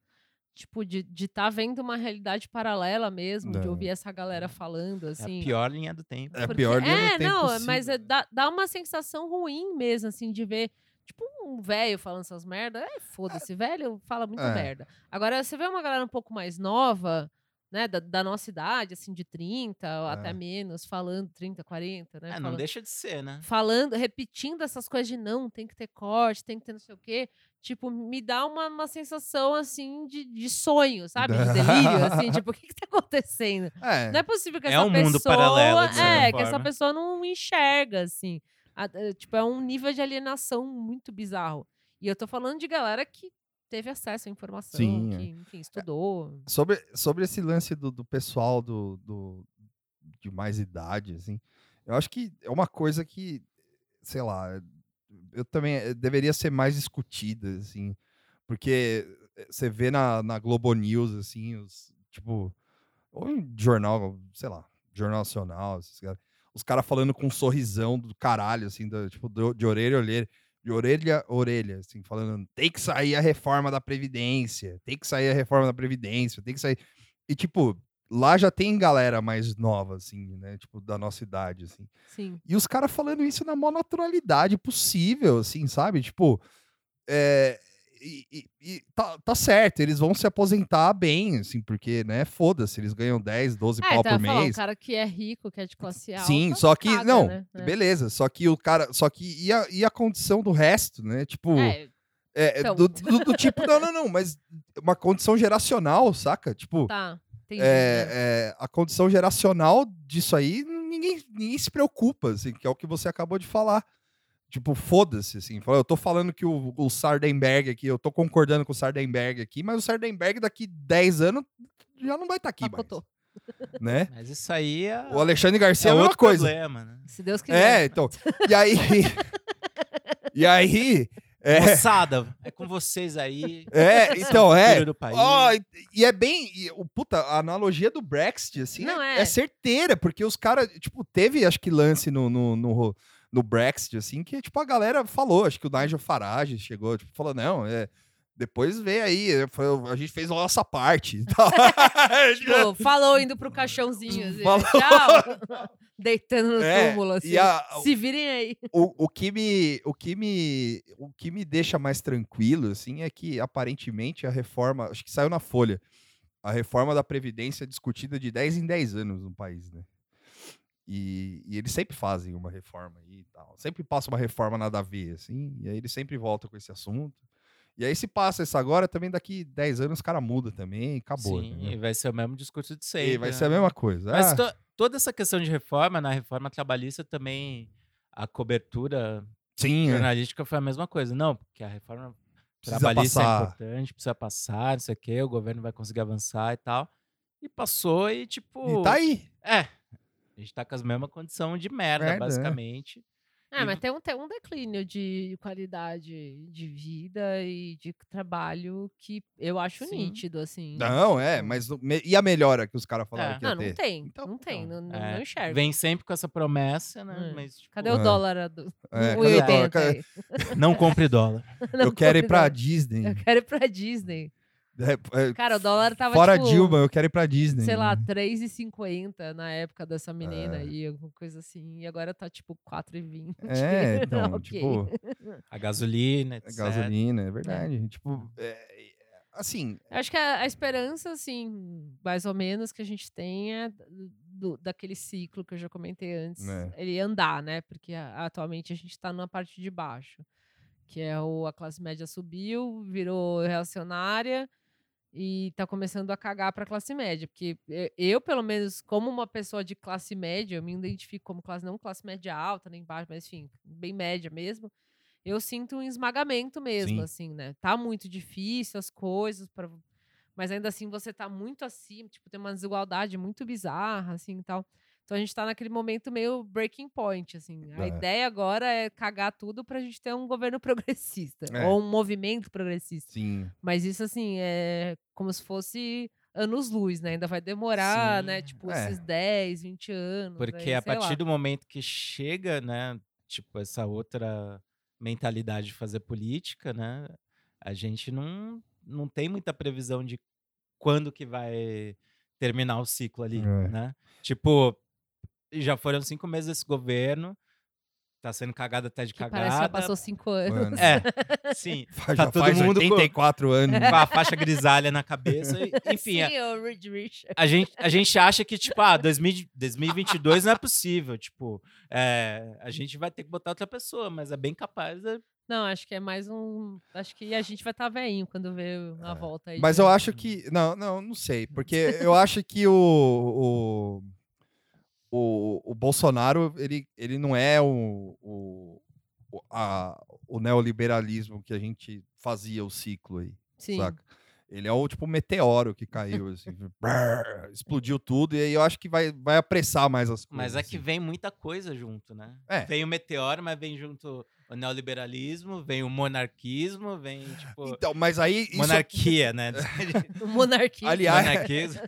Tipo, de estar vendo uma realidade paralela mesmo, de Não. ouvir essa galera falando, assim. É a pior linha do tempo. É a Porque- pior linha É, do tempo não, possível. mas é- dá, dá uma sensação ruim mesmo, assim, de ver. Tipo, um velho falando essas merdas. É, foda-se, velho fala muita É. merda. Agora, você vê uma galera um pouco mais nova, né, da, da nossa idade, assim, de 30 ou até É. menos, falando, 30, 40, né? É, não falando, deixa de ser, né? falando, repetindo essas coisas de não, tem que ter corte, tem que ter não sei o quê. Tipo, me dá uma, uma sensação, assim, de, de sonho, sabe? De delírio, assim. Tipo, o que que tá acontecendo? É. Não é possível que É essa um pessoa. mundo paralelo, de certa é, que essa forma. pessoa não enxerga, assim. A- é, tipo, é um nível de alienação muito bizarro. E eu tô falando de galera que teve acesso à informação, Sim, é. que, enfim, estudou. Sobre, sobre esse lance do, do pessoal do, do- de mais idade, assim, eu acho que é uma coisa que, sei lá, eu também eh, deveria ser mais discutida, assim, porque eh, você vê na, na Globo News, assim, os, tipo, ou em jornal, sei lá, Jornal Nacional, esses caras, os caras falando com um sorrisão do caralho, assim, da- tipo, do- de orelha a orelha, de orelha a orelha, assim, falando, tem que sair a reforma da Previdência, tem que sair a reforma da Previdência, tem que sair. E, tipo, lá já tem galera mais nova, assim, né? Tipo, da nossa idade, assim. Sim. E os caras falando isso na maior naturalidade possível, assim, sabe? Tipo, é, e, e- e tá, tá certo, eles vão se aposentar bem, assim, porque, né, foda-se, eles ganham 10, 12 É, pau então eu por ia falar, um mês. cara que é rico, que é de classe alta. Sim, só que, caga, não, né? É. beleza, só que o cara, só que, e a, e a condição do resto, né, tipo... É, É, é Então. do, do- do tipo, não, não, não, mas uma condição geracional, saca? Tipo, tá. Entendi. né? é, é, a condição geracional disso aí, ninguém, ninguém se preocupa, assim, que é o que você acabou de falar. Tipo, foda-se, assim. fala, Eu tô falando que o, o Sardenberg aqui, eu tô concordando com o Sardenberg aqui, mas o Sardenberg daqui 10 anos já não vai estar aqui mais, Pacotou. né? Mas isso aí é, O Alexandre Garcia é é a mesma outro coisa. problema, né? Se Deus quiser. É, então. E aí... e aí... É, Moçada, é com vocês aí. é, então, é. futuro do país. Ó, e- e é bem. e o, puta, a analogia do Brexit, assim, Não, é, é. é certeira, porque os caras, tipo, teve, acho que, lance no, no, no, ro- no Brexit, assim, que, tipo, a galera falou, acho que o Nigel Farage chegou, tipo, falou, não, é. Depois vê aí, é, foi- a gente fez a nossa parte. e tal. Tipo, falou indo pro caixãozinho. Assim, Falou. Tchau. Deitando no É, túmulo, assim. e a- Se virem aí. o, o que me, o que me, o que me deixa mais tranquilo, assim, é que aparentemente a reforma, acho que saiu na Folha, a reforma da previdência é discutida de 10 em 10 anos no país, né? E, e eles sempre fazem uma reforma aí e tal, sempre passa uma reforma nada a ver, assim, e aí eles sempre voltam com esse assunto. E aí se passa essa agora, também daqui 10 anos o cara muda também, e acabou. Sim, entendeu? e vai ser o mesmo discurso de sempre. E vai ser a né? mesma coisa. Mas Ah, to- toda essa questão de reforma, na reforma trabalhista também a cobertura sim, é. jornalística foi a mesma coisa. Não, porque a reforma Precisa trabalhista passar. tá é importante, precisa passar, não sei o quê, o governo vai conseguir avançar e tal. E passou e, tipo. E tá aí. É. A gente tá com as mesmas condições de merda, Merda, é. basicamente. Ah, E- mas tem um, tem um declínio de qualidade de vida e de trabalho que eu acho Sim. nítido, assim. Não, é, mas o me- e a melhora que os caras falaram É. que ia Não, não ter? tem. Então, não tem. Não, não, É, não enxergo. Vem sempre com essa promessa, né? É. Mas, tipo, Cadê É. o dólar? a do- É, um cadê o e dólar? 80 Cadê- aí? não compre dólar. Não é. Eu quero ir tô pra entendendo. Disney. Eu quero ir pra Disney. É, é, Cara, o dólar tava, Fora tipo, Dilma, eu quero ir pra Disney. sei lá, né? 3,50 na época dessa menina e alguma coisa assim. E agora tá, tipo, 4,20. É, então, um Ok. tipo, A gasolina, é etc. gasolina, é verdade. Tipo, é, é, assim, Eu acho que a, a esperança, assim, mais ou menos, que a gente tenha do- daquele ciclo que eu já comentei antes, Né. ele andar, né? Porque a- atualmente a gente está na parte de baixo, que é o, a classe média subiu, virou reacionária e tá começando a cagar para a classe média. Porque eh, eu, pelo menos, como uma pessoa de classe média, eu me identifico como classe, não classe média alta nem baixa, mas enfim, bem média mesmo. eu sinto um esmagamento mesmo, Sim. assim, né? Tá muito difícil as coisas, pra... mas ainda assim você tá muito acima, tipo, tem uma desigualdade muito bizarra, assim, e tal. Então a gente tá naquele momento meio breaking point, assim. A É. ideia agora é cagar tudo pra gente ter um governo progressista, É. ou um movimento progressista. Sim. Mas isso, assim, é como se fosse anos-luz, né? Ainda vai demorar, né? Sim, Tipo, é. esses 10, 20 anos. Porque aí, a sei lá. partir do momento que chega, né, tipo, essa outra mentalidade de fazer política, né, a gente não, não tem muita previsão de quando que vai terminar o ciclo ali, É. né? Tipo, já foram cinco meses desse governo, tá sendo cagada até de Que cagada. parece que já passou cinco anos. Mano, É, sim, faz- Tá já todo faz mundo com- 84 anos. com a faixa grisalha na cabeça, e- enfim, é, a- Sim, o Reed Richards. a gente, a gente acha que, tipo, ah, 2000 2022 não é possível. Tipo, é, a gente vai ter que botar outra pessoa, mas é bem capaz. é- Não, acho que é mais um. Acho que a gente vai estar veinho quando vê a volta aí. É. Mas de- eu acho que. Não, não, não sei. Porque eu acho que o. O, o, o Bolsonaro, ele, ele não é o, o, o- a, o neoliberalismo que a gente fazia o ciclo aí. Sim. saca? Ele é o tipo meteoro que caiu, assim, brrr, explodiu tudo, e aí eu acho que vai, vai apressar mais as coisas. Mas é que assim. vem muita coisa junto, né? É. Vem o meteoro, mas vem junto o neoliberalismo, vem o monarquismo, vem, tipo, Então, mas aí. isso- monarquia, né? O monarquismo. Aliás- Monarquismo.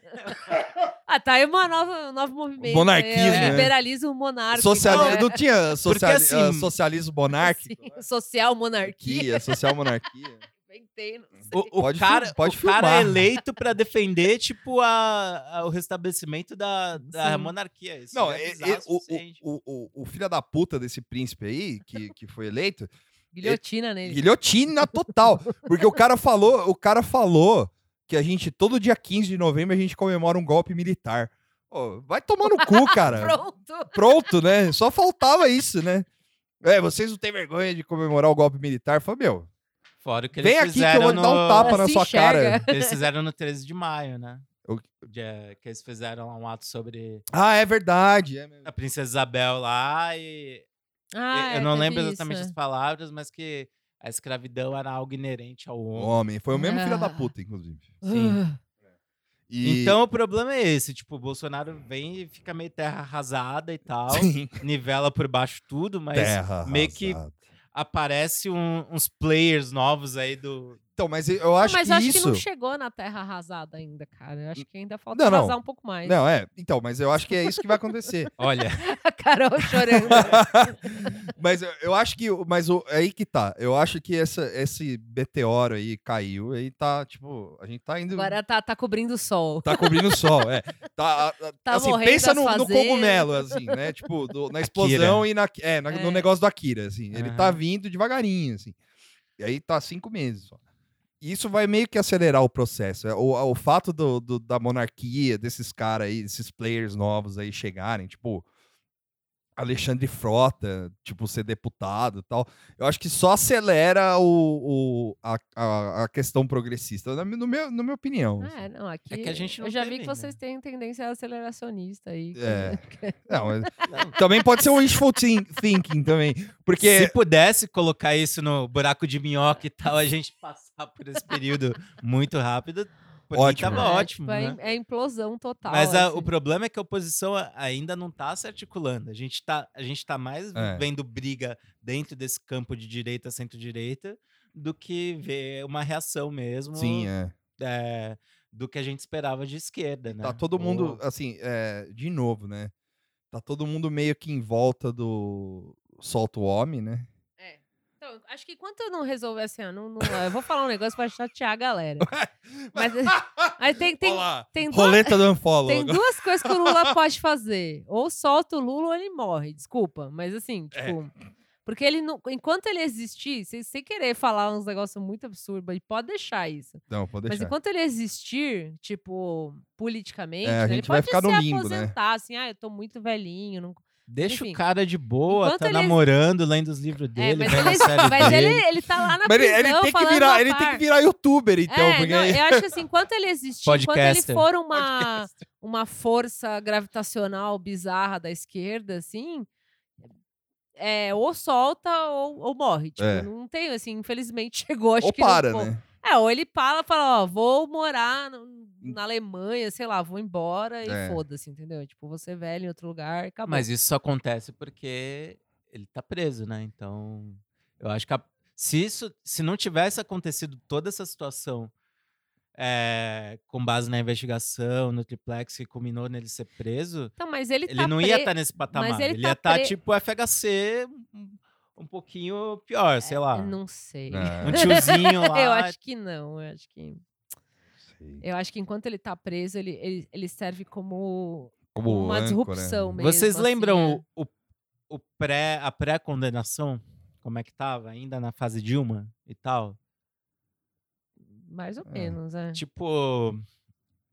Ah, tá aí uma nova, um novo movimento. monarquismo, aí, né? o Liberalismo monárquico. sociali- né? Não tinha sociali- assim- ah, socialismo monárquico? Sim, o social monarquia. Monarquia, social monarquia. Inventei, não sei. O, o Pode fil- cara, pode o cara é filmar. eleito para defender, tipo, a, a- o restabelecimento da, da Sim. monarquia. Isso Não, já é e- e- bizarro o o, suficiente. o, o, o- o filho da puta desse príncipe aí, que, que foi eleito, Guilhotina nele. guilhotina total. Porque o cara falou, o cara falou que a gente, todo dia 15 de novembro, a gente comemora um golpe militar. Ô, vai tomar no cu, cara. Pronto. Pronto, né? Só faltava isso, né? É, vocês não têm vergonha de comemorar o golpe militar? Falei, meu, Fora o que eles vem aqui que eu fizeram vou dar um no- tapa na Se sua cara. enxerga. Eles fizeram no 13 de maio, né? O- Dia que eles fizeram lá um ato sobre Ah, é verdade. é mesmo. a princesa Isabel lá e Ah, eu é, não teve lembro isso, exatamente é. as palavras, mas que a escravidão era algo inerente ao homem. Homem, foi o mesmo filho da Ah. puta, inclusive. Sim. E- Então o problema é esse, tipo, o Bolsonaro vem e fica meio terra arrasada e tal, Sim. nivela por baixo tudo, mas Terra meio que- arrasada. aparece um- uns players novos aí do Então, mas eu acho mas que eu acho isso... que não chegou na terra arrasada ainda, cara. Eu acho que ainda falta Não, não. arrasar um pouco mais. Não, é. Então, mas eu acho que é isso que vai acontecer. Olha, A Carol chorando. mas eu, eu acho que. o- Mas o, aí que tá. Eu acho que essa, esse meteoro aí caiu. Aí tá, tipo, a gente tá indo. Agora tá, tá cobrindo o sol. Tá cobrindo o sol, é. Tá, a- a- Tá assim, morrendo pensa as no, no fazendas. cogumelo, assim, né? Tipo, do- na explosão e na, é, na- no É. negócio do Akira, assim. Ele tá Aham. vindo devagarinho, assim. E aí tá cinco meses só. E isso vai meio que acelerar o processo. É, O, o fato do, do- da monarquia, desses caras aí, desses players novos aí chegarem, tipo, Alexandre Frota, tipo, ser deputado e tal. Eu acho que só acelera o, o- a, a- a questão progressista, na, mi- no meu, na minha opinião. assim. É, não, aqui. É que a gente não né? eu já teve vi que ainda. vocês têm tendência aceleracionista aí. É. que- Não, mas- Também pode ser um wishful thin- thinking também. Porque. se pudesse colocar isso no buraco de minhoca e tal, a gente passar por esse período muito rápido, porque Ótimo. tava É, ótimo, tipo, é, né? im- é implosão total. Mas a- assim. o problema é que a oposição a- ainda não está se articulando. A gente está a gente tá mais É. vendo briga dentro desse campo de direita, centro-direita, do que ver uma reação mesmo Sim, é. é, do que a gente esperava de esquerda, né? Tá todo mundo, Ou- assim, é, de novo, né? Tá todo mundo meio que em volta do solta o homem, né? Então, acho que enquanto eu não resolver assim, ó, não, não- eu vou falar um negócio pra chatear a galera. Mas, mas tem, tem, Olá, tem duas, roleta do Unfollow. tem agora. duas coisas que o Lula pode fazer. Ou solta o Lula ou ele morre. Desculpa, mas assim, É. tipo. Porque ele não, enquanto ele existir, sem, sem querer falar uns negócios muito absurdos, e pode deixar isso. Não, pode Mas deixar. enquanto ele existir, tipo, politicamente, É, a né, ele gente vai pode ficar se no limbo, né? aposentar, assim, ah, eu tô muito velhinho, não Deixa o enfim. cara de boa, Enquanto tá ele- namorando, lendo os livros É, dele, mas vendo a ele, série mas dele. ele, ele tá lá na Mas ele, prisão ele tem que falando virar, a ele tem que par. virar youtuber, então, é, porque não, aí- eu acho que assim, enquanto ele existir, Podcaster. enquanto ele for uma, uma força gravitacional bizarra da esquerda, assim, é, ou solta ou, ou morre. Tipo, É. não tem, assim, infelizmente chegou, acho Ou que. não- para, bom, né? É, ou ele para, fala, ó, vou morar Hum. no- na Alemanha, sei lá, vou embora e É. foda-se, entendeu? Tipo, você velho em outro lugar, acabou. Mas isso só acontece porque ele tá preso, né? Então, eu acho que a- se isso, se não tivesse acontecido toda essa situação eh, com base na investigação, no triplex que culminou nele ser preso, Então, mas ele, ele tá não ia pre- estar nesse patamar. ele ele tá ia estar pre- tipo FHC, um, um pouquinho pior, sei lá. É, Não sei. Um Não tiozinho lá. Eu acho que não, eu acho que. sei. Eu acho que enquanto ele tá preso, ele, ele, ele serve como Como né? uma âncora. disrupção mesmo. né? Vocês assim, lembram né? o, o- o pré, a pré-condenação? Como é que tava? Ainda na fase Dilma e tal? Mais ou É. menos, é. tipo,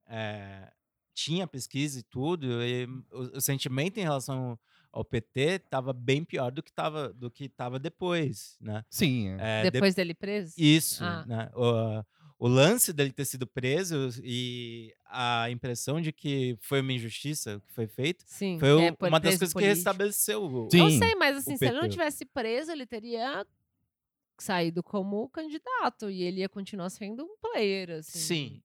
é, tinha pesquisa e tudo, e o, o sentimento em relação ao PT estava bem pior do que estava do que tava depois, né? Sim, é. É, de- Depois dele preso? isso, Ah. né? O, o lance dele ter sido preso e a impressão de que foi uma injustiça o que foi feito Sim. foi é, um- por uma das coisas preso que político. restabeleceu o- Sim. Não sei, mas assim, se ele não PT. tivesse preso, ele teria saído como candidato e ele ia continuar sendo um player, assim. Sim.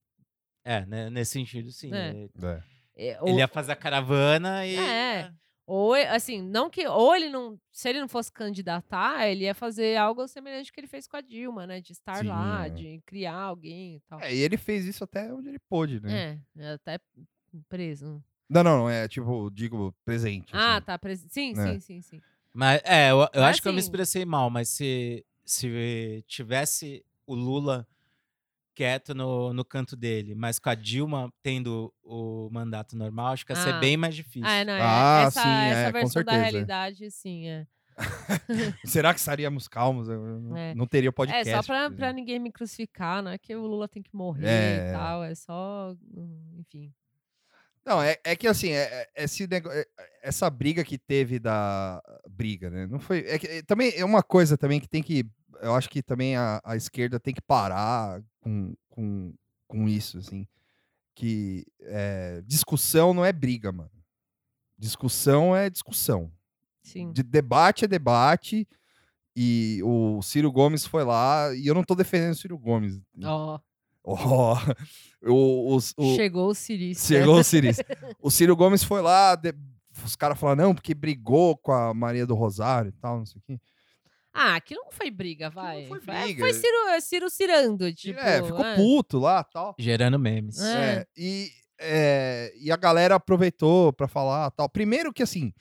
É, né, nesse sentido, sim. É. Ele- é. É, Ele ou, ia fazer a caravana e. É. ou é- assim, não que ou ele não, se ele não fosse candidatar, ele ia fazer algo semelhante ao que ele fez com a Dilma, né, de estar Sim, lá, é. de criar alguém e tal. É, e ele fez isso até onde ele pôde, né? É, é até preso. Não, não, não, é tipo, digo, presente. Ah, assim. tá preso. Sim, É. sim, sim, sim. Mas, é, eu, eu Mas, acho que eu me assim- expressei mal, mas se, se tivesse o Lula quieto no, no canto dele, mas com a Dilma tendo o mandato normal, acho que ia ser Ah. bem mais difícil. Ah, não, é, Ah, essa, sim, essa é, com versão da certeza. realidade, sim, é. tá. Será que estaríamos calmos? Eu Não, É. não teria É, podcast. né? só pra, por pra exemplo. ninguém me crucificar, né? Que o Lula tem que morrer É. e tal. É só. hum, Enfim. Não, é, é que assim, é, é- esse nego- é- essa briga que teve da. Briga, né? Não foi. É que, é, também é uma coisa também que tem que. Eu acho que também a, a esquerda tem que parar com, com, com isso, assim. Que é, discussão não é briga, mano. Discussão é discussão. Sim. De debate é debate. E o Ciro Gomes foi lá. E eu não tô defendendo o Ciro Gomes. Ó, Ó, o, os- o- chegou o Sirius. Chegou o Ciro. o Ciro Gomes foi lá, de- os caras falaram, não, porque brigou com a Maria do Rosário e tal, não sei o quê. Ah, que não foi briga, vai. foi Vai- briga. Foi Ciro, é Ciro cirando, tipo. é, ficou é. puto lá e tal. Gerando memes. É. É, e, é, e a galera aproveitou pra falar tal. Primeiro que, assim,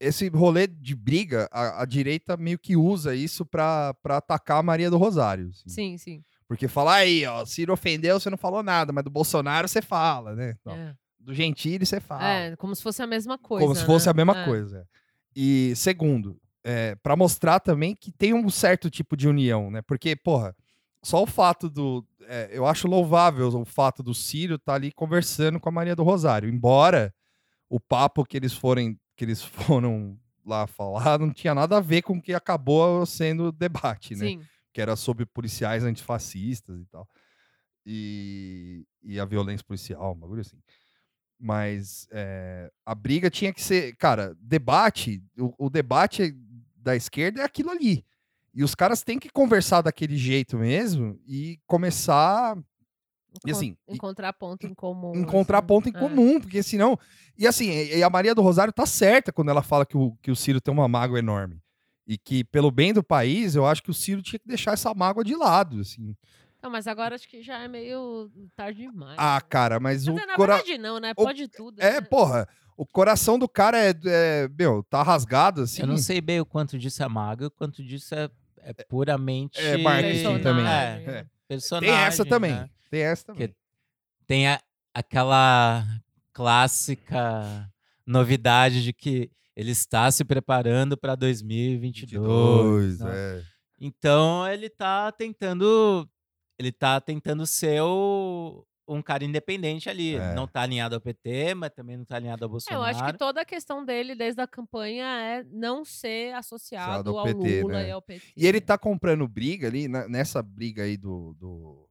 esse rolê de briga, a, a direita meio que usa isso pra, pra atacar a Maria do Rosário. assim. Sim, sim. Porque fala aí, ó, Ciro ofendeu, você não falou nada, mas do Bolsonaro você fala, né? Tal. É. Do Gentili você fala. É, como se fosse a mesma coisa. Ah. Como se fosse né? a mesma É. coisa. E segundo, é, para mostrar também que tem um certo tipo de união, né? Porque, porra, só o fato do. é, eu acho louvável o fato do Círio estar ali conversando com a Maria do Rosário. Embora o papo que eles forem, que eles foram lá falar não tinha nada a ver com o que acabou sendo o debate, né? Sim. que era sobre policiais antifascistas e tal. E, e a violência policial, um bagulho assim. Mas é, a briga tinha que ser. Cara, debate. O, o debate da esquerda é aquilo ali. E os caras têm que conversar daquele jeito mesmo e começar. E assim. e- Encontrar ponto em comum. encontrar assim. ponto em É. comum, porque senão. E assim, e e a Maria do Rosário tá certa quando ela fala que o, que o Ciro tem uma mágoa enorme. E que, pelo bem do país, eu acho que o Ciro tinha que deixar essa mágoa de lado, assim. Não, mas agora acho que já é meio tarde demais. Ah, né? cara, mas o Quer dizer, na coração. verdade não, né? o- Pode tudo. É, né? porra, o coração do cara é. é, meu, tá rasgado, assim. Eu não sei bem o quanto disso é mago, o quanto disso é, é puramente. É marketing também. né? É, Personagem. né? Tem personagem. essa também. né? Tem essa também. tem a- aquela clássica novidade de que ele está se preparando para 2022. 22, né? é. Então ele tá tentando ele tá tentando ser o- um cara independente ali, É. não tá alinhado ao PT, mas também não tá alinhado ao É, Eu Bolsonaro. acho que toda a questão dele, desde a campanha, é não ser associado ao ao, PT, Lula né? e ao PT. E ele tá comprando briga ali, na- nessa briga aí do, do,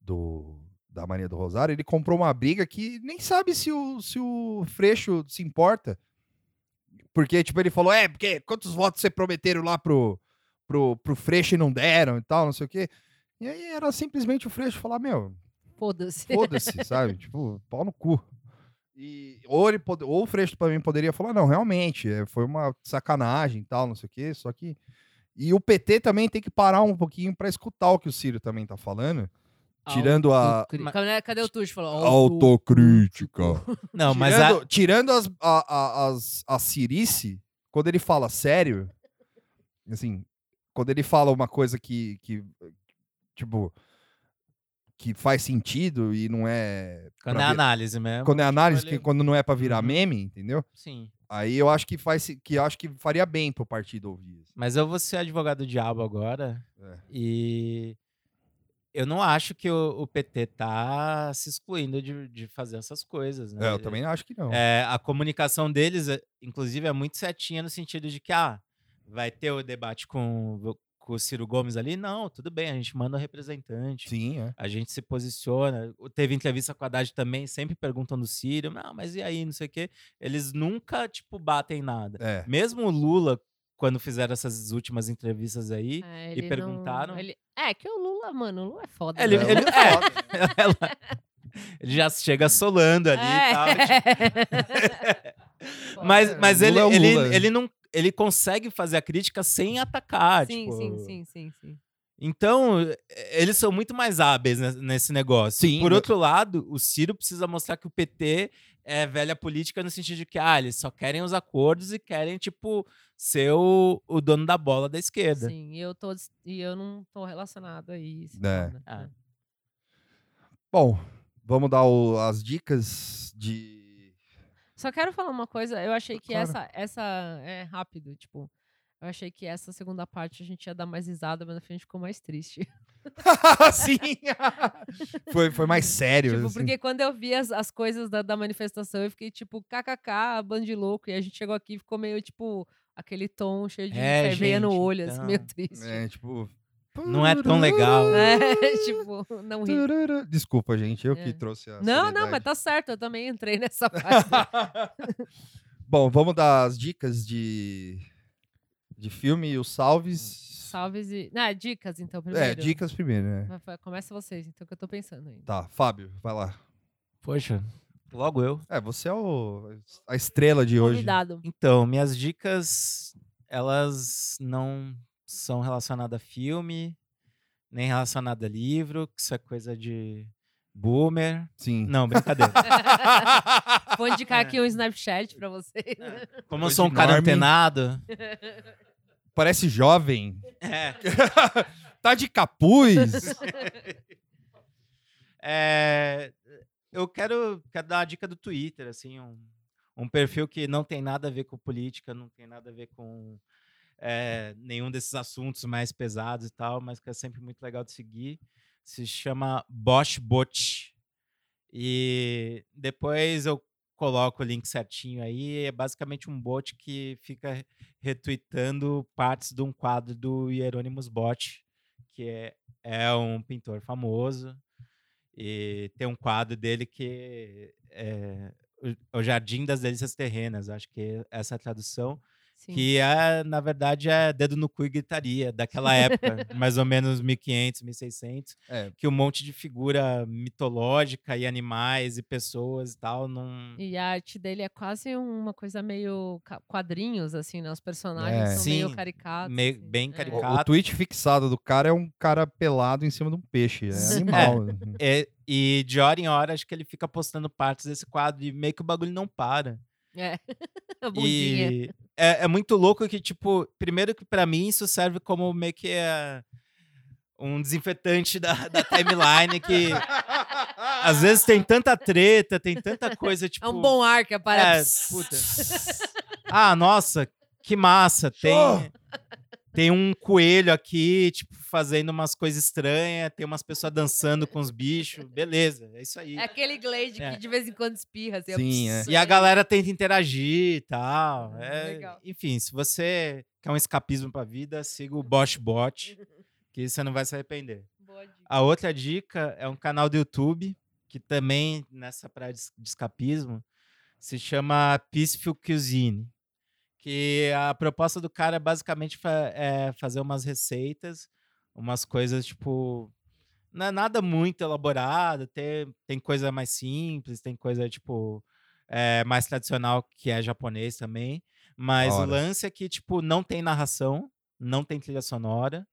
do- da Maria do Rosário, ele comprou uma briga que nem sabe se o, se o Freixo se importa. Porque, tipo, ele falou, é, porque quantos votos você prometeram lá pro, pro, pro Freixo e não deram e tal, não sei o quê. E aí era simplesmente o Freixo falar, meu, Foda-se. foda-se, sabe? Tipo, pau no cu. E, ou, ele pode- ou o Freixo também poderia falar, não, realmente, é, foi uma sacanagem e tal, não sei o quê, só que... E o PT também tem que parar um pouquinho pra escutar o que o Ciro também tá falando, Ah, tirando a, Cri- Mas- Cadê- Cadê o Tuxo? Falou, ó, o Tu- autocrítica. Não, mas a- tirando, tirando as, a, a, as, a Cirice, quando ele fala sério, assim, quando ele fala uma coisa que, que tipo, que faz sentido e não é... pra quando é vi- análise mesmo. quando é análise, ele- que quando não é pra virar Uhum. meme, entendeu? Sim. Aí eu acho que faz se- que eu acho que faria bem pro partido ouvir isso. Mas eu vou ser advogado do diabo agora. É. E eu não acho que o, o PT tá se excluindo de, de fazer essas coisas, né? É, eu também acho que não. É, a comunicação deles, é- inclusive, é muito certinha no sentido de que, ah, vai ter o debate com, o- com o Ciro Gomes ali? Não, tudo bem, a gente manda o representante. Sim, é. A gente se posiciona. O- Teve entrevista com a Haddad também, sempre perguntando o Ciro, não, mas e aí, não sei o quê. Eles nunca, tipo, batem nada. É. Mesmo o Lula, quando fizeram essas últimas entrevistas aí, É, e ele não- perguntaram. ele- É, que o Lula, mano, o Lula é foda. ele, né? ele- é, ela- ele já chega É. solando ali É. e tal. tipo, né? Mas, mas ele, Lula é o ele, Lula. ele não. Ele consegue fazer a crítica sem atacar. sim, tipo, sim, sim, sim, sim. Então, eh, eles são muito mais hábeis ne- nesse negócio. Sim, Por eu- outro lado, o Ciro precisa mostrar que o PT é velha política no sentido de que, ah, eles só querem os acordos e querem, tipo, ser o, o dono da bola da esquerda. Sim, e eu, tô, des- e eu não tô relacionada a isso. É. nada. Ah. Bom, vamos dar o- as dicas de Só quero falar uma coisa, eu achei que Claro. essa, essa é rápido, tipo, eu achei que essa segunda parte a gente ia dar mais risada, mas no fim a gente ficou mais triste. Sim! foi, foi mais sério. tipo, assim. porque quando eu vi as, as coisas da, da manifestação, eu fiquei tipo, kkk, bando de louco, e a gente chegou aqui e ficou meio, tipo, aquele tom cheio de É, cerveja no gente, olho, assim, meio então. triste. É, tipo. Não é tão legal. É, tipo, não ri. Tururu. Desculpa, gente, eu que É. trouxe a. Não, não, seriedade. mas tá certo, eu também entrei nessa parte. Bom, vamos dar as dicas de, de filme e os salves. Salves e. Ah, dicas, então, primeiro. É, dicas primeiro, né? Vai- vai- Começa vocês, então, que eu tô pensando ainda. Tá, Fábio, vai lá. Poxa, logo eu. É, você é o, a estrela de hoje. Convidado. Então, minhas dicas, elas não são relacionadas a filme, nem relacionadas a livro, que isso é coisa de boomer. Sim. Não, brincadeira. Vou indicar É. aqui um Snapchat pra vocês. Como eu Coisa sou um cara enorme. antenado. Parece jovem. É. Tá de capuz. É, eu quero, quero dar a dica do Twitter, assim, um, um perfil que não tem nada a ver com política, não tem nada a ver com é, nenhum desses assuntos mais pesados e tal, mas que é sempre muito legal de seguir. Se chama Bosch Bot. E depois eu coloco o link certinho aí. É basicamente um bot que fica retweetando partes de um quadro do Hieronymus Bot, que é, é um pintor famoso. E tem um quadro dele que é o- o Jardim das Delícias Terrenas, acho que essa é a tradução, Sim. que é, na verdade é dedo no cu e gritaria, daquela época, mais ou menos 1500, 1600, É. que um monte de figura mitológica e animais e pessoas e tal não E a arte dele é quase uma coisa meio ca- quadrinhos, assim, né? Os personagens É. são meio Sim, caricatos. meio- assim. bem É. O, caricato. o tweet fixado do cara é um cara pelado em cima de um peixe. É animal. É, e de hora em hora acho que ele fica postando partes desse quadro e meio que o bagulho não para. É. A bundinha. E é, é muito louco que, tipo, primeiro que pra mim isso serve como meio que é, um desinfetante da, da timeline que às vezes tem tanta treta, tem tanta coisa, tipo... É um bom ar que é, aparece. puta. Ah, nossa, que massa. Tem, Show. tem um coelho aqui, tipo, fazendo umas coisas estranhas, tem umas pessoas dançando com os bichos. Beleza, é isso aí. É aquele Glade É. que de vez em quando espirra. Assim, ó, Sim, é. E a galera tenta interagir e tal. é- legal. Enfim, se você quer um escapismo pra vida, siga o Bosch Bot, que você não vai se arrepender. Boa dica. A outra dica é um canal do YouTube, que também nessa praia de es- de escapismo, se chama Peaceful Cuisine, Que a proposta do cara é basicamente fa- é fazer umas receitas, umas coisas tipo. Não é nada muito elaborado, tem, tem coisa mais simples, tem coisa tipo. é, mais tradicional que é japonês também. Mas o Ora. lance é que, tipo, não tem narração, não tem trilha sonora.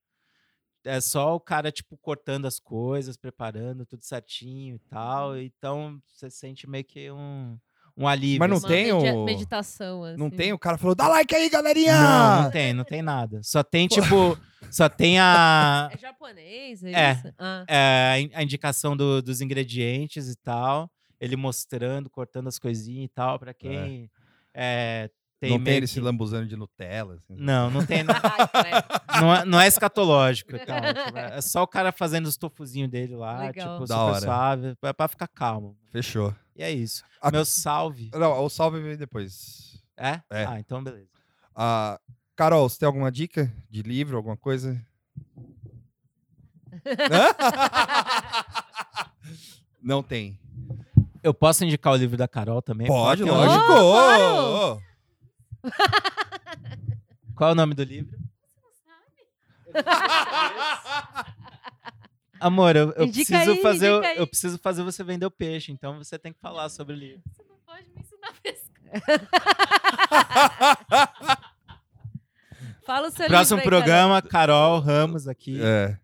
É só o cara, tipo, cortando as coisas, preparando tudo certinho e Uhum. tal. Então, você sente meio que um, um alívio. Mas não assim. Uma tem media- o- Meditação, assim. Não tem? O cara falou, dá like aí, galerinha! Não, não tem, não tem nada. Só tem, tipo, só tem a, É japonês, é, É. isso? Ah. é, a in- a indicação do- dos ingredientes e tal. Ele mostrando, cortando as coisinhas e tal, pra quem é, tem não tem meio ele se que- Hum. lambuzando de Nutella. assim. Não, não tem. Não, Ai, credo. não é, não é escatológico e tal. tipo, é é só o cara fazendo os tofuzinhos dele lá, Legal. tipo, Da super hora. suave, pra, pra ficar calmo. Fechou. E é isso. A- Meu salve. Não, o salve vem depois. É? É. Ah, então beleza. Ah, Carol, você tem alguma dica de livro, alguma coisa? Hã? não tem. Eu posso indicar o livro da Carol também? Pode, Qual que é o- lógico. Oh, Oh, claro. Qual é o nome do livro? Amor, eu, eu Indica preciso aí, fazer, indica eu aí. preciso fazer você vender o peixe, então você tem que falar sobre o livro. Você não pode me ensinar a pescar. Fala o seu Próximo livro aí, Carol. programa, Carol Ramos aqui. É.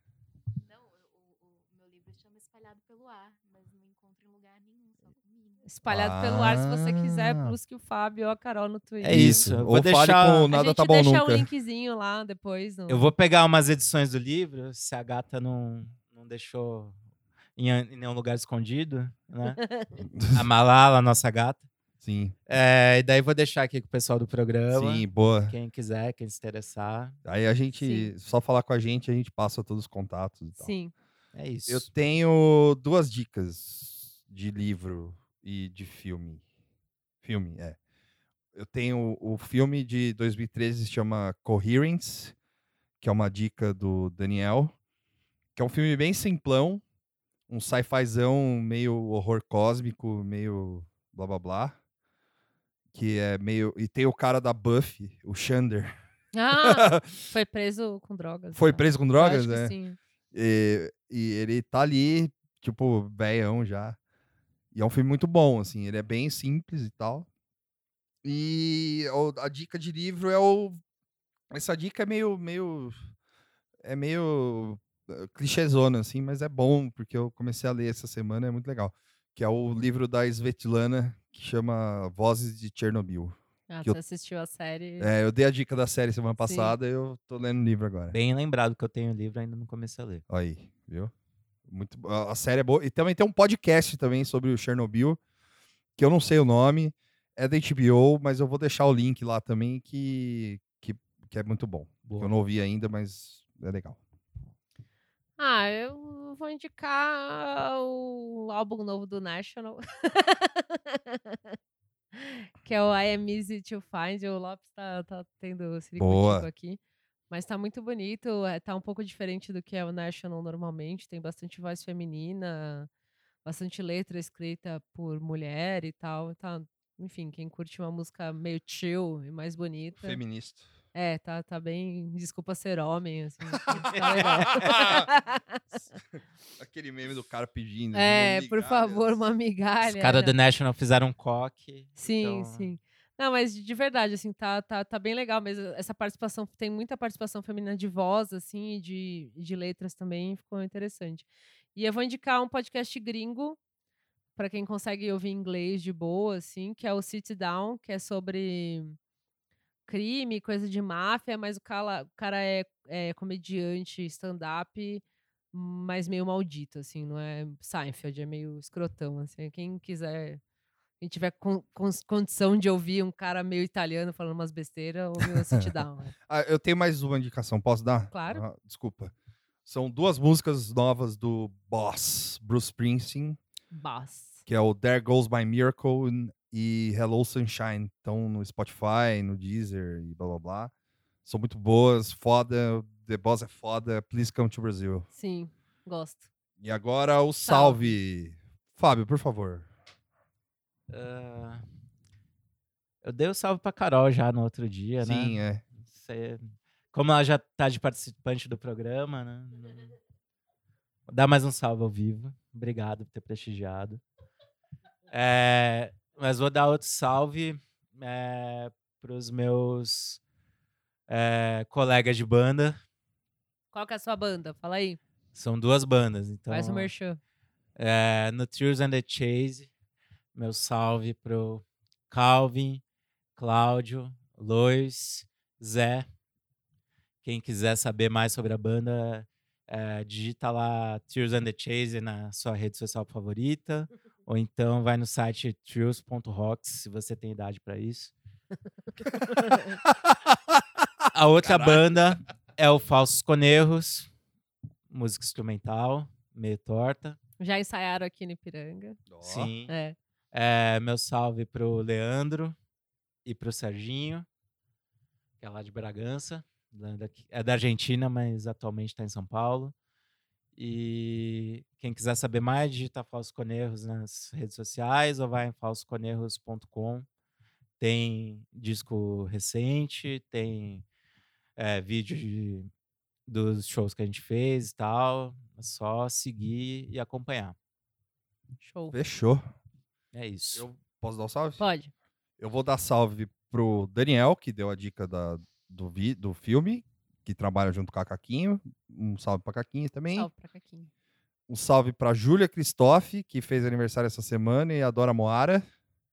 Não, o, o- o meu livro chama Espalhado pelo Ar, mas não encontro em lugar nenhum, só comigo. Espalhado pelo ar, se você quiser, Ah. busque o Fábio ou a Carol no Twitter. É isso. eu vou Ou fale deixar- com o A Nada a gente Tá Bom deixa Nunca. o linkzinho lá depois. No... Eu vou pegar umas edições do livro, se a gata não, não deixou em, an- em nenhum lugar escondido, né? A Malala, a nossa gata. Sim, É, e daí vou deixar aqui com o pessoal do programa. sim, boa. Quem quiser, quem se interessar. Aí a gente, só falar com a gente, a gente passa todos os contatos e tal. Sim. É isso. Eu tenho duas dicas de livro e de filme. Filme, é. Eu tenho o filme de 2013 se chama Coherence, que é uma dica do Daniel, que é um filme bem simplão, um sci-fizão meio horror cósmico, meio blá blá blá, que é meio e tem o cara da Buffy, o Xander. Ah, foi preso com drogas. Foi né? preso com Eu acho drogas, que né? Sim. E, e ele tá ali, tipo, velhão já. E é um filme muito bom, assim. Ele é bem simples e tal. E o- a dica de livro é o. Essa dica é meio. meio é meio eh, clichêzona, assim, mas é bom, porque eu comecei a ler essa semana, é muito legal. Que é o livro da Svetlana, que chama Vozes de Chernobyl. Ah, Que eu- você assistiu a série. É, eu dei a dica da série semana passada eu tô lendo o livro agora. Bem lembrado que eu tenho o livro, ainda não comecei a ler. Aí, viu? Muito, bo- a a série é boa. E também tem um podcast também sobre o Chernobyl, que eu não sei o nome. É da HBO, mas eu vou deixar o link lá também, que, que, que é muito bom. Boa. Eu não ouvi ainda, mas é legal. Ah, eu vou indicar o álbum novo do National. que é o I Am Easy to Find. O Lopes tá, tá tendo Boa. ciricutico aqui. Mas tá muito bonito. é, Tá um pouco diferente do que é o National normalmente. Tem bastante voz feminina, bastante letra escrita por mulher e tal. Tá, enfim, quem curte uma música meio chill e mais bonita. Feminista. É, tá, tá bem. Desculpa ser homem, assim. tá legal. Aquele meme do cara pedindo. É, por favor, uma migalha. Os caras né? do National fizeram um coque. Sim, então- sim. Não, mas de- de verdade, assim, tá, tá, tá bem legal mesmo. Essa participação, tem muita participação feminina de voz, assim, e de, e de letras também, ficou interessante. E eu vou indicar um podcast gringo, para quem consegue ouvir inglês de boa, assim, que é o Sit Down, que é sobre crime, coisa de máfia, mas o cara, o cara é, é comediante, stand-up, mas meio maldito, assim, não é Seinfeld, é meio escrotão, assim. Quem quiser, quem tiver con- cons- condição de ouvir um cara meio italiano falando umas besteiras, ouve o Sit Down. né? Ah, eu tenho mais uma indicação, posso dar? Claro. Ah, desculpa. São duas músicas novas do Boss, Bruce Springsteen. Boss. que é o There Goes My Miracle n- e Hello Sunshine. Estão no Spotify, no Deezer e blá blá blá. São muito boas, foda. The Boss é foda. Please come to Brazil. Sim, gosto. E agora o salve. Fábio, por favor. Ah, Eu dei o salve pra Carol já no outro dia, né? Sim, é. Cê- como ela já tá de participante do programa, né? não- Vou dar mais um salve ao vivo. Obrigado por ter prestigiado. É, mas vou dar outro salve para os meus é, colegas de banda. Qual que é a sua banda? Fala aí. São duas bandas, então. Faz um o merchan. É, no Tears and the Chase, meu salve pro Calvin, Cláudio, Lois, Zé. Quem quiser saber mais sobre a banda, é, digita lá Tears and the Chase na sua rede social favorita. Ou então vai no site tears.rocks, se você tem idade para isso. a outra banda é o Falsos Conejos, música instrumental, meio torta. Já ensaiaram aqui no Ipiranga. Sim. É. É, meu salve pro Leandro e pro Serginho, que é lá de Bragança. lá daqui- É da Argentina, mas atualmente está em São Paulo. E quem quiser saber mais, digita Falsos Conejos nas redes sociais ou vai em falsosconejos.com. Tem disco recente, tem é, vídeo de- dos shows que a gente fez e tal. É só seguir e acompanhar. Show. Fechou. É isso. Eu posso dar um salve? Pode. Eu vou dar salve pro Daniel, que deu a dica da, do, vi, do filme, que trabalha junto com a Caquinho. Um salve pra Caquinho também. Salve pra Caquinho. Um salve pra Júlia Christoff, que fez aniversário essa semana, e adora Moara.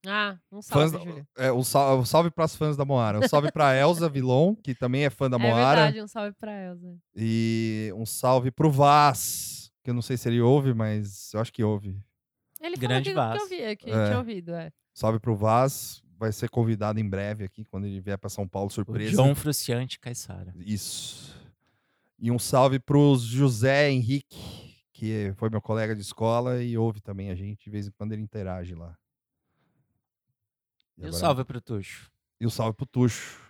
Ah, um Fãs salve, da- Júlia. é, um sal- um salve pras fãs da Moara. Um salve pra Elza Vilon, que também é fã da É Moara. verdade, um salve pra Elza. E um salve pro Vaz, que eu não sei se ele ouve, mas eu acho que ouve. Ele Grande falou que, que Vaz. eu vi aqui, É. tinha ouvido, é. Salve pro Vaz, vai ser convidado em breve aqui, quando ele vier pra São Paulo, O surpresa. John Fruciante Caissara. Isso. E um salve pros José Henrique, que foi meu colega de escola e ouve também a gente, de vez em quando ele interage lá. E um agora- salve pro Tuxo. E um salve pro Tuxo.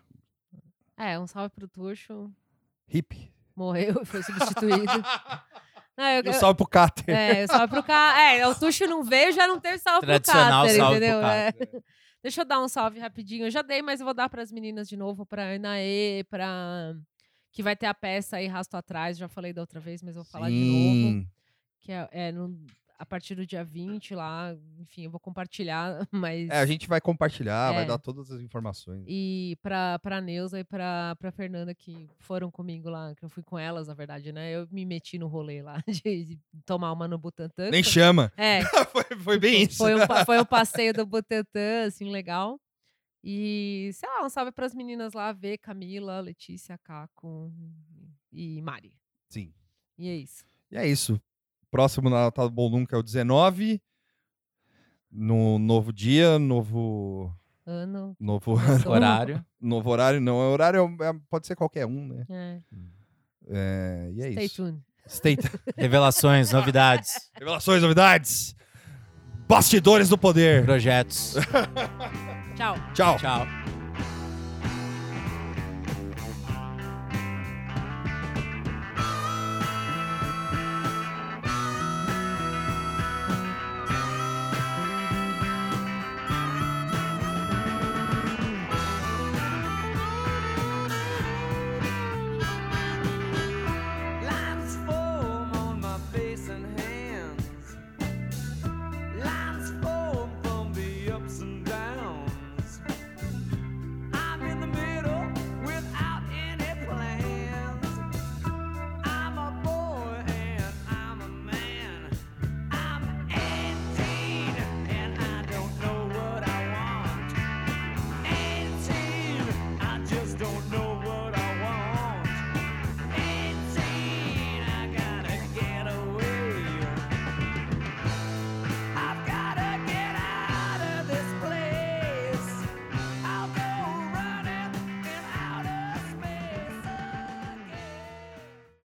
É, um salve pro Tuxo. Hip. Morreu e foi substituído. Não, eu, E um salve pro Cáter. É, salve pro cara. É, o Tuxo não veio, já não teve salve Tradicional pro Cáter, salve pro entendeu? É. Cáter, Deixa eu dar um salve rapidinho. Eu já dei, mas eu vou dar pras meninas de novo, pra Anaê, pra. Que vai ter a peça aí, Rasto Atrás. Já falei da outra vez, mas eu vou falar de novo. Sim. Que é, é no- a partir do dia 20 lá. Enfim, eu vou compartilhar, mas. É, a gente vai compartilhar, vai É. dar todas as informações. E pra, pra Neuza e pra, pra Fernanda, que foram comigo lá, que eu fui com elas, na verdade, né? Eu me meti no rolê lá de, de tomar uma no Butantan. Nem chama. É, foi, foi bem isso. Foi um, pa- foi um passeio do Butantan, assim, legal. E, sei lá, um salve pras meninas lá, ver Camila, Letícia, Caco e Mari. Sim. E é isso. E é isso. Próximo na Tá Bom Nunca é o 19. No novo dia, novo. Ano. Novo, começou. Horário. novo horário, não. É horário, é um- é- pode ser qualquer um, né? É. É, e é Stay isso. tuned. Stay tuned. Revelações, novidades, Revelações, novidades. Bastidores do poder. projetos. Tchau. Tchau. Tchau.